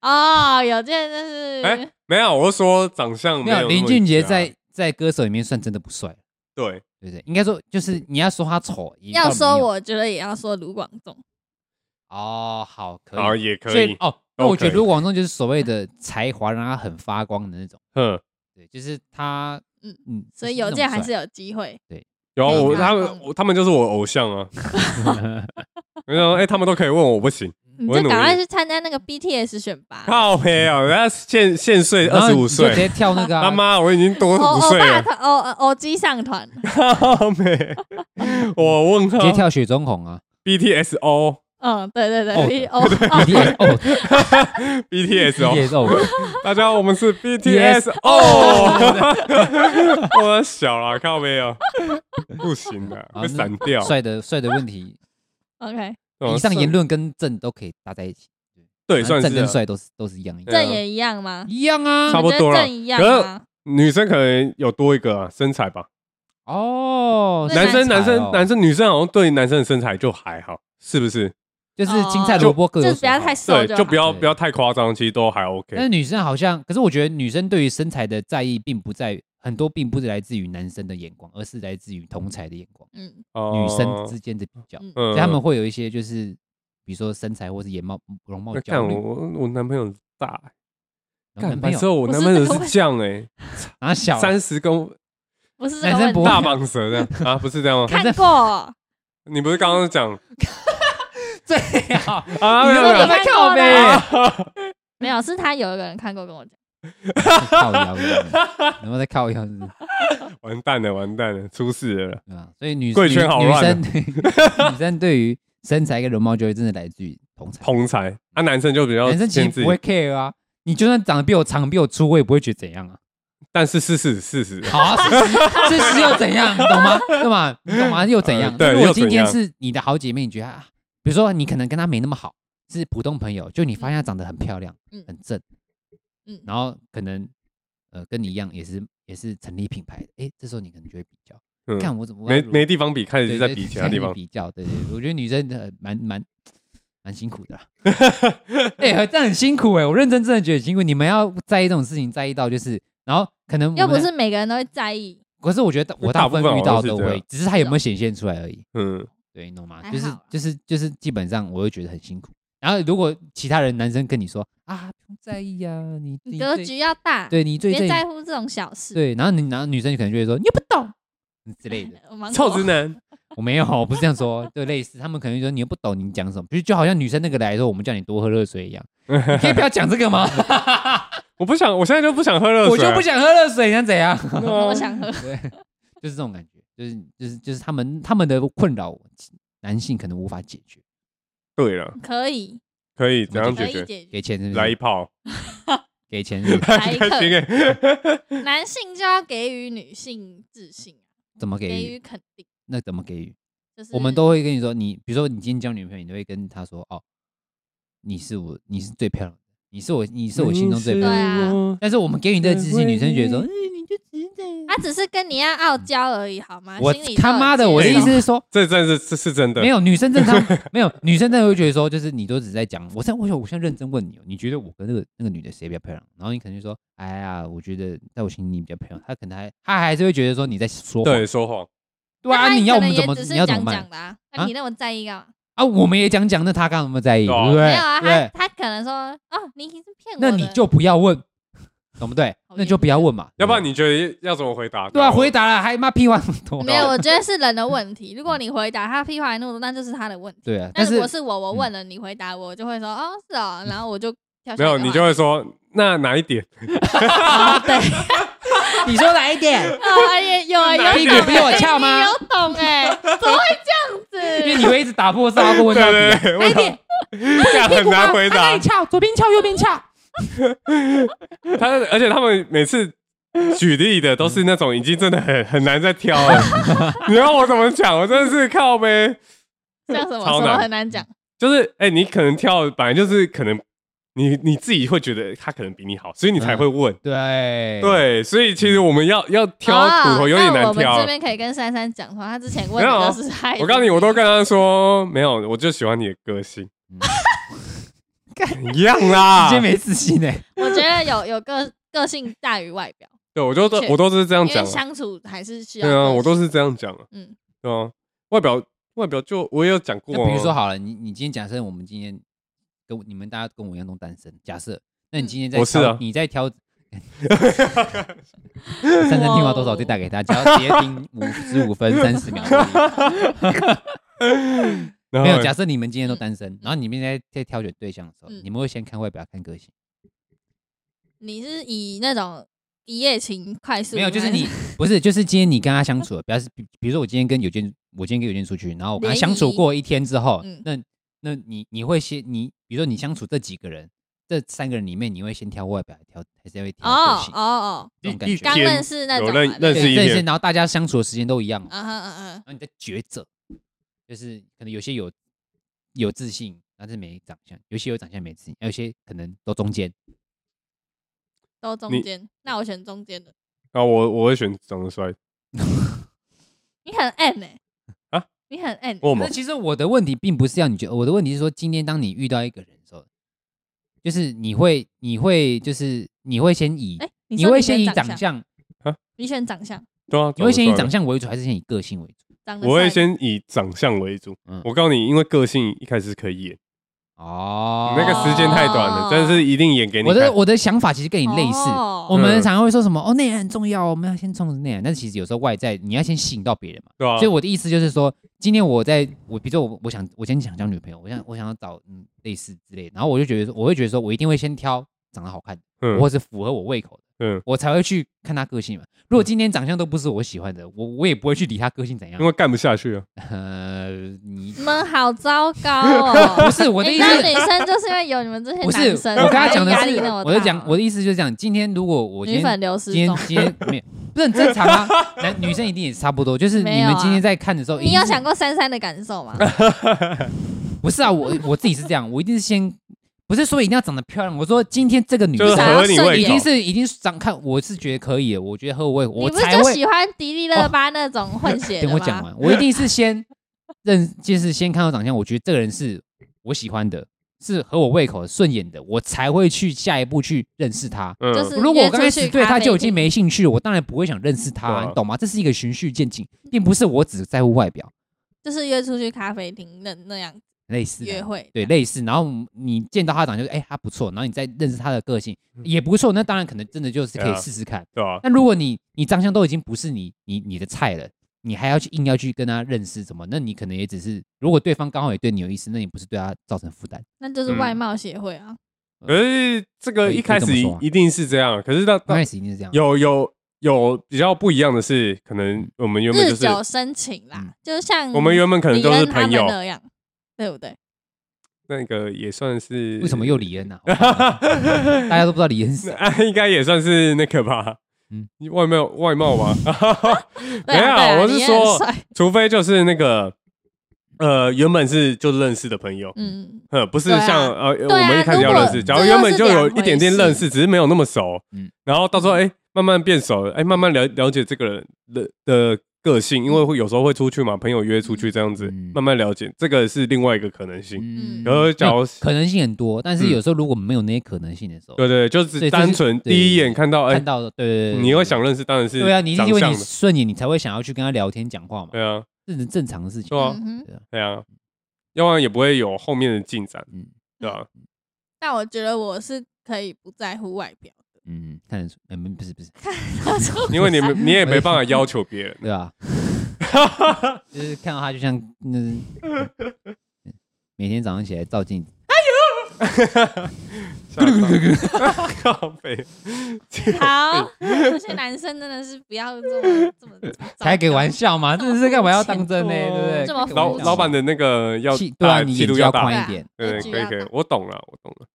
Speaker 4: 哦，有件就是，
Speaker 1: 哎没有，我是说长相
Speaker 3: 没
Speaker 1: 有那
Speaker 3: 有
Speaker 1: 么
Speaker 3: 林俊杰
Speaker 1: 一致啊
Speaker 3: 在在歌手里面算真的不帅，
Speaker 1: 对，
Speaker 3: 对不对？应该说就是你要说他丑，也
Speaker 4: 要
Speaker 3: 倒
Speaker 4: 说
Speaker 3: 没有
Speaker 4: 我觉得也要说卢广仲，
Speaker 3: 哦，好可
Speaker 1: 然后
Speaker 3: 以，
Speaker 1: 也可
Speaker 3: 所以
Speaker 1: 以，
Speaker 3: 哦，那我觉得
Speaker 1: 可以
Speaker 3: 卢广仲就是所谓的才华让他很发光的那种，
Speaker 1: 嗯，
Speaker 3: 对，就是他，嗯
Speaker 4: 嗯
Speaker 3: 嗯，
Speaker 4: 所以
Speaker 3: 就
Speaker 4: 有
Speaker 3: 是那
Speaker 4: 件
Speaker 3: 种
Speaker 4: 还是有机会。
Speaker 1: 然后啊我
Speaker 4: 可以发
Speaker 1: 他
Speaker 4: 光
Speaker 1: 们我他们就是我偶像 啊，
Speaker 3: 帅
Speaker 1: 然后哎，他们都可以问我不行，
Speaker 4: 你
Speaker 1: 我会
Speaker 4: 就
Speaker 1: 努
Speaker 4: 赶快
Speaker 1: 力。
Speaker 4: 去参加那个 BTS 选拔，
Speaker 1: 靠背哦，人家现现岁
Speaker 3: 啊然后
Speaker 1: 二十五
Speaker 3: 你就直
Speaker 1: 岁，
Speaker 3: 接跳那个啊
Speaker 1: 他 妈我已经多
Speaker 4: 欧
Speaker 1: 五
Speaker 4: 欧
Speaker 1: 岁
Speaker 4: 巴
Speaker 1: 了，
Speaker 4: 团欧欧基上团，
Speaker 1: 靠背，我问
Speaker 3: 直接
Speaker 1: 号
Speaker 3: 跳雪中红啊
Speaker 1: BTS O
Speaker 4: 嗯，对对
Speaker 3: 哦
Speaker 4: 对，欧 哦
Speaker 3: ，BTS 哦
Speaker 1: BTS O，
Speaker 3: ，BTS 哦，
Speaker 1: 大家好，我们是 BTS O，我 小了，靠背哦，不行的，
Speaker 3: 啊
Speaker 1: 会散掉。
Speaker 3: 帅的帅的问题，
Speaker 4: ，OK，
Speaker 1: 这种
Speaker 3: 以上
Speaker 1: 算
Speaker 3: 言论跟正都可以搭在一起，
Speaker 1: 对算
Speaker 3: 正
Speaker 1: 是
Speaker 3: 跟
Speaker 1: 啊
Speaker 3: 帅都是都是一样
Speaker 1: 对啊
Speaker 3: 的，
Speaker 4: 正也一样吗？
Speaker 3: 一样啊
Speaker 1: 差，不多啦
Speaker 4: 正一样
Speaker 1: 可是
Speaker 4: 吗？
Speaker 1: 女生可能有多一个啊身材吧，
Speaker 3: 哦，
Speaker 4: 那
Speaker 1: 男生男
Speaker 3: 身材哦
Speaker 1: 生男生女生好像对男生的身材就还好，是不是？
Speaker 3: 就是
Speaker 4: 哦
Speaker 3: 青菜
Speaker 4: 就
Speaker 3: 萝卜各有
Speaker 4: 就
Speaker 3: 所
Speaker 4: 不要
Speaker 3: 好
Speaker 4: 太瘦
Speaker 1: 对，
Speaker 4: 就
Speaker 1: 就不
Speaker 4: 好
Speaker 1: 要
Speaker 3: 对
Speaker 1: 不要太夸张，其实都还
Speaker 3: 但
Speaker 1: OK。
Speaker 3: 是女生好像，可是我觉得女生对于身材的在意，并不在很多，并不是来自于男生的眼光，而是来自于同才的眼光，
Speaker 4: 嗯
Speaker 1: 哦
Speaker 3: 女生之间的比较，
Speaker 4: 嗯
Speaker 3: 所以他们
Speaker 1: 嗯，
Speaker 3: 会有一些就是，比如说身材或是眼貌、容貌
Speaker 1: 那
Speaker 3: 焦
Speaker 1: 看
Speaker 3: 虑
Speaker 1: 我。我男朋友大，
Speaker 3: 然后
Speaker 1: 看
Speaker 3: 男朋
Speaker 1: 白
Speaker 3: 友
Speaker 1: 之后我
Speaker 4: 不是
Speaker 1: 男朋友
Speaker 4: 这个
Speaker 1: 是
Speaker 4: 问
Speaker 1: 这样 哎，
Speaker 3: 然后啊小
Speaker 1: 三十公
Speaker 4: 不是这
Speaker 3: 男
Speaker 4: 个
Speaker 3: 生
Speaker 4: 问
Speaker 3: 不
Speaker 4: 题
Speaker 3: 会，
Speaker 1: 大蟒蛇这样啊，不是这样 吗？
Speaker 4: 看过，
Speaker 1: 你不是刚刚讲
Speaker 3: 最好，
Speaker 1: 啊？没
Speaker 3: 你
Speaker 1: 有
Speaker 3: 都
Speaker 1: 没有
Speaker 3: 准备
Speaker 4: 看过
Speaker 3: 靠背
Speaker 4: 吗， 没有，是他有一个人看过跟我讲，
Speaker 3: 靠腰，然后再靠腰，是不是
Speaker 1: 完蛋了，完蛋了，出事了！
Speaker 3: 对吧？所以女
Speaker 1: 贵圈
Speaker 3: 女
Speaker 1: 好
Speaker 3: 女
Speaker 1: 乱啊
Speaker 3: 生 女生对于身材跟容貌焦虑，真的来自于同才，
Speaker 1: 通才啊，男生就比较
Speaker 3: 男生其
Speaker 1: 偏自
Speaker 3: 实
Speaker 1: 己
Speaker 3: 不会，care 啊。你就算长得比我长、比我粗，我也不会觉得怎样啊。
Speaker 1: 但是事实事实，
Speaker 3: 好啊，事实又怎样？你懂吗？对吗？你懂吗？又怎样？
Speaker 1: 呃对
Speaker 3: 如果
Speaker 1: 又
Speaker 3: 今
Speaker 1: 怎
Speaker 3: 天
Speaker 1: 样
Speaker 3: 是你的好姐妹，你觉得啊，比如说你可能跟她没那么好，是普通朋友，就你发现她长得很漂亮，
Speaker 4: 嗯
Speaker 3: 很正，
Speaker 4: 嗯
Speaker 3: 然后可能呃跟你一样也是也是成立品牌的，哎，这时候你可能就会比较，
Speaker 1: 嗯
Speaker 3: 看我怎么
Speaker 1: 没没
Speaker 3: 地
Speaker 1: 地方比，开始就在比其他地方。
Speaker 3: 比较，对对，对我觉得女生呃蛮蛮。蛮辛苦的啦， 哎、这样很辛苦哎、我认真真的觉得很辛苦。你们要在意这种事情，在意到就是，然后可能我
Speaker 4: 又
Speaker 3: 们
Speaker 4: 不是每个人都会在意，
Speaker 3: 可是我觉得我大
Speaker 1: 大
Speaker 3: 部
Speaker 1: 部
Speaker 3: 分
Speaker 1: 分
Speaker 3: 遇
Speaker 1: 好像
Speaker 3: 到
Speaker 1: 是
Speaker 3: 都
Speaker 1: 这
Speaker 3: 会
Speaker 1: 样，
Speaker 3: 只是它有没有显现出来而已。
Speaker 1: 嗯，
Speaker 3: 对，你懂吗？
Speaker 4: 还
Speaker 3: 就是
Speaker 4: 好啦
Speaker 3: 就是就是，基本上我会觉得很辛苦。然后如果其他人男生跟你说啊，不用在意啊，你
Speaker 4: 你
Speaker 3: 你
Speaker 4: 格
Speaker 3: 最
Speaker 4: 局要大，
Speaker 3: 对你最
Speaker 4: 别
Speaker 3: 最
Speaker 4: 在乎这种小事。
Speaker 3: 对，然后你然后女生可能就会说你又不懂 之类的。
Speaker 4: 我忙
Speaker 1: 臭
Speaker 4: 过
Speaker 1: 直男，
Speaker 3: 我没有，我不是这样说，对，类似他们可能就说你又不懂，你讲什么？就是就好像女生那个来说，我们叫你多喝热水一样，你可以不要讲这 个吗？
Speaker 1: 我不想，我现在就不想喝热水，啊
Speaker 3: 我就不想喝热水，你想怎样？
Speaker 1: 哦
Speaker 4: 我想喝，
Speaker 3: 对， 就是这种感觉，就是就是就是他们他们的困扰，男性可能无法解决，
Speaker 1: 对了，
Speaker 4: 可以，
Speaker 1: 可以怎
Speaker 3: 怎么
Speaker 1: 样
Speaker 4: 可
Speaker 1: 解
Speaker 4: 以
Speaker 1: 决？
Speaker 4: 解决。
Speaker 3: 给钱是不是？
Speaker 1: 来一炮，
Speaker 3: 给钱是不是
Speaker 4: 来一
Speaker 1: 开心
Speaker 4: 刻，
Speaker 1: 哎！
Speaker 4: 男性就要给予女性自信，
Speaker 3: 怎么给
Speaker 4: 给
Speaker 3: 予？
Speaker 4: 予肯定，
Speaker 3: 那怎么给予？
Speaker 4: 就是
Speaker 3: 我们都会跟你说，你比如说你今天交女朋友，你都会跟她说哦，你是我，你是最漂亮的，你是我， 你是我心中
Speaker 1: 嗯
Speaker 3: 最
Speaker 4: 对
Speaker 3: 棒。
Speaker 4: 啊
Speaker 1: 我
Speaker 3: 但是我们给予你这知识，女生觉得说，嗯你就值得。
Speaker 4: 他只是跟你要傲娇而已，好吗？
Speaker 3: 我
Speaker 4: 心里都有
Speaker 3: 他妈的，
Speaker 4: 芥
Speaker 3: 我的
Speaker 4: 蒂
Speaker 3: 意思是说，
Speaker 1: 这真是这是真的，
Speaker 3: 没有女生正常， 没有女生真的会觉得说，就是你都只是在讲，我现在我想我现在认真问你哦，你觉得我跟那个那个女的谁比较漂亮？然后你可能就说，哎呀，我觉得在我心里你比较漂亮。她可能还她还是会觉得说你在说谎。
Speaker 1: 对说谎，
Speaker 3: 对
Speaker 4: 那
Speaker 3: 啊，
Speaker 4: 他
Speaker 3: 你要我们
Speaker 4: 可
Speaker 3: 怎
Speaker 4: 能
Speaker 3: 么
Speaker 4: 也只是
Speaker 3: 你要怎么
Speaker 4: 讲
Speaker 3: 办
Speaker 4: 讲的啊？
Speaker 3: 啊
Speaker 4: 那你那么在意干嘛？
Speaker 3: 啊？我们也讲讲，那她干嘛在意？
Speaker 1: 对
Speaker 3: 对
Speaker 1: 啊
Speaker 3: 不对？
Speaker 4: 没有啊，他
Speaker 3: 对，
Speaker 4: 他可能说哦，你是骗我的，
Speaker 3: 那你就不要问，懂不对？那就不要问嘛，
Speaker 1: 要不然你觉得要怎么回答？
Speaker 3: 对啊，
Speaker 1: 然后
Speaker 3: 回答了还妈屁话那么多，
Speaker 4: 没有。我觉得是人的问题。如果你回答他屁话那么多，那就是他的问题。
Speaker 3: 对啊，但
Speaker 4: 那如
Speaker 3: 是
Speaker 4: 果是我，
Speaker 1: 嗯
Speaker 4: 我问了你回答我，我就会说哦是哦，然后我就跳下一 个
Speaker 1: 没有，你就
Speaker 4: 话
Speaker 1: 会说那哪一点？
Speaker 4: 题对，
Speaker 3: 你说哪一点？
Speaker 4: 哦 哎呀有啊有
Speaker 3: 屁
Speaker 4: 懂
Speaker 3: 股比我
Speaker 4: 哎
Speaker 3: 翘
Speaker 4: 你
Speaker 3: 吗？
Speaker 4: 有懂哎，怎么会
Speaker 3: 因
Speaker 4: 这
Speaker 3: 为
Speaker 4: 样子？
Speaker 3: 你会一直打破沙锅 问到
Speaker 1: 对
Speaker 3: 底
Speaker 1: 对
Speaker 3: 啊。
Speaker 1: 对，
Speaker 3: 哪
Speaker 1: 我 想？这样很难回
Speaker 3: 一点哪
Speaker 1: 答
Speaker 3: 里。翘？左边翘，右边翘。
Speaker 1: 他而且他们每次举例的都是那种已经真的很很难再挑了， 你让我怎么讲？我真的是靠呗，
Speaker 4: 像什么
Speaker 1: 超
Speaker 4: 什么
Speaker 1: 难
Speaker 4: 很难讲，
Speaker 1: 就是哎、你可能挑本来就是可能你你自己会觉得他可能比你好，所以你才会问。
Speaker 3: 对，
Speaker 1: 对，所以其实我们要要挑
Speaker 4: 哦
Speaker 1: 骨头有点
Speaker 4: 那
Speaker 1: 难
Speaker 4: 我们
Speaker 3: 啊
Speaker 1: 挑。
Speaker 4: 这边可以跟珊珊讲话，他之前问
Speaker 1: 没有
Speaker 4: 的
Speaker 1: 啊
Speaker 4: 就是害
Speaker 1: 我告诉你，我都跟他说没有，我就喜欢你的个性
Speaker 3: 嗯。
Speaker 1: 一样啦
Speaker 3: 直，接没自信呢。
Speaker 4: 我觉得有有个个性大于外表，
Speaker 1: 对我就都
Speaker 4: 确
Speaker 1: 我都是这样
Speaker 4: 因为
Speaker 1: 讲啊，
Speaker 4: 相处还是需要
Speaker 1: 对
Speaker 4: 个
Speaker 1: 啊，
Speaker 4: 性。
Speaker 1: 我都是这样讲啊，
Speaker 4: 嗯
Speaker 1: 对啊，外表外表就我也有讲过
Speaker 3: 那
Speaker 1: 啊，
Speaker 3: 比如说好了，你你今天假设我们今天跟你们大家跟我一样都单身，假设，那你今天在
Speaker 1: 我是
Speaker 3: 挑
Speaker 1: 啊
Speaker 3: 你 在挑。珊珊听完多少就打给他，只要直接听五十五分三十秒而已。
Speaker 1: 然后
Speaker 3: 没有，
Speaker 1: 呢
Speaker 3: 假设你们今天都单身，然后你们在在挑选对象的时候，
Speaker 4: 嗯
Speaker 3: 你们会先看外表、看个性？
Speaker 4: 你是以那种一夜情快速
Speaker 3: 没有，就是
Speaker 4: 还
Speaker 3: 你不是，就是今天你跟他相处了，表示比比如说我今天跟有健，我今天跟有健出去，然后我跟他
Speaker 4: 联谊
Speaker 3: 相处过一天之后
Speaker 4: 嗯，
Speaker 3: 那那你你会先你，比如说你相处这几个人，这三个人里面，你会先挑外表，挑还是会挑
Speaker 4: 哦
Speaker 3: 个
Speaker 4: 哦
Speaker 3: 性？
Speaker 4: 哦，
Speaker 3: 这种
Speaker 1: 一
Speaker 3: 感
Speaker 1: 一
Speaker 3: 觉
Speaker 4: 刚
Speaker 1: 天
Speaker 4: 认识那种
Speaker 1: 有
Speaker 4: 嘛
Speaker 1: 认
Speaker 4: 对
Speaker 1: 认识一
Speaker 3: 对，这些
Speaker 1: 天，
Speaker 3: 然后大家相处的时间都一样，然
Speaker 4: 嗯哼嗯
Speaker 3: 后你在抉择，就是可能有些有有自信，但是没长相；有些有长相没自信，有些可能都中间。
Speaker 4: 哼，都中间。那我选中间的，
Speaker 1: 然后我我会选长得帅，
Speaker 4: 你很 N 呢？
Speaker 1: 啊，
Speaker 4: 你很 N，
Speaker 1: 为什么
Speaker 3: 那？其实我的问题并不是要你觉得，我的问题是说，今天当你遇到一个人的时候，就是你会，你会，就是你会先以，
Speaker 4: 哎，
Speaker 3: 你
Speaker 4: 说
Speaker 3: 会
Speaker 4: 你
Speaker 3: 先以
Speaker 4: 选
Speaker 3: 长
Speaker 4: 长，
Speaker 3: 相，
Speaker 4: 你选长相，
Speaker 1: 对啊，
Speaker 3: 你会先以
Speaker 1: 得帅
Speaker 3: 长相为主，还是先以个性为主？
Speaker 4: 长得
Speaker 1: 我会
Speaker 4: 帅
Speaker 1: 先以长相为主
Speaker 3: 嗯。
Speaker 1: 我告诉你，因为个性一开始是可以演，
Speaker 3: 哦，
Speaker 1: 那个时间太短了，但是一定演给你
Speaker 3: 我的
Speaker 1: 看。
Speaker 3: 我的想法其实跟你类似。
Speaker 4: 哦
Speaker 3: 我们
Speaker 1: 嗯
Speaker 3: 常常会说什么哦，内涵很重要，我们要先重视内涵。但是其实有时候外在，你要先吸引到别人嘛。
Speaker 1: 对啊
Speaker 3: 所以，我的意思就是说，今天我在我，比如说我，我想我今天想交女朋友，我想我想要找嗯类似之类的，然后我就觉得说，我会觉得说我一定会先挑长得好看的，
Speaker 1: 嗯
Speaker 3: 或是符合我胃口的，
Speaker 1: 嗯，
Speaker 3: 我才会去看他个性嘛。如果今天长相都不是我喜欢的，我我也不会去理他个性怎样
Speaker 1: 因。为干不下去啊。
Speaker 3: 呃，你
Speaker 4: 你们好糟糕哦
Speaker 3: 不。是我的
Speaker 4: 你
Speaker 3: 意
Speaker 4: 知道
Speaker 3: 思，
Speaker 4: 女生就是因为有你们这些
Speaker 3: 不是
Speaker 4: 男生，啊
Speaker 3: 我刚才讲的
Speaker 4: 压力
Speaker 3: 是
Speaker 4: 那么，大
Speaker 3: 我在讲我的意思就是这样。今天如果我今
Speaker 4: 女
Speaker 3: 天
Speaker 4: 粉流失
Speaker 3: 今 天
Speaker 4: 中。
Speaker 3: 今天没有，不是很正常 啊，男女生一定也差不多。就是你
Speaker 4: 没有
Speaker 3: 们
Speaker 4: 啊
Speaker 3: 今天在看的时候，一
Speaker 4: 你
Speaker 3: 定
Speaker 4: 有
Speaker 3: 是
Speaker 4: 想过珊珊的感受吗？
Speaker 3: 不是啊，我我自己是这样，我一定是先不是说一定要长得漂亮，我说今天这个女
Speaker 1: 就是
Speaker 3: 生
Speaker 1: 合你
Speaker 3: 已
Speaker 1: 胃口
Speaker 3: 经，是已经是长看，我是觉得可以的，我觉得合我胃口，
Speaker 4: 你
Speaker 3: 我
Speaker 4: 不是
Speaker 3: 才
Speaker 4: 就
Speaker 3: 会哦
Speaker 4: 喜欢迪丽热巴那种 混血的
Speaker 3: 等
Speaker 4: 吗？
Speaker 3: 我讲完，我一定是先认， 就是先看到长相，我觉得这个人是我喜欢的，是合我胃口的、顺眼的，我才会去下一步去认识他。
Speaker 1: 嗯，
Speaker 4: 就是
Speaker 3: 如果我
Speaker 4: 约
Speaker 3: 刚
Speaker 4: 出
Speaker 3: 开
Speaker 4: 去
Speaker 3: 始对
Speaker 4: 咖
Speaker 3: 他
Speaker 4: 啡
Speaker 3: 就已经
Speaker 4: 厅
Speaker 3: 没兴趣，我当然不会想认识他、
Speaker 1: 对啊
Speaker 3: 你懂吗？这是一个循序渐进，
Speaker 4: 嗯
Speaker 3: 并不是我只在乎外表，
Speaker 4: 就是约出去咖啡厅那那样
Speaker 3: 类似的
Speaker 4: 约会。
Speaker 3: 对，类似。然后你见到他长相，就哎、他不错，然后你再认识他的个性也不错，那当然可能真的就是
Speaker 1: 嗯
Speaker 3: 可
Speaker 1: 对
Speaker 3: 以
Speaker 1: 啊
Speaker 3: 试试看。
Speaker 1: 对吧？
Speaker 3: 那如果你你长相都已经不是你你你的菜了，你还要去硬要去跟他认识什么？那你可能也只是，如果对方刚好也对你有意思，那你不是对他造成负担？
Speaker 4: 那就是
Speaker 1: 嗯
Speaker 4: 外貌协会啊。
Speaker 1: 可是这个一开始
Speaker 3: 嗯可以这么说啊
Speaker 1: 一定是这样，可是到
Speaker 3: 刚
Speaker 1: 到
Speaker 3: 开始一定是这样。
Speaker 1: 有有有比较不一样的是，可能我们原本
Speaker 4: 日
Speaker 1: 就是
Speaker 4: 久生情啦，
Speaker 3: 嗯
Speaker 4: 就像
Speaker 1: 我们原本可能
Speaker 4: 你
Speaker 1: 都是
Speaker 4: 跟他
Speaker 1: 朋
Speaker 4: 们
Speaker 1: 友，
Speaker 4: 那样，对不对？
Speaker 1: 那个也算是
Speaker 3: 为 什么又李恩呢、啊？好吧大家都不知道李恩是谁。
Speaker 1: 那啊应该也算是那个吧，
Speaker 3: 嗯
Speaker 1: 嗯，外貌外貌吧，
Speaker 4: 对
Speaker 1: 没
Speaker 4: 啊
Speaker 1: 有
Speaker 4: 对啊
Speaker 1: 我是
Speaker 4: 你也
Speaker 1: 说
Speaker 4: 很帅
Speaker 1: 除非就是那个呃，原本是就认识的朋友，
Speaker 4: 嗯，
Speaker 1: 嗯，不是
Speaker 4: 对啊
Speaker 1: 像呃我
Speaker 4: 对啊
Speaker 1: 们一开始要认识，
Speaker 3: 如果
Speaker 1: 假如原本就有一点点认
Speaker 4: 这又是两回
Speaker 1: 识，只是没有那么熟
Speaker 3: 嗯，
Speaker 1: 然后到时候哎慢慢变熟了，哎慢慢了了解这个人的的个性，因
Speaker 4: 嗯
Speaker 1: 为会有时候会出去嘛，朋友约出去这样子
Speaker 3: 嗯，
Speaker 1: 慢慢了解，这个是另外一个可能性。
Speaker 3: 嗯，
Speaker 1: 然后假如
Speaker 3: 可能性很多，但是
Speaker 1: 嗯
Speaker 3: 有时候如果没有那些可能性的时候，
Speaker 1: 对对，就
Speaker 3: 对
Speaker 1: 是
Speaker 3: 这是
Speaker 1: 单纯
Speaker 3: 对
Speaker 1: 第一眼看到哎
Speaker 3: 看，到的，对对对对，
Speaker 1: 你会想认识，当然是
Speaker 3: 对啊，你
Speaker 1: 长
Speaker 3: 因为
Speaker 1: 相
Speaker 3: 你
Speaker 1: 的，
Speaker 3: 顺眼，你才会想要去跟他聊天讲话嘛，
Speaker 1: 对啊，
Speaker 3: 这是正常的事情。
Speaker 1: 对啊
Speaker 4: 嗯哼
Speaker 3: 对啊，
Speaker 1: 对啊，要不然也不会有后面的进展
Speaker 3: 嗯，
Speaker 1: 对啊吧？
Speaker 4: 但我觉得我是可以不在乎外表，
Speaker 3: 嗯，看得出，嗯，不是不是，
Speaker 1: 因为你们 你也没办法要求别人，
Speaker 3: 对 吧？就是看到他就像那、每天早上起来照镜子，
Speaker 1: 吓到 靠背，
Speaker 4: 好，有些男生真的是不要这么这么这么糟
Speaker 3: 开给
Speaker 4: 糕
Speaker 3: 玩笑嘛，真的是干嘛要当真呢？
Speaker 1: 这么
Speaker 3: 对不对？
Speaker 4: 这么
Speaker 3: 开个玩
Speaker 1: 老
Speaker 3: 笑
Speaker 1: 老板的那个要
Speaker 3: 气，对
Speaker 1: 大
Speaker 3: 啊，你
Speaker 1: 气
Speaker 3: 眼
Speaker 1: 度
Speaker 3: 睛
Speaker 1: 要
Speaker 3: 要
Speaker 1: 大
Speaker 3: 宽
Speaker 4: 大
Speaker 3: 一点。
Speaker 1: 对
Speaker 4: 格
Speaker 1: 对，
Speaker 4: 局
Speaker 1: 可以
Speaker 4: 要
Speaker 1: 可以
Speaker 4: 大，
Speaker 1: 我懂了，我懂了。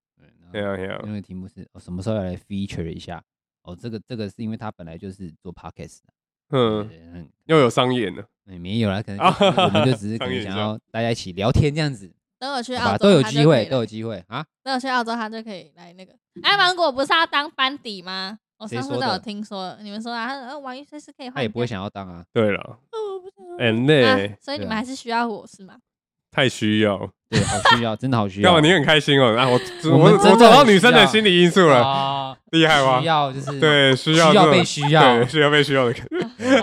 Speaker 1: 对
Speaker 3: 然后
Speaker 1: 啊对啊，
Speaker 3: 那个题目是、哦、什么时候要来 feature 一下？哦，这个这个是因为他本来就是做 podcast 的，
Speaker 1: 嗯，
Speaker 3: 对嗯，
Speaker 1: 又有商演了，
Speaker 3: 嗯没有啦，可能
Speaker 1: 啊
Speaker 3: 就我们就 只是可
Speaker 1: 商
Speaker 3: 能
Speaker 1: 业
Speaker 3: 想
Speaker 1: 上
Speaker 3: 要大家一起聊天这样子，
Speaker 4: 等我去
Speaker 3: 好
Speaker 4: 澳
Speaker 3: 吧？
Speaker 4: 洲
Speaker 3: 都有
Speaker 4: 他
Speaker 3: 机
Speaker 4: 就可
Speaker 3: 会，
Speaker 4: 以
Speaker 3: 都有
Speaker 4: 来
Speaker 3: 机会啊！
Speaker 4: 等我去澳洲，他就可以来那个。哎，芒果不是要当班底吗？我
Speaker 3: 谁
Speaker 4: 上次
Speaker 3: 说
Speaker 4: 都
Speaker 3: 的
Speaker 4: 有听说，你们说啊，他说呃，王一随时可以换掉，
Speaker 3: 他也不会想要当啊，
Speaker 1: 对了，
Speaker 4: 哦，我不想
Speaker 1: 哎那
Speaker 4: 啊，所以你
Speaker 3: 对啊
Speaker 4: 们还是需要我是吗？
Speaker 1: 太需要，
Speaker 3: 对，好需要，真的好需要。
Speaker 1: 干嘛？你很开心哦，啊，我
Speaker 3: 我
Speaker 1: 我
Speaker 3: 们
Speaker 1: 我
Speaker 3: 真的
Speaker 1: 找到
Speaker 3: 需
Speaker 1: 女生的
Speaker 3: 要
Speaker 1: 心理因素了，
Speaker 3: 啊，
Speaker 1: 厉害吗
Speaker 3: 需？要就是
Speaker 1: 对，需
Speaker 3: 需
Speaker 1: 要这种
Speaker 3: 被需要。
Speaker 1: 对需要被需要的感觉，
Speaker 4: 好累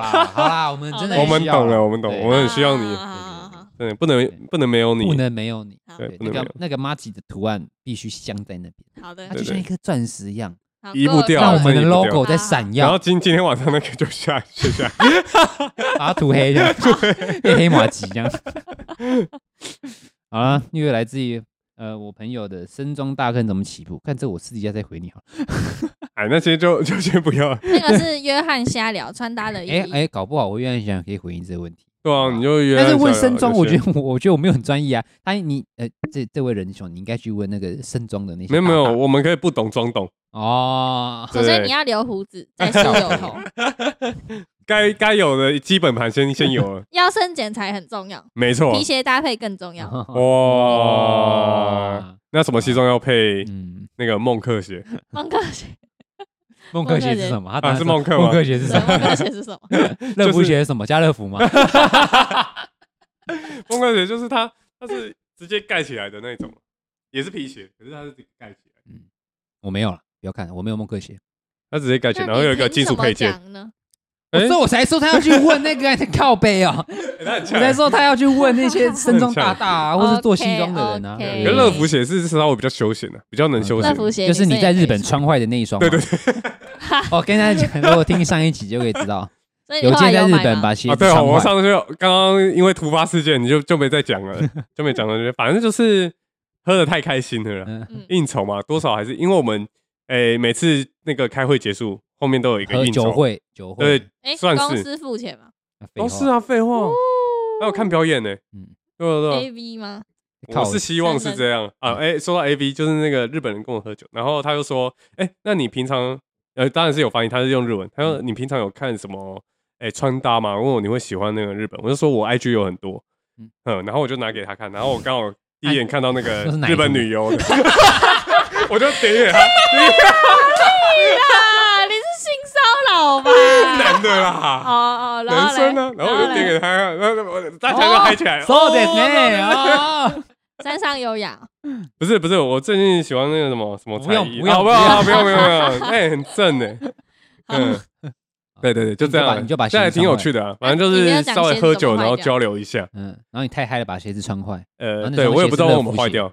Speaker 3: 好啦好啦，我们真的
Speaker 4: 对
Speaker 1: 我们
Speaker 3: 需要
Speaker 1: 懂了，我们懂，
Speaker 3: 对
Speaker 1: 我们很需要你，
Speaker 4: 好好好好好
Speaker 1: 真的不能不能没有你
Speaker 3: 不，能没有你。
Speaker 4: 好
Speaker 1: 对
Speaker 3: 对，
Speaker 1: 不
Speaker 3: 那
Speaker 1: 能没
Speaker 3: 个
Speaker 1: 有，
Speaker 3: 那个 m a g i 的图案必须镶在那边，
Speaker 4: 好的
Speaker 3: 它，
Speaker 1: 对啊
Speaker 3: 就像一颗钻石一样，
Speaker 4: 好
Speaker 1: 移
Speaker 4: 够
Speaker 1: 不
Speaker 4: 了
Speaker 1: 掉
Speaker 4: 够
Speaker 3: 让
Speaker 4: 了
Speaker 3: 我们的
Speaker 1: 移不掉
Speaker 3: logo 在闪
Speaker 1: 然
Speaker 3: 耀
Speaker 1: 后，今今天晚上那个就下下下，
Speaker 3: 把它涂黑这 样， 变黑马吉这样。好啦，因为来自于呃我朋友的深中大坑怎么起步，看这我私底下再回你好了。
Speaker 1: 哎，那些就就先不要了，
Speaker 4: 那个是约翰瞎聊穿搭的意
Speaker 3: 哎
Speaker 4: 义。
Speaker 3: 哎，搞不好我愿意想可以回应这个问题。
Speaker 1: 对啊，你就约
Speaker 3: 但
Speaker 1: 来
Speaker 3: 是
Speaker 1: 小聊就行。
Speaker 3: 问深装，我觉得我我觉得我没有很专业啊。他你呃，这这位仁兄，你应该去问那个深装的那
Speaker 1: 没
Speaker 3: 些大
Speaker 1: 有
Speaker 3: 大。
Speaker 1: 没有，我们可以不懂装懂，
Speaker 3: 哦，
Speaker 4: 首先
Speaker 1: 对
Speaker 4: 你要留胡子，再梳油头，
Speaker 1: 该该有的基本盘先先有了，
Speaker 4: 腰身剪裁很重要，
Speaker 1: 没错。
Speaker 4: 皮鞋搭配更重要。
Speaker 1: 哇，，那什么西装要配
Speaker 3: 嗯，
Speaker 1: 那个孟克 鞋？
Speaker 4: 孟克鞋，
Speaker 3: 孟克鞋是什么？他当然
Speaker 1: 啊是孟克吗
Speaker 3: 孟克鞋是什
Speaker 4: 对孟克
Speaker 3: 么？
Speaker 4: 鞋是什么？
Speaker 3: 乐福鞋是什么？家 乐福吗？
Speaker 1: 孟克鞋就是它，它是直接盖起来的那种，也是皮鞋，可是它是盖起来，
Speaker 3: 我没有了，不要看，我没有孟克鞋。
Speaker 1: 它直接盖起来，然后有一个金属配件
Speaker 4: 那你凭什。么讲呢？
Speaker 1: 哎
Speaker 3: 所以我才说他要去问那个靠 背哦，
Speaker 1: 哎它很
Speaker 3: 我才
Speaker 1: 强。
Speaker 3: 说他要去问那些身装大大 啊，或是做西装的人啊。
Speaker 4: OK，OK
Speaker 1: 可是乐福鞋是稍微比较休闲的，比较能休
Speaker 4: 乐
Speaker 1: 闲。
Speaker 4: 福鞋
Speaker 3: 就是你在日本
Speaker 4: 穿，
Speaker 3: 穿坏的那一双。对对对。 我跟大家讲，如果听上一集就可以知道，
Speaker 4: 所以你
Speaker 3: 有
Speaker 4: 后来
Speaker 3: 健在
Speaker 4: 有
Speaker 3: 日
Speaker 4: 买
Speaker 3: 本
Speaker 4: 吗？
Speaker 3: 把鞋
Speaker 1: 啊，
Speaker 3: 子
Speaker 1: 对
Speaker 3: 穿
Speaker 1: 哦，
Speaker 3: 坏。
Speaker 1: 我上次就刚刚因为突发事件，你就就没再讲了，就没讲了。反正就是喝的太开心了啦。
Speaker 3: 嗯
Speaker 4: 嗯，
Speaker 1: 应酬嘛，多少还是因为我们诶、每次那个开会结束后面都有一个
Speaker 3: 喝
Speaker 1: 应酬
Speaker 3: 酒，会，酒会。哎
Speaker 1: 对，
Speaker 4: 哎，
Speaker 1: 算是
Speaker 4: 公司付钱吗
Speaker 3: 废话
Speaker 1: 哦是啊，废话，还有看表演呢、
Speaker 3: 嗯
Speaker 1: 对啊对啊
Speaker 4: ？A V 吗？
Speaker 3: 靠
Speaker 1: 我 是希望是这样啊。哎、说到 A V，就是那个日本人跟我喝酒，然后他就说，哎、那你平常呃当然是有翻译，他是用日文，他
Speaker 3: 嗯
Speaker 1: 说你平常有看什么？哎、穿搭嘛，问我你会喜欢那个日本，我就说我 IG 有很多，
Speaker 3: 嗯
Speaker 1: 嗯，然后我就拿给他看，然后我刚 好第一眼看到那个
Speaker 3: 那是哪一
Speaker 1: 日本
Speaker 3: 种
Speaker 1: 女 优的，我就点给他，
Speaker 4: 啊，你是性骚扰吧？
Speaker 1: 男的啦，
Speaker 4: 哦哦，然
Speaker 1: 男
Speaker 4: 后嘞
Speaker 1: 生，啊呢，然后我就
Speaker 4: 嘞哦
Speaker 1: 点给他，然后我大家就嗨起来了。
Speaker 3: 哦そうですね。哦，
Speaker 4: 山上有雅，
Speaker 1: 不是不是，我最近喜欢那个什么什么才艺，
Speaker 3: 不用
Speaker 1: 啊
Speaker 3: 不
Speaker 1: 不
Speaker 3: 用
Speaker 1: 要不要不要不要，哎，很正 哎。嗯，对对对，就这样，
Speaker 3: 你就把你就
Speaker 1: 这
Speaker 3: 把
Speaker 1: 还挺有趣的啊，反正就
Speaker 4: 哎你没有
Speaker 1: 是
Speaker 4: 讲
Speaker 1: 稍微
Speaker 4: 鞋
Speaker 1: 喝
Speaker 4: 子怎
Speaker 1: 酒，
Speaker 4: 么
Speaker 1: 然
Speaker 4: 坏
Speaker 1: 后
Speaker 4: 掉
Speaker 1: 交流一下。
Speaker 3: 嗯，然后你太嗨了，把鞋子穿坏。然
Speaker 1: 呃，
Speaker 3: 啊后那时
Speaker 1: 对
Speaker 3: 候
Speaker 1: 我也
Speaker 3: 鞋
Speaker 1: 不知
Speaker 3: 子
Speaker 1: 道为
Speaker 3: 乐
Speaker 1: 什么
Speaker 3: 福
Speaker 1: 坏
Speaker 3: 鞋
Speaker 1: 掉。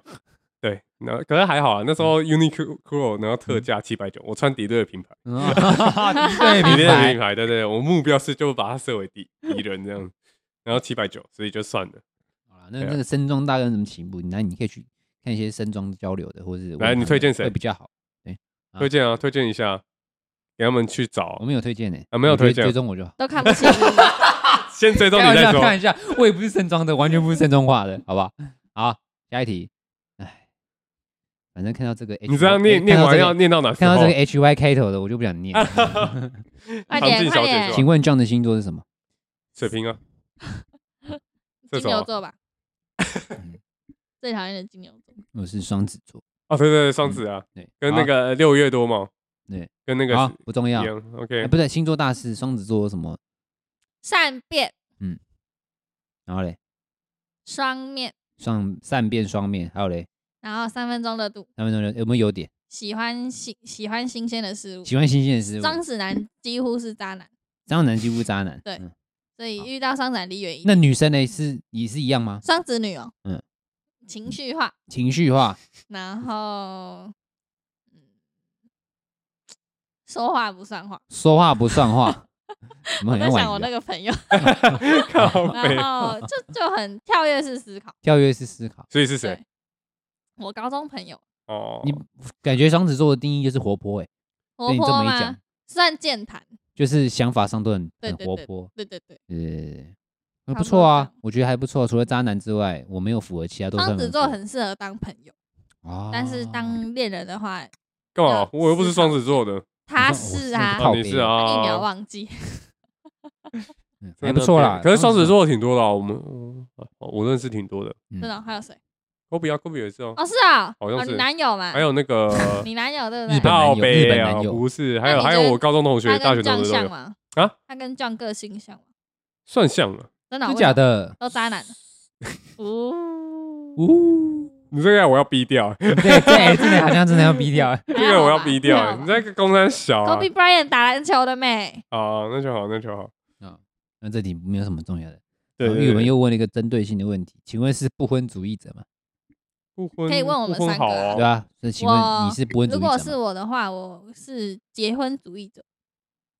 Speaker 1: 对，然后可是还好啊，那时
Speaker 3: 嗯
Speaker 1: 候 Uniqlo 然后特价七百九，我穿敌对的品牌，
Speaker 3: 嗯 对，
Speaker 1: 敌对
Speaker 3: 嗯品
Speaker 1: 的
Speaker 3: 牌
Speaker 1: 品。牌，对对，对我目标是就把它设为敌敌人这样，然后七百九，所以就算了。
Speaker 3: 好啦那
Speaker 1: 对啊
Speaker 3: 那个深装大概怎么起步？那你可以去看一些深装交流的，或是
Speaker 1: 来你推荐谁
Speaker 3: 会比较好？啊
Speaker 1: 推荐啊，推荐一下，给他们去
Speaker 3: 我
Speaker 1: 找。
Speaker 3: 没有推荐呢，
Speaker 1: 啊没有
Speaker 3: 你觉得
Speaker 1: 推荐
Speaker 3: 追踪我就好。
Speaker 4: 都看不起你，
Speaker 1: 先追踪
Speaker 3: 开
Speaker 1: 你
Speaker 3: 玩
Speaker 1: 再
Speaker 3: 笑，
Speaker 1: 说
Speaker 3: 开。玩笑，我也不是盛装的，完全不是盛装化的，好不好？好，下一题。哎，反正看到这个 HY，
Speaker 1: 你知道
Speaker 3: 哎
Speaker 1: 念念
Speaker 3: 看到
Speaker 1: 完
Speaker 3: 这个
Speaker 1: 要念到哪时
Speaker 3: 看到
Speaker 1: 候？啊
Speaker 3: 这个 H Y 开头的，我就不想念。
Speaker 4: 快
Speaker 1: 唐
Speaker 4: 点
Speaker 1: 静
Speaker 4: 快
Speaker 1: 小姐
Speaker 4: 点
Speaker 1: 是吧
Speaker 3: 请？问 John 的星座是什么？
Speaker 1: 水瓶啊，射
Speaker 4: 金
Speaker 1: 手
Speaker 4: 牛座吧
Speaker 3: 嗯，
Speaker 4: 最讨厌的金牛座。
Speaker 3: 我是双子座，
Speaker 1: 哦，对对对，双子
Speaker 4: 嗯
Speaker 1: 啊，
Speaker 3: 对，
Speaker 1: 跟那
Speaker 3: 好
Speaker 1: 个六月多嘛，
Speaker 3: 对，
Speaker 1: 跟那个
Speaker 3: 好
Speaker 1: 是
Speaker 3: 不重
Speaker 1: 一
Speaker 3: 要，
Speaker 1: 样。
Speaker 3: 哎
Speaker 1: OK，
Speaker 3: 不对，星座大师双子座有什么？
Speaker 4: 善变、
Speaker 3: 然后嘞，
Speaker 4: 双面，
Speaker 3: 双善变双面，还有嘞，
Speaker 4: 然后三分钟热度，
Speaker 3: 他们中有没有优点？
Speaker 4: 喜欢新喜欢新鲜的事物。
Speaker 3: 喜欢新鲜的事物，
Speaker 4: 双子男几乎是渣男，
Speaker 3: 张男几乎渣男，
Speaker 4: 对
Speaker 3: 嗯
Speaker 4: 所以遇到双子男离远一点。
Speaker 3: 那女生呢是也是一样吗？
Speaker 4: 双子女哦，
Speaker 3: 嗯，
Speaker 4: 情绪化，
Speaker 3: 情绪化，
Speaker 4: 然后嗯，说话不算话。
Speaker 3: 说话不算 话，我们
Speaker 4: 我
Speaker 3: 很
Speaker 4: 在
Speaker 3: 像
Speaker 4: 想
Speaker 3: 婉
Speaker 4: 我
Speaker 3: 瑜
Speaker 4: 那
Speaker 3: 啊，
Speaker 4: 个 朋友，
Speaker 1: 靠 北
Speaker 4: 然，后就就很跳跃式思考。
Speaker 3: 跳跃式思考。
Speaker 1: 所以是谁？
Speaker 4: 我高中朋友
Speaker 1: 哦，
Speaker 3: 你感觉双子座的定义就是活泼，哎，
Speaker 4: 活
Speaker 3: 被你这
Speaker 4: 泼
Speaker 3: 么一
Speaker 4: 吗
Speaker 3: 讲？，
Speaker 4: 算健谈，
Speaker 3: 就是想法上都很
Speaker 4: 对
Speaker 3: 很
Speaker 4: 对
Speaker 3: 活泼，
Speaker 4: 对对对。
Speaker 3: 呃，那不
Speaker 4: 差不多
Speaker 3: 错啊
Speaker 4: 这样，
Speaker 3: 我觉得还不错。除了渣男之外，我没有符合其他都算
Speaker 4: 双子座
Speaker 3: 不错
Speaker 4: 很适合当朋友，
Speaker 3: 哦，
Speaker 4: 但是当恋人的话，
Speaker 1: 干嘛
Speaker 4: 要？
Speaker 1: 我又不是
Speaker 4: 思考
Speaker 1: 双子座的，
Speaker 4: 他
Speaker 3: 我
Speaker 4: 是
Speaker 3: 是
Speaker 4: 啊，
Speaker 1: 哦，
Speaker 3: 靠北
Speaker 1: 你是
Speaker 4: 他一秒
Speaker 1: 啊，
Speaker 4: 忘记。
Speaker 3: 嗯
Speaker 1: 真
Speaker 3: 还
Speaker 1: 的
Speaker 3: 不错啦。
Speaker 1: 可是双子
Speaker 3: 座。
Speaker 1: 座挺多的啊，我们我我认识挺多的。
Speaker 3: 嗯
Speaker 4: 真的啊还有谁？
Speaker 1: 科比啊，科比也是哦，
Speaker 4: 哦，是啊，
Speaker 1: 好像
Speaker 4: 哦，你
Speaker 1: 是哎
Speaker 4: 男友嘛
Speaker 1: 还？有那个
Speaker 4: 你男友对不
Speaker 3: 日
Speaker 4: 对？
Speaker 3: 本男
Speaker 1: 靠
Speaker 3: 友日
Speaker 1: 北
Speaker 3: 本
Speaker 1: 啊，
Speaker 3: 男友
Speaker 1: 不是，还
Speaker 4: 那
Speaker 1: 有
Speaker 4: 你
Speaker 1: 还
Speaker 4: 觉
Speaker 1: 有
Speaker 4: 得
Speaker 1: 我高中同
Speaker 4: 他
Speaker 1: 学、大学
Speaker 4: 跟
Speaker 1: 同
Speaker 4: 酱
Speaker 1: 学都
Speaker 4: 像
Speaker 1: 有，
Speaker 4: 吗？
Speaker 1: 啊，
Speaker 4: 他跟酱个性像吗？
Speaker 1: 算像了。
Speaker 4: 真的
Speaker 3: 真
Speaker 4: 哦
Speaker 3: 的假？
Speaker 4: 为什么
Speaker 3: 的？
Speaker 4: 都 渣男。哦，
Speaker 3: 呜，
Speaker 1: 你这个我要逼掉，
Speaker 3: 对对，这个好像真的要逼掉。
Speaker 1: 这个我要逼
Speaker 4: 还
Speaker 1: 掉。
Speaker 4: 好吧
Speaker 1: 你这个公山小啊
Speaker 4: Kobe Bryant 打篮球的妹，
Speaker 1: 啊，那就好，那就好。
Speaker 3: 那这题没有什么重要的。
Speaker 1: 对，
Speaker 3: 然后
Speaker 1: 对
Speaker 3: 语文
Speaker 1: 对
Speaker 3: 又问了一个针对性的问题，请问是不婚主义者吗？
Speaker 1: 不婚
Speaker 4: 可以问我们
Speaker 1: 不婚
Speaker 4: 三个
Speaker 1: 好
Speaker 4: 啊
Speaker 3: 对
Speaker 1: 哦，
Speaker 3: 啊，所以请问
Speaker 4: 我
Speaker 3: 你是不婚主
Speaker 4: 如
Speaker 3: 义
Speaker 4: 果
Speaker 3: 者
Speaker 4: 是
Speaker 3: 吗？
Speaker 4: 我的话，我是结婚主义者，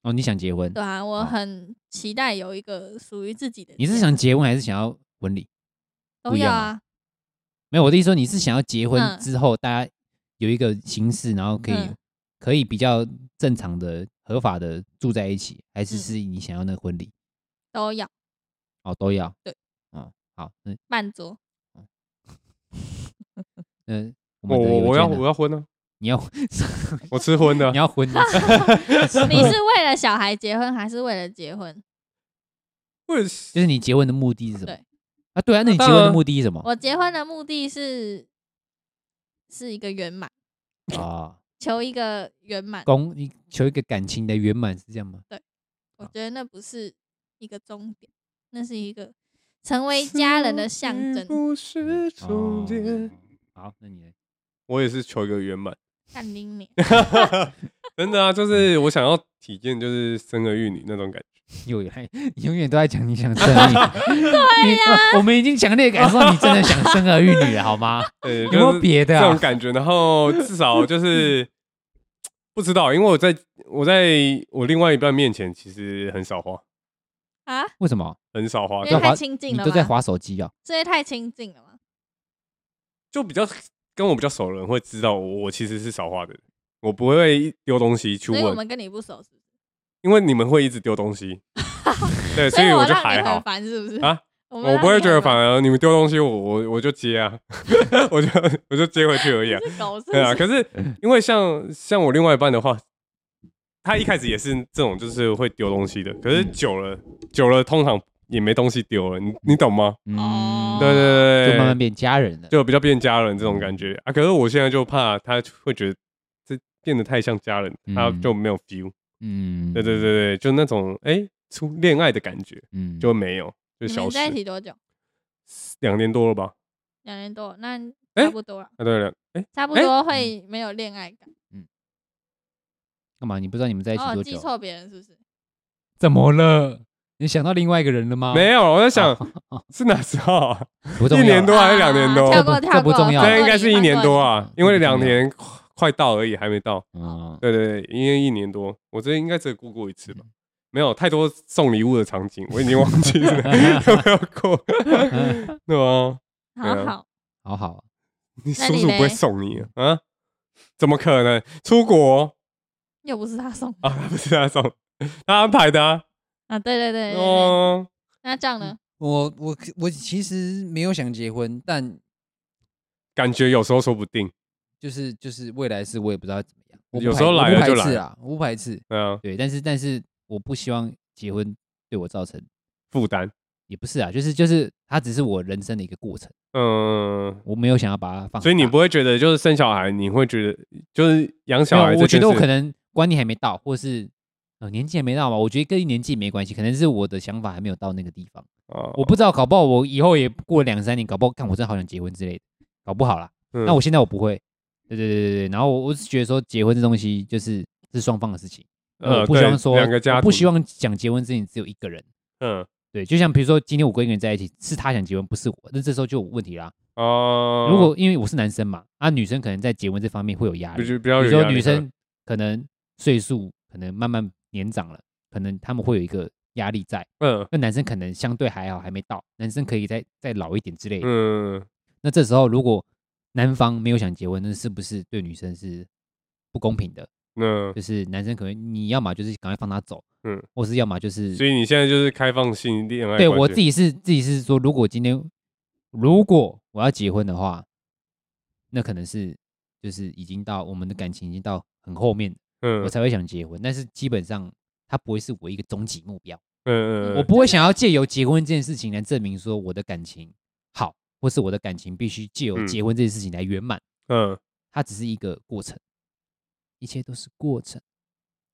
Speaker 3: 哦，你想结婚
Speaker 4: 对？啊，我
Speaker 3: 哦
Speaker 4: 很期待有一个属于自己的家。
Speaker 3: 你是想结婚还是想要婚礼？
Speaker 4: 都
Speaker 3: 不一
Speaker 4: 要
Speaker 3: 样
Speaker 4: 啊？
Speaker 3: 没有，我的意思说你是想要结婚
Speaker 4: 嗯
Speaker 3: 之后，大家有一个形式，然后可以
Speaker 4: 嗯
Speaker 3: 可以比较正常的、合法的住在一起，还是
Speaker 4: 嗯
Speaker 3: 是你想要那个婚礼？
Speaker 4: 都要
Speaker 3: 哦，都要。
Speaker 4: 对，
Speaker 3: 嗯，好，那
Speaker 4: 半桌，
Speaker 3: 那
Speaker 1: 我
Speaker 3: 我们的
Speaker 1: 我我
Speaker 3: 邮
Speaker 1: 要
Speaker 3: 件呢
Speaker 1: 我要婚啊，
Speaker 3: 你要
Speaker 1: 我吃荤的
Speaker 3: 你。要 婚的，
Speaker 4: 你是为了小孩结婚还是为了结婚？
Speaker 1: 为了
Speaker 3: 就是你结婚的目的是什么
Speaker 4: 对？
Speaker 3: 啊，对啊，那你结
Speaker 1: 当
Speaker 3: 婚的
Speaker 1: 然
Speaker 3: 目的是 什么？
Speaker 4: 我结婚的目的是是一个圆满，
Speaker 3: 啊，
Speaker 4: 求一个圆满。
Speaker 3: 公你求一个感情的圆满是这样吗？
Speaker 4: 我觉得那不是一个终点，那是一个成为家人的象
Speaker 1: 是
Speaker 4: 征。
Speaker 1: 不是终点。
Speaker 3: 哦。好，那你呢
Speaker 1: 我也是求一个圆满，
Speaker 4: 干 拎你，
Speaker 1: 真的啊，就是我想要体验就是生儿育女那种感觉。
Speaker 3: 又有还你 永远都在讲你想生儿育女，对呀，我们已经强烈感受到你真的想生儿育女了，好吗？
Speaker 1: 对，
Speaker 3: 有
Speaker 1: 就
Speaker 3: 没有
Speaker 1: 是
Speaker 3: 别的
Speaker 1: 这种
Speaker 3: 啊？
Speaker 1: 感觉？然后至少就是 不知道，因为我在我在我另外一半面前其实很少花，
Speaker 4: 啊，
Speaker 3: 为什么
Speaker 1: 很少花
Speaker 4: 因
Speaker 3: 在
Speaker 4: 为
Speaker 3: 滑
Speaker 4: 太亲
Speaker 3: 你
Speaker 4: 近了
Speaker 3: 都在
Speaker 4: 嘛，
Speaker 3: 划手机啊？
Speaker 4: 这也太亲近了嘛。
Speaker 1: 就比较跟我比较熟的人会知道我我其实是少花的人，我不会丢东西去
Speaker 4: 所以我
Speaker 1: 问，
Speaker 4: 们跟你不熟，是不是
Speaker 1: 因为你们会一直丢东 西，对， 所以
Speaker 4: 我
Speaker 1: 就
Speaker 4: 让
Speaker 1: 还
Speaker 4: 你很
Speaker 1: 好。
Speaker 4: 烦，是不是
Speaker 1: 啊？
Speaker 4: 我们
Speaker 1: 我不会觉得反
Speaker 4: 烦，
Speaker 1: 而你们丢东西我，我我就接啊， 我就我就接回去而已 啊。
Speaker 4: 是狗是不
Speaker 1: 对啊，
Speaker 4: 是？
Speaker 1: 可是因为像像我另外一半的话，他一开始也是这种，就是会丢东西的。可
Speaker 3: 嗯
Speaker 1: 是久了、久了，通常也没东西丢了，你你懂吗？
Speaker 3: 嗯
Speaker 4: 哦，
Speaker 1: 对对对，
Speaker 3: 就慢慢变家人了。
Speaker 1: 就比较变家人这种感觉啊。可是我现在就怕他会觉得这变得太像家人，他
Speaker 3: 嗯
Speaker 1: 就没有 feel。
Speaker 3: 嗯，
Speaker 1: 对对对，对，就那种哎、出恋爱的感觉
Speaker 3: 嗯，
Speaker 1: 就没有，就
Speaker 4: 你
Speaker 1: 消
Speaker 4: 们
Speaker 1: 失
Speaker 4: 在一起多久？
Speaker 1: 两年多了吧？
Speaker 4: 两年多，那
Speaker 1: 哎
Speaker 4: 差不多了，
Speaker 1: 啊对了，哎、
Speaker 4: 差不多会没有恋爱感。
Speaker 3: 干嘛？你不知道你们在一起
Speaker 4: 哦，
Speaker 3: 多
Speaker 4: 记
Speaker 3: 久？
Speaker 4: 错别人是不是？
Speaker 3: 怎么了？你想到另外一个人了吗？
Speaker 1: 没有，我在想、
Speaker 3: 哦
Speaker 1: 是哪时候、啊？
Speaker 3: 不重
Speaker 1: 一年
Speaker 3: 要
Speaker 1: 多。还是两年多？
Speaker 4: 啊跳过
Speaker 3: 这不
Speaker 4: 跳过，
Speaker 3: 这不重要
Speaker 1: 这
Speaker 4: 放
Speaker 1: 应
Speaker 4: 过
Speaker 1: 该
Speaker 4: 你
Speaker 1: 是一年多。啊
Speaker 3: 嗯，
Speaker 1: 因为
Speaker 3: 这
Speaker 1: 两
Speaker 3: 不重要
Speaker 1: 年快快到而已，还没到。
Speaker 3: 嗯，
Speaker 1: 对对对，因为一年多，我这应该只有过过一次吧。没有太多送礼物的场景，我已经忘记了 有没有过。 对吗？
Speaker 4: 放过
Speaker 1: 对啊
Speaker 4: 你好好，
Speaker 3: 嗯好好，
Speaker 1: 你
Speaker 4: 那
Speaker 1: 叔
Speaker 4: 你
Speaker 1: 叔不会
Speaker 4: 嘞
Speaker 1: 送你啊啊？怎么可能？出国
Speaker 4: 又不是他送的
Speaker 1: 啊？不是他送，他安排的啊。
Speaker 4: 啊，对对对对对。
Speaker 1: 哦，
Speaker 4: 那这样呢？
Speaker 3: 我我我其实没有想结婚，但
Speaker 1: 感觉有时候说不定，
Speaker 3: 就是就是未来事我也不知道怎么样。我不
Speaker 1: 有
Speaker 3: 排
Speaker 1: 时候来了就
Speaker 3: 我不排斥
Speaker 1: 来
Speaker 3: 啊，我不排斥。
Speaker 1: 对啊，
Speaker 3: 对，但是但是我不希望结婚对我造成
Speaker 1: 负担
Speaker 3: 也不是啊，就是就是它只是我人生的一个过程，
Speaker 1: 嗯，
Speaker 3: 我没有想要把它放大。
Speaker 1: 所以你不会觉得就是生小孩，你会觉得就是养小孩
Speaker 3: 没
Speaker 1: 这件
Speaker 3: 有
Speaker 1: 事，
Speaker 3: 我觉得我可能观念还没到，或是呃年纪还没到吧。我觉得跟年纪没关系，可能是我的想法还没有到那个地方。
Speaker 1: 哦，
Speaker 3: 我不知道，搞不好我以后也过两三年，搞不好看我真的好想结婚之类的，搞不好啦。
Speaker 1: 嗯
Speaker 3: 那我现在我不会，对对对对对。然后我我只觉得说结婚这东西就是是双方的事情，
Speaker 1: 呃
Speaker 3: 我不希望
Speaker 1: 对
Speaker 3: 说
Speaker 1: 两个家
Speaker 3: 我
Speaker 1: 庭，
Speaker 3: 不希望讲结婚之前只有一个人。
Speaker 1: 嗯
Speaker 3: 对，就像比如说今天我跟一个人在一起，是他想结婚，不是我，那这时候就有问题啦。
Speaker 1: 哦，
Speaker 3: 如果因为我是男生嘛，啊，女生可能在结婚这方面会有压力
Speaker 1: 比，较比较
Speaker 3: 比
Speaker 1: 有
Speaker 3: 如说
Speaker 1: 压力嗯
Speaker 3: 女生可能岁数可能慢慢年长了，可能他们会有一个压力在，
Speaker 1: 嗯
Speaker 3: 那男生可能相对还好，还没到，男生可以再再老一点之类的。
Speaker 1: 嗯
Speaker 3: 那这时候如果男方没有想结婚，那是不是对女生是不公平的？
Speaker 1: 嗯，
Speaker 3: 就是男生可能你要么就是赶快放他走，
Speaker 1: 嗯，
Speaker 3: 或是要么就是
Speaker 1: 所以你现在就是开放性恋爱关系，
Speaker 3: 对我自己是自己是说，如果今天如果我要结婚的话，那可能是就是已经到我们的感情已经到很后面，
Speaker 1: 嗯，
Speaker 3: 我才会想结婚。但是基本上，它不会是我一个终极目标，
Speaker 1: 嗯嗯，
Speaker 3: 我不会想要借由结婚这件事情来证明说我的感情好，或是我的感情必须借由
Speaker 1: 嗯
Speaker 3: 结婚这件事情来圆满。
Speaker 1: 嗯
Speaker 3: 它只是一个过程，一切都是过程。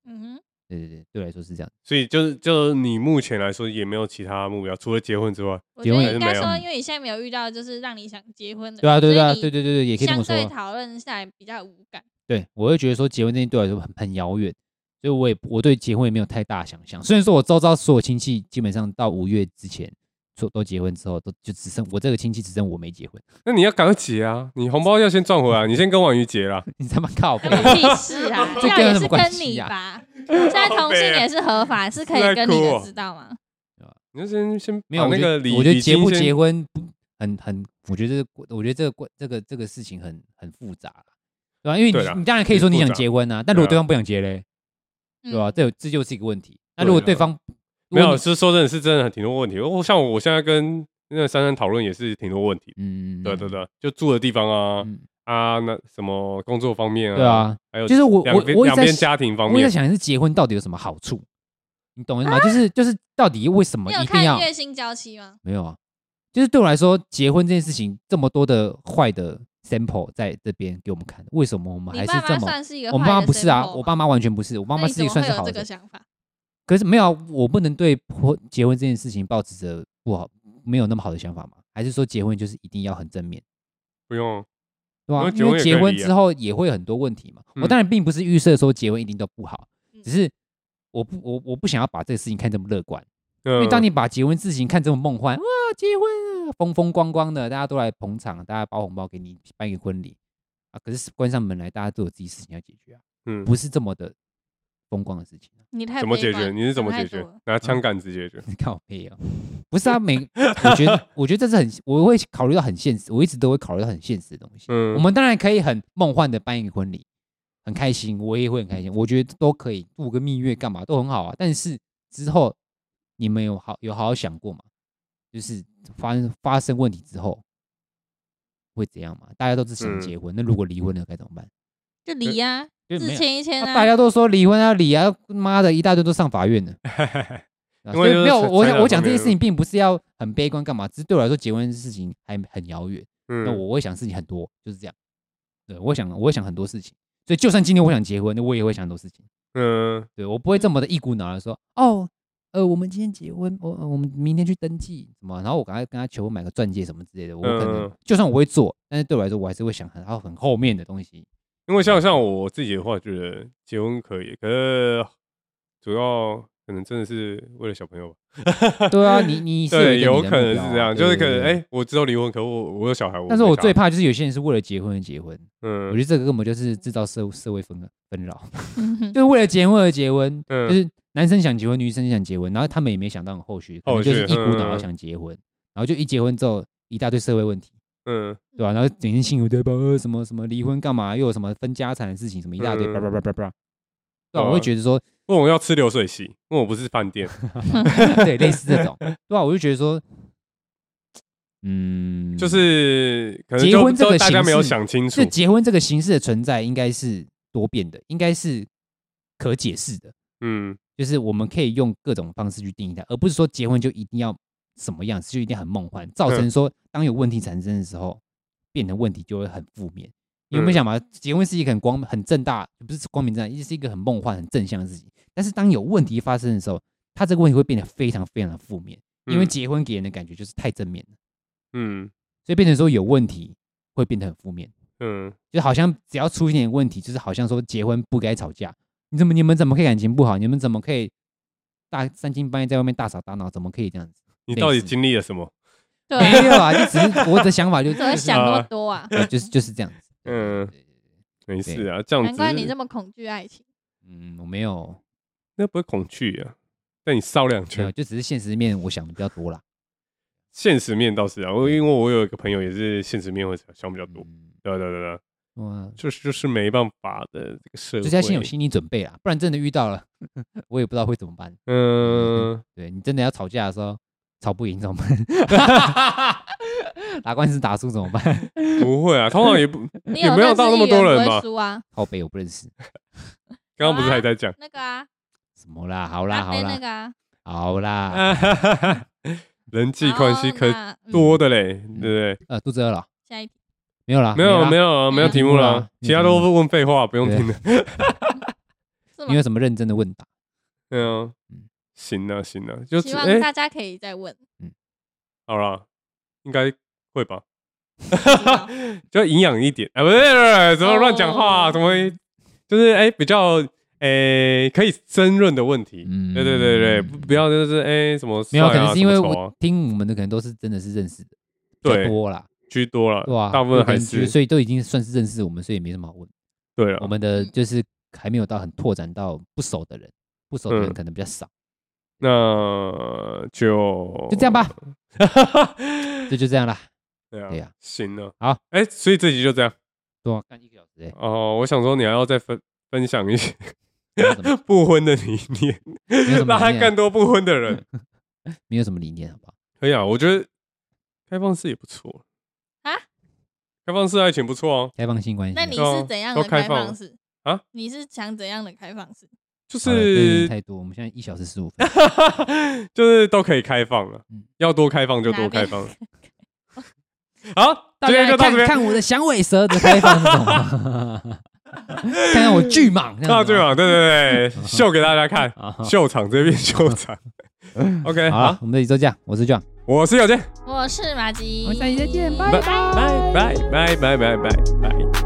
Speaker 4: 嗯哼，
Speaker 3: 对对对，对我来说是这样。
Speaker 1: 所以就是就你目前来说也没有其他目标，除了结婚之外，
Speaker 4: 我
Speaker 3: 结
Speaker 4: 觉得
Speaker 3: 婚
Speaker 1: 还是
Speaker 4: 应该
Speaker 1: 没有
Speaker 4: 说，因为你现在没有遇到就是让你想结婚的人，
Speaker 3: 对啊，对对啊，
Speaker 4: 所以你
Speaker 3: 对对对对，也可以这么
Speaker 4: 相
Speaker 3: 说。啊
Speaker 4: 对讨论下来比较无感。
Speaker 3: 对我会觉得说结婚这件事对我来说很很遥远，所以我也我对结婚也没有太大想象。虽然说我周遭所有亲戚基本上到五月之前都都结婚之后，都就只剩我这个亲戚只剩我没结婚，
Speaker 1: 那你要赶快结啊，你红包要先赚回来，啊你先跟婉瑜结啦。
Speaker 3: 你他妈靠背
Speaker 4: 关我屁事啊
Speaker 3: ！这
Speaker 4: 那
Speaker 3: 跟有
Speaker 4: 也
Speaker 3: 什么
Speaker 4: 是
Speaker 3: 关
Speaker 4: 跟
Speaker 3: 系
Speaker 4: 你
Speaker 3: 啊
Speaker 4: 吧。现在同性也是合法，是可以跟你
Speaker 1: 在哭哦
Speaker 4: 的，知 道吗？
Speaker 1: 你就先先
Speaker 3: 没有
Speaker 1: 啊把那个
Speaker 3: 理，
Speaker 1: 礼，
Speaker 3: 我觉得结不
Speaker 1: 礼金先
Speaker 3: 结婚不很很，我觉得这个过我觉得这个过这个这个事情很很复杂啦对吧、因为
Speaker 1: 对啦
Speaker 3: 你你当然可以说你
Speaker 1: 很复
Speaker 3: 想
Speaker 1: 杂
Speaker 3: 结婚啊，但如果
Speaker 1: 对啊
Speaker 3: 对方不想结嘞，
Speaker 4: 嗯
Speaker 3: 对吧、这有这就是一个问题。那如果
Speaker 1: 对啊
Speaker 3: 对方
Speaker 1: 没有，
Speaker 3: 如果
Speaker 1: 是说真的是真的很挺多问题。我像我现在跟那个珊珊讨论也是挺多问题的。
Speaker 3: 你嗯，
Speaker 1: 对对对，就住的地方啊
Speaker 3: 嗯，
Speaker 1: 啊，那什么工作方面啊，
Speaker 3: 对，啊，
Speaker 1: 还有
Speaker 3: 就是我
Speaker 1: 两
Speaker 3: 我
Speaker 1: 边
Speaker 3: 我一
Speaker 1: 两
Speaker 3: 直在
Speaker 1: 边
Speaker 3: 想
Speaker 1: 家庭方
Speaker 3: 我也
Speaker 1: 面
Speaker 3: 在，想，是结婚到底有什么好处？你懂我意思吗？就是就是，到底为什么
Speaker 4: 你啊有
Speaker 3: 一定要
Speaker 4: 看月薪娇妻吗？
Speaker 3: 没有啊？就是对我来说，结婚这件事情这么多的坏的 sample 在这边给我们看，为什么我们还
Speaker 4: 你
Speaker 3: 是
Speaker 4: 爸
Speaker 3: 这
Speaker 4: 妈
Speaker 3: 么？
Speaker 4: 算是一个
Speaker 3: 我们
Speaker 4: 坏
Speaker 3: 爸妈
Speaker 4: 的
Speaker 3: 不是啊，
Speaker 4: sample
Speaker 3: 我
Speaker 4: 吗
Speaker 3: 爸妈完全不是，我爸妈
Speaker 4: 那
Speaker 3: 是
Speaker 4: 你
Speaker 3: 一个算
Speaker 4: 怎么
Speaker 3: 是
Speaker 4: 会有
Speaker 3: 好
Speaker 4: 这个
Speaker 3: 的，
Speaker 4: 想法？
Speaker 3: 可是没有、啊，我不能对婚结婚这件事情抱持着不好没有那么好的想法嘛？还是说结婚就是一定要很正面？
Speaker 1: 不用，
Speaker 3: 对
Speaker 1: 因
Speaker 3: 啊
Speaker 1: 为，结
Speaker 3: 因
Speaker 1: 婚
Speaker 3: 为
Speaker 1: 也
Speaker 3: 结
Speaker 1: 可以
Speaker 3: 婚
Speaker 1: 离啊
Speaker 3: 之后也会有很多问题嘛。我
Speaker 1: 嗯
Speaker 3: 当然并不是预设说结婚一定都不好，
Speaker 4: 嗯
Speaker 3: 只是我不我我不想要把这个事情看这么乐观，
Speaker 1: 因
Speaker 3: 因为当你把结婚事情看这么梦幻，哇，结婚啊风风光光的，大家都来捧场，大家包红包给你办一个婚礼啊，可是关上门来，大家都有自己事情要解决啊，
Speaker 1: 嗯，
Speaker 3: 不是这么的风光的事情啊。
Speaker 4: 你太
Speaker 1: 怎么
Speaker 4: 悲
Speaker 1: 解
Speaker 4: 观
Speaker 1: 决？
Speaker 4: 了
Speaker 1: 你是怎么
Speaker 4: 想
Speaker 1: 解
Speaker 4: 太
Speaker 1: 决
Speaker 4: 多了？
Speaker 3: 嗯
Speaker 1: 拿枪杆子解决？
Speaker 3: 你靠背啊，不是啊，每 我觉得我觉得这是很我会考虑到很现实，我一直都会考虑到很现实的东西。
Speaker 1: 嗯
Speaker 3: 我们当然可以很梦幻的办一个婚礼，很开心，我也会很开心，我觉得都可以度个蜜月干嘛都很好啊。但是之后你们有好有好好想过吗？就是发生发生问题之后会怎样嘛？大家都是想
Speaker 1: 嗯
Speaker 3: 结婚，那如果离婚了该怎么办？
Speaker 4: 就离呀，
Speaker 3: 就没
Speaker 4: 自
Speaker 3: 有
Speaker 4: 签一签
Speaker 3: 啊
Speaker 4: 啊。
Speaker 3: 大家都说离婚要离啊，妈的一大堆都上法院了。对啊
Speaker 1: 因
Speaker 3: 所
Speaker 1: 为
Speaker 3: 以
Speaker 1: 就是
Speaker 3: 没有，
Speaker 1: 财
Speaker 3: 我
Speaker 1: 财
Speaker 3: 想
Speaker 1: 产
Speaker 3: 我讲
Speaker 1: 方
Speaker 3: 这
Speaker 1: 面的
Speaker 3: 件事情并不是要很悲观干嘛，只是对我来说结婚的事情还很遥远。那
Speaker 1: 嗯，
Speaker 3: 我会想事情很多，就是这样。对，我想我会想很多事情，所以就算今天我想结婚，那我也会想很多事情。
Speaker 1: 嗯，
Speaker 3: 对我不会这么的一股脑的说，哦，呃，我们今天结婚，我、呃我们明天去登记什么，然后我赶快跟他求婚买个钻戒什么之类的。我可能、
Speaker 1: 嗯
Speaker 3: 就算我会做，但是对我来说，我还是会想很还有哦很后面的 东西。
Speaker 1: 因为
Speaker 3: 嗯
Speaker 1: 像像我自己的话，觉得结婚可以，可是主要可能真的是为了小朋友吧。
Speaker 3: 对啊，你你是
Speaker 1: 对，
Speaker 3: 有
Speaker 1: 有
Speaker 3: 一个
Speaker 1: 可能
Speaker 3: 你的目标啊
Speaker 1: 是这样，就是可能。
Speaker 3: 对对对
Speaker 1: 哎，我之后离婚，可我我有小孩，
Speaker 3: 但是我
Speaker 1: 没
Speaker 3: 最
Speaker 1: 办法，
Speaker 3: 怕就是有些人是为了结婚而结婚，我
Speaker 1: 嗯
Speaker 3: 觉得这个根本就是制造社社会纷纷扰，
Speaker 4: 嗯哼
Speaker 3: 就是为了结婚而结婚，
Speaker 1: 嗯，
Speaker 3: 就是男生想结婚，女生想结婚，然后他们也没想到后续，可能
Speaker 1: 后续
Speaker 3: 就是一股
Speaker 1: 嗯
Speaker 3: 脑要想结婚，然后就一结婚之后一大堆社会问题，
Speaker 1: 嗯
Speaker 3: 对吧、然后整天幸福对吧？呃什么什么离婚干嘛，又有什么分家产的事情，什么一大堆，
Speaker 1: 嗯
Speaker 3: 叭叭叭叭叭。
Speaker 1: 对
Speaker 3: 对、
Speaker 1: 啊
Speaker 3: 啊，我会觉得说，
Speaker 1: 问我要吃流水席，问我不是饭店，
Speaker 3: 对，类似 这种，对吧、我就觉得说，嗯，
Speaker 1: 就是可能
Speaker 3: 结
Speaker 1: 就
Speaker 3: 婚这
Speaker 1: 都
Speaker 3: 个
Speaker 1: 大家
Speaker 3: 形
Speaker 1: 没有
Speaker 3: 式
Speaker 1: 想清楚
Speaker 3: 这，结婚这个形式的存在，应该是多变的，应该是可解释的，
Speaker 1: 嗯
Speaker 3: 就是我们可以用各种方式去定义它，而不是说结婚就一定要什么样子，就一定很梦幻，造成说当有问题产生的时候，变得问题就会很负面。你有没有想嘛？结婚是一个很光、很正大，不是光明正大，也是一个很梦幻、很正向的事情。但是当有问题发生的时候，它这个问题会变得非常非常的负面，因为
Speaker 1: 嗯
Speaker 3: 结婚给人的感觉就是太正面了，
Speaker 1: 嗯
Speaker 3: 所以变成说有问题会变得很负面。
Speaker 1: 嗯
Speaker 3: 就好像只要出一点问题，就是好像说结婚不该吵架，你怎么你们怎么可以感情不好？你们怎么可以大三更半夜在外面大吵大闹？怎么可以这样子？
Speaker 1: 你到底
Speaker 3: 类似
Speaker 1: 经历了什么？
Speaker 4: 对
Speaker 3: 没
Speaker 4: 啊，
Speaker 3: 有啊，就只是我的想法就
Speaker 4: 怎么
Speaker 3: 就是
Speaker 4: 想那么多啊？
Speaker 3: 对就是就是这样子。
Speaker 1: 嗯没事啊，这样
Speaker 4: 难
Speaker 1: 子
Speaker 4: 怪你这么恐惧爱情。
Speaker 3: 嗯，我没有
Speaker 1: 那不会恐惧啊？但你烧两
Speaker 3: 没有，
Speaker 1: 圈，
Speaker 3: 就只是现实面我想的比较多啦。
Speaker 1: 现实面倒是啊，我因为我有一个朋友也是现实面会想比较多，
Speaker 3: 嗯，
Speaker 1: 对啊对对对，
Speaker 3: 哇，
Speaker 1: 就是就是没办法的这个社会，
Speaker 3: 就是要先有心理准备啦，不然真的遇到了， 我也不知道会怎么办。
Speaker 1: 嗯，
Speaker 3: 对你真的要吵架的时候，吵不赢怎么办？ 打官司打输怎么办？
Speaker 1: 不会啊，通常也不
Speaker 4: 你
Speaker 1: 也没有到那么多人吧
Speaker 4: 认识议员不会输啊，
Speaker 3: 靠北我不认识，
Speaker 1: 刚刚不是还在讲，
Speaker 4: 那个啊，
Speaker 3: 什么
Speaker 1: 嗯
Speaker 3: 啦？好啦，
Speaker 4: 阿
Speaker 3: 好
Speaker 4: 飞
Speaker 3: 啦，
Speaker 4: 那个啊，
Speaker 3: 好啦，啊
Speaker 1: 人际关系
Speaker 4: 好
Speaker 1: 可
Speaker 4: 那嗯
Speaker 1: 多的嘞，对不对？
Speaker 3: 呃，肚子饿了，
Speaker 4: 下一题，
Speaker 3: 没有啦，
Speaker 1: 没有
Speaker 3: 啦
Speaker 1: 没，有啊，没有题目啦，
Speaker 3: 没有题目啦
Speaker 1: 其他都是问废话，不用听的。
Speaker 4: 是
Speaker 3: 你有
Speaker 4: 吗？
Speaker 3: 什么认真的问答？
Speaker 1: 嗯
Speaker 3: 嗯，
Speaker 1: 行啊行啊，就
Speaker 4: 希
Speaker 1: 只
Speaker 4: 望
Speaker 1: 哎，
Speaker 4: 大家可以再问。
Speaker 1: 好啦，应该会吧，
Speaker 4: 不知道
Speaker 1: 就营养一点。哎，不是不是不是，怎么乱讲话啊？
Speaker 4: 哦
Speaker 1: 怎么会就是哎比较哎可以争论的问题？
Speaker 3: 嗯
Speaker 1: 对对对对，不不要就是哎什么
Speaker 3: 没有，可
Speaker 1: 帅啊
Speaker 3: 能是因为
Speaker 1: 什么丑啊
Speaker 3: 我听我们的可能都是真的是认识的，比较
Speaker 1: 对
Speaker 3: 多啦，
Speaker 1: 居多了
Speaker 3: 对吧？，
Speaker 1: 大部分还
Speaker 3: 有可能觉得
Speaker 1: 是嗯
Speaker 3: 所以都已经算是认识我们，所以也没什么好问。
Speaker 1: 对了
Speaker 3: 我，们的就是还没有到很拓展到不熟的人，不熟的人
Speaker 1: 嗯
Speaker 3: 可能比较少，
Speaker 1: 那就
Speaker 3: 就这样吧，
Speaker 1: 哦
Speaker 3: 这就这样啦。
Speaker 1: 对啊，
Speaker 3: 对啊
Speaker 1: 行了，
Speaker 3: 好，
Speaker 1: 哎，所以这集就这样
Speaker 3: 多干一个小时哎
Speaker 1: 哦。我想说你还要再分分享一些
Speaker 3: 没有什么，
Speaker 1: 不婚的理念，
Speaker 3: 没有什么
Speaker 1: 让他
Speaker 3: 理念
Speaker 1: 更
Speaker 3: 啊，
Speaker 1: 多不婚的 人。
Speaker 3: 没有什么理念，好不好？
Speaker 1: 可以啊，我觉得开放式也不错
Speaker 4: 啊，
Speaker 1: 开放式爱情不错啊，
Speaker 3: 开放性关系，
Speaker 4: 那你
Speaker 1: 对啊
Speaker 4: 是怎样
Speaker 1: 都
Speaker 4: 的
Speaker 1: 开
Speaker 4: 开
Speaker 1: 放
Speaker 4: 放式
Speaker 1: 啊？
Speaker 4: 你是想怎样的开放式？
Speaker 1: 就
Speaker 3: 好了这有点
Speaker 1: 是，
Speaker 3: 太多，我们现在一小时十五分
Speaker 1: 就是都可以开放了
Speaker 3: 嗯，
Speaker 1: 要多开放就多开放。好， 今
Speaker 3: 大家
Speaker 1: 天
Speaker 3: 来
Speaker 1: 就到
Speaker 3: 看
Speaker 1: 这边。
Speaker 3: 看我的响尾蛇的开放是什 么？看看我巨蟒，这样子吗
Speaker 1: 大巨蟒，啊对对 对，秀给大家看，
Speaker 3: 啊
Speaker 1: 秀场这边秀 场。OK，
Speaker 3: 好
Speaker 1: 哎
Speaker 3: 啊
Speaker 1: 好
Speaker 3: 了，，我们这里就这样，我是 John，
Speaker 1: 我是小健，
Speaker 4: 我是马吉，
Speaker 3: 我们下期再见，
Speaker 1: 拜拜拜拜拜拜拜拜。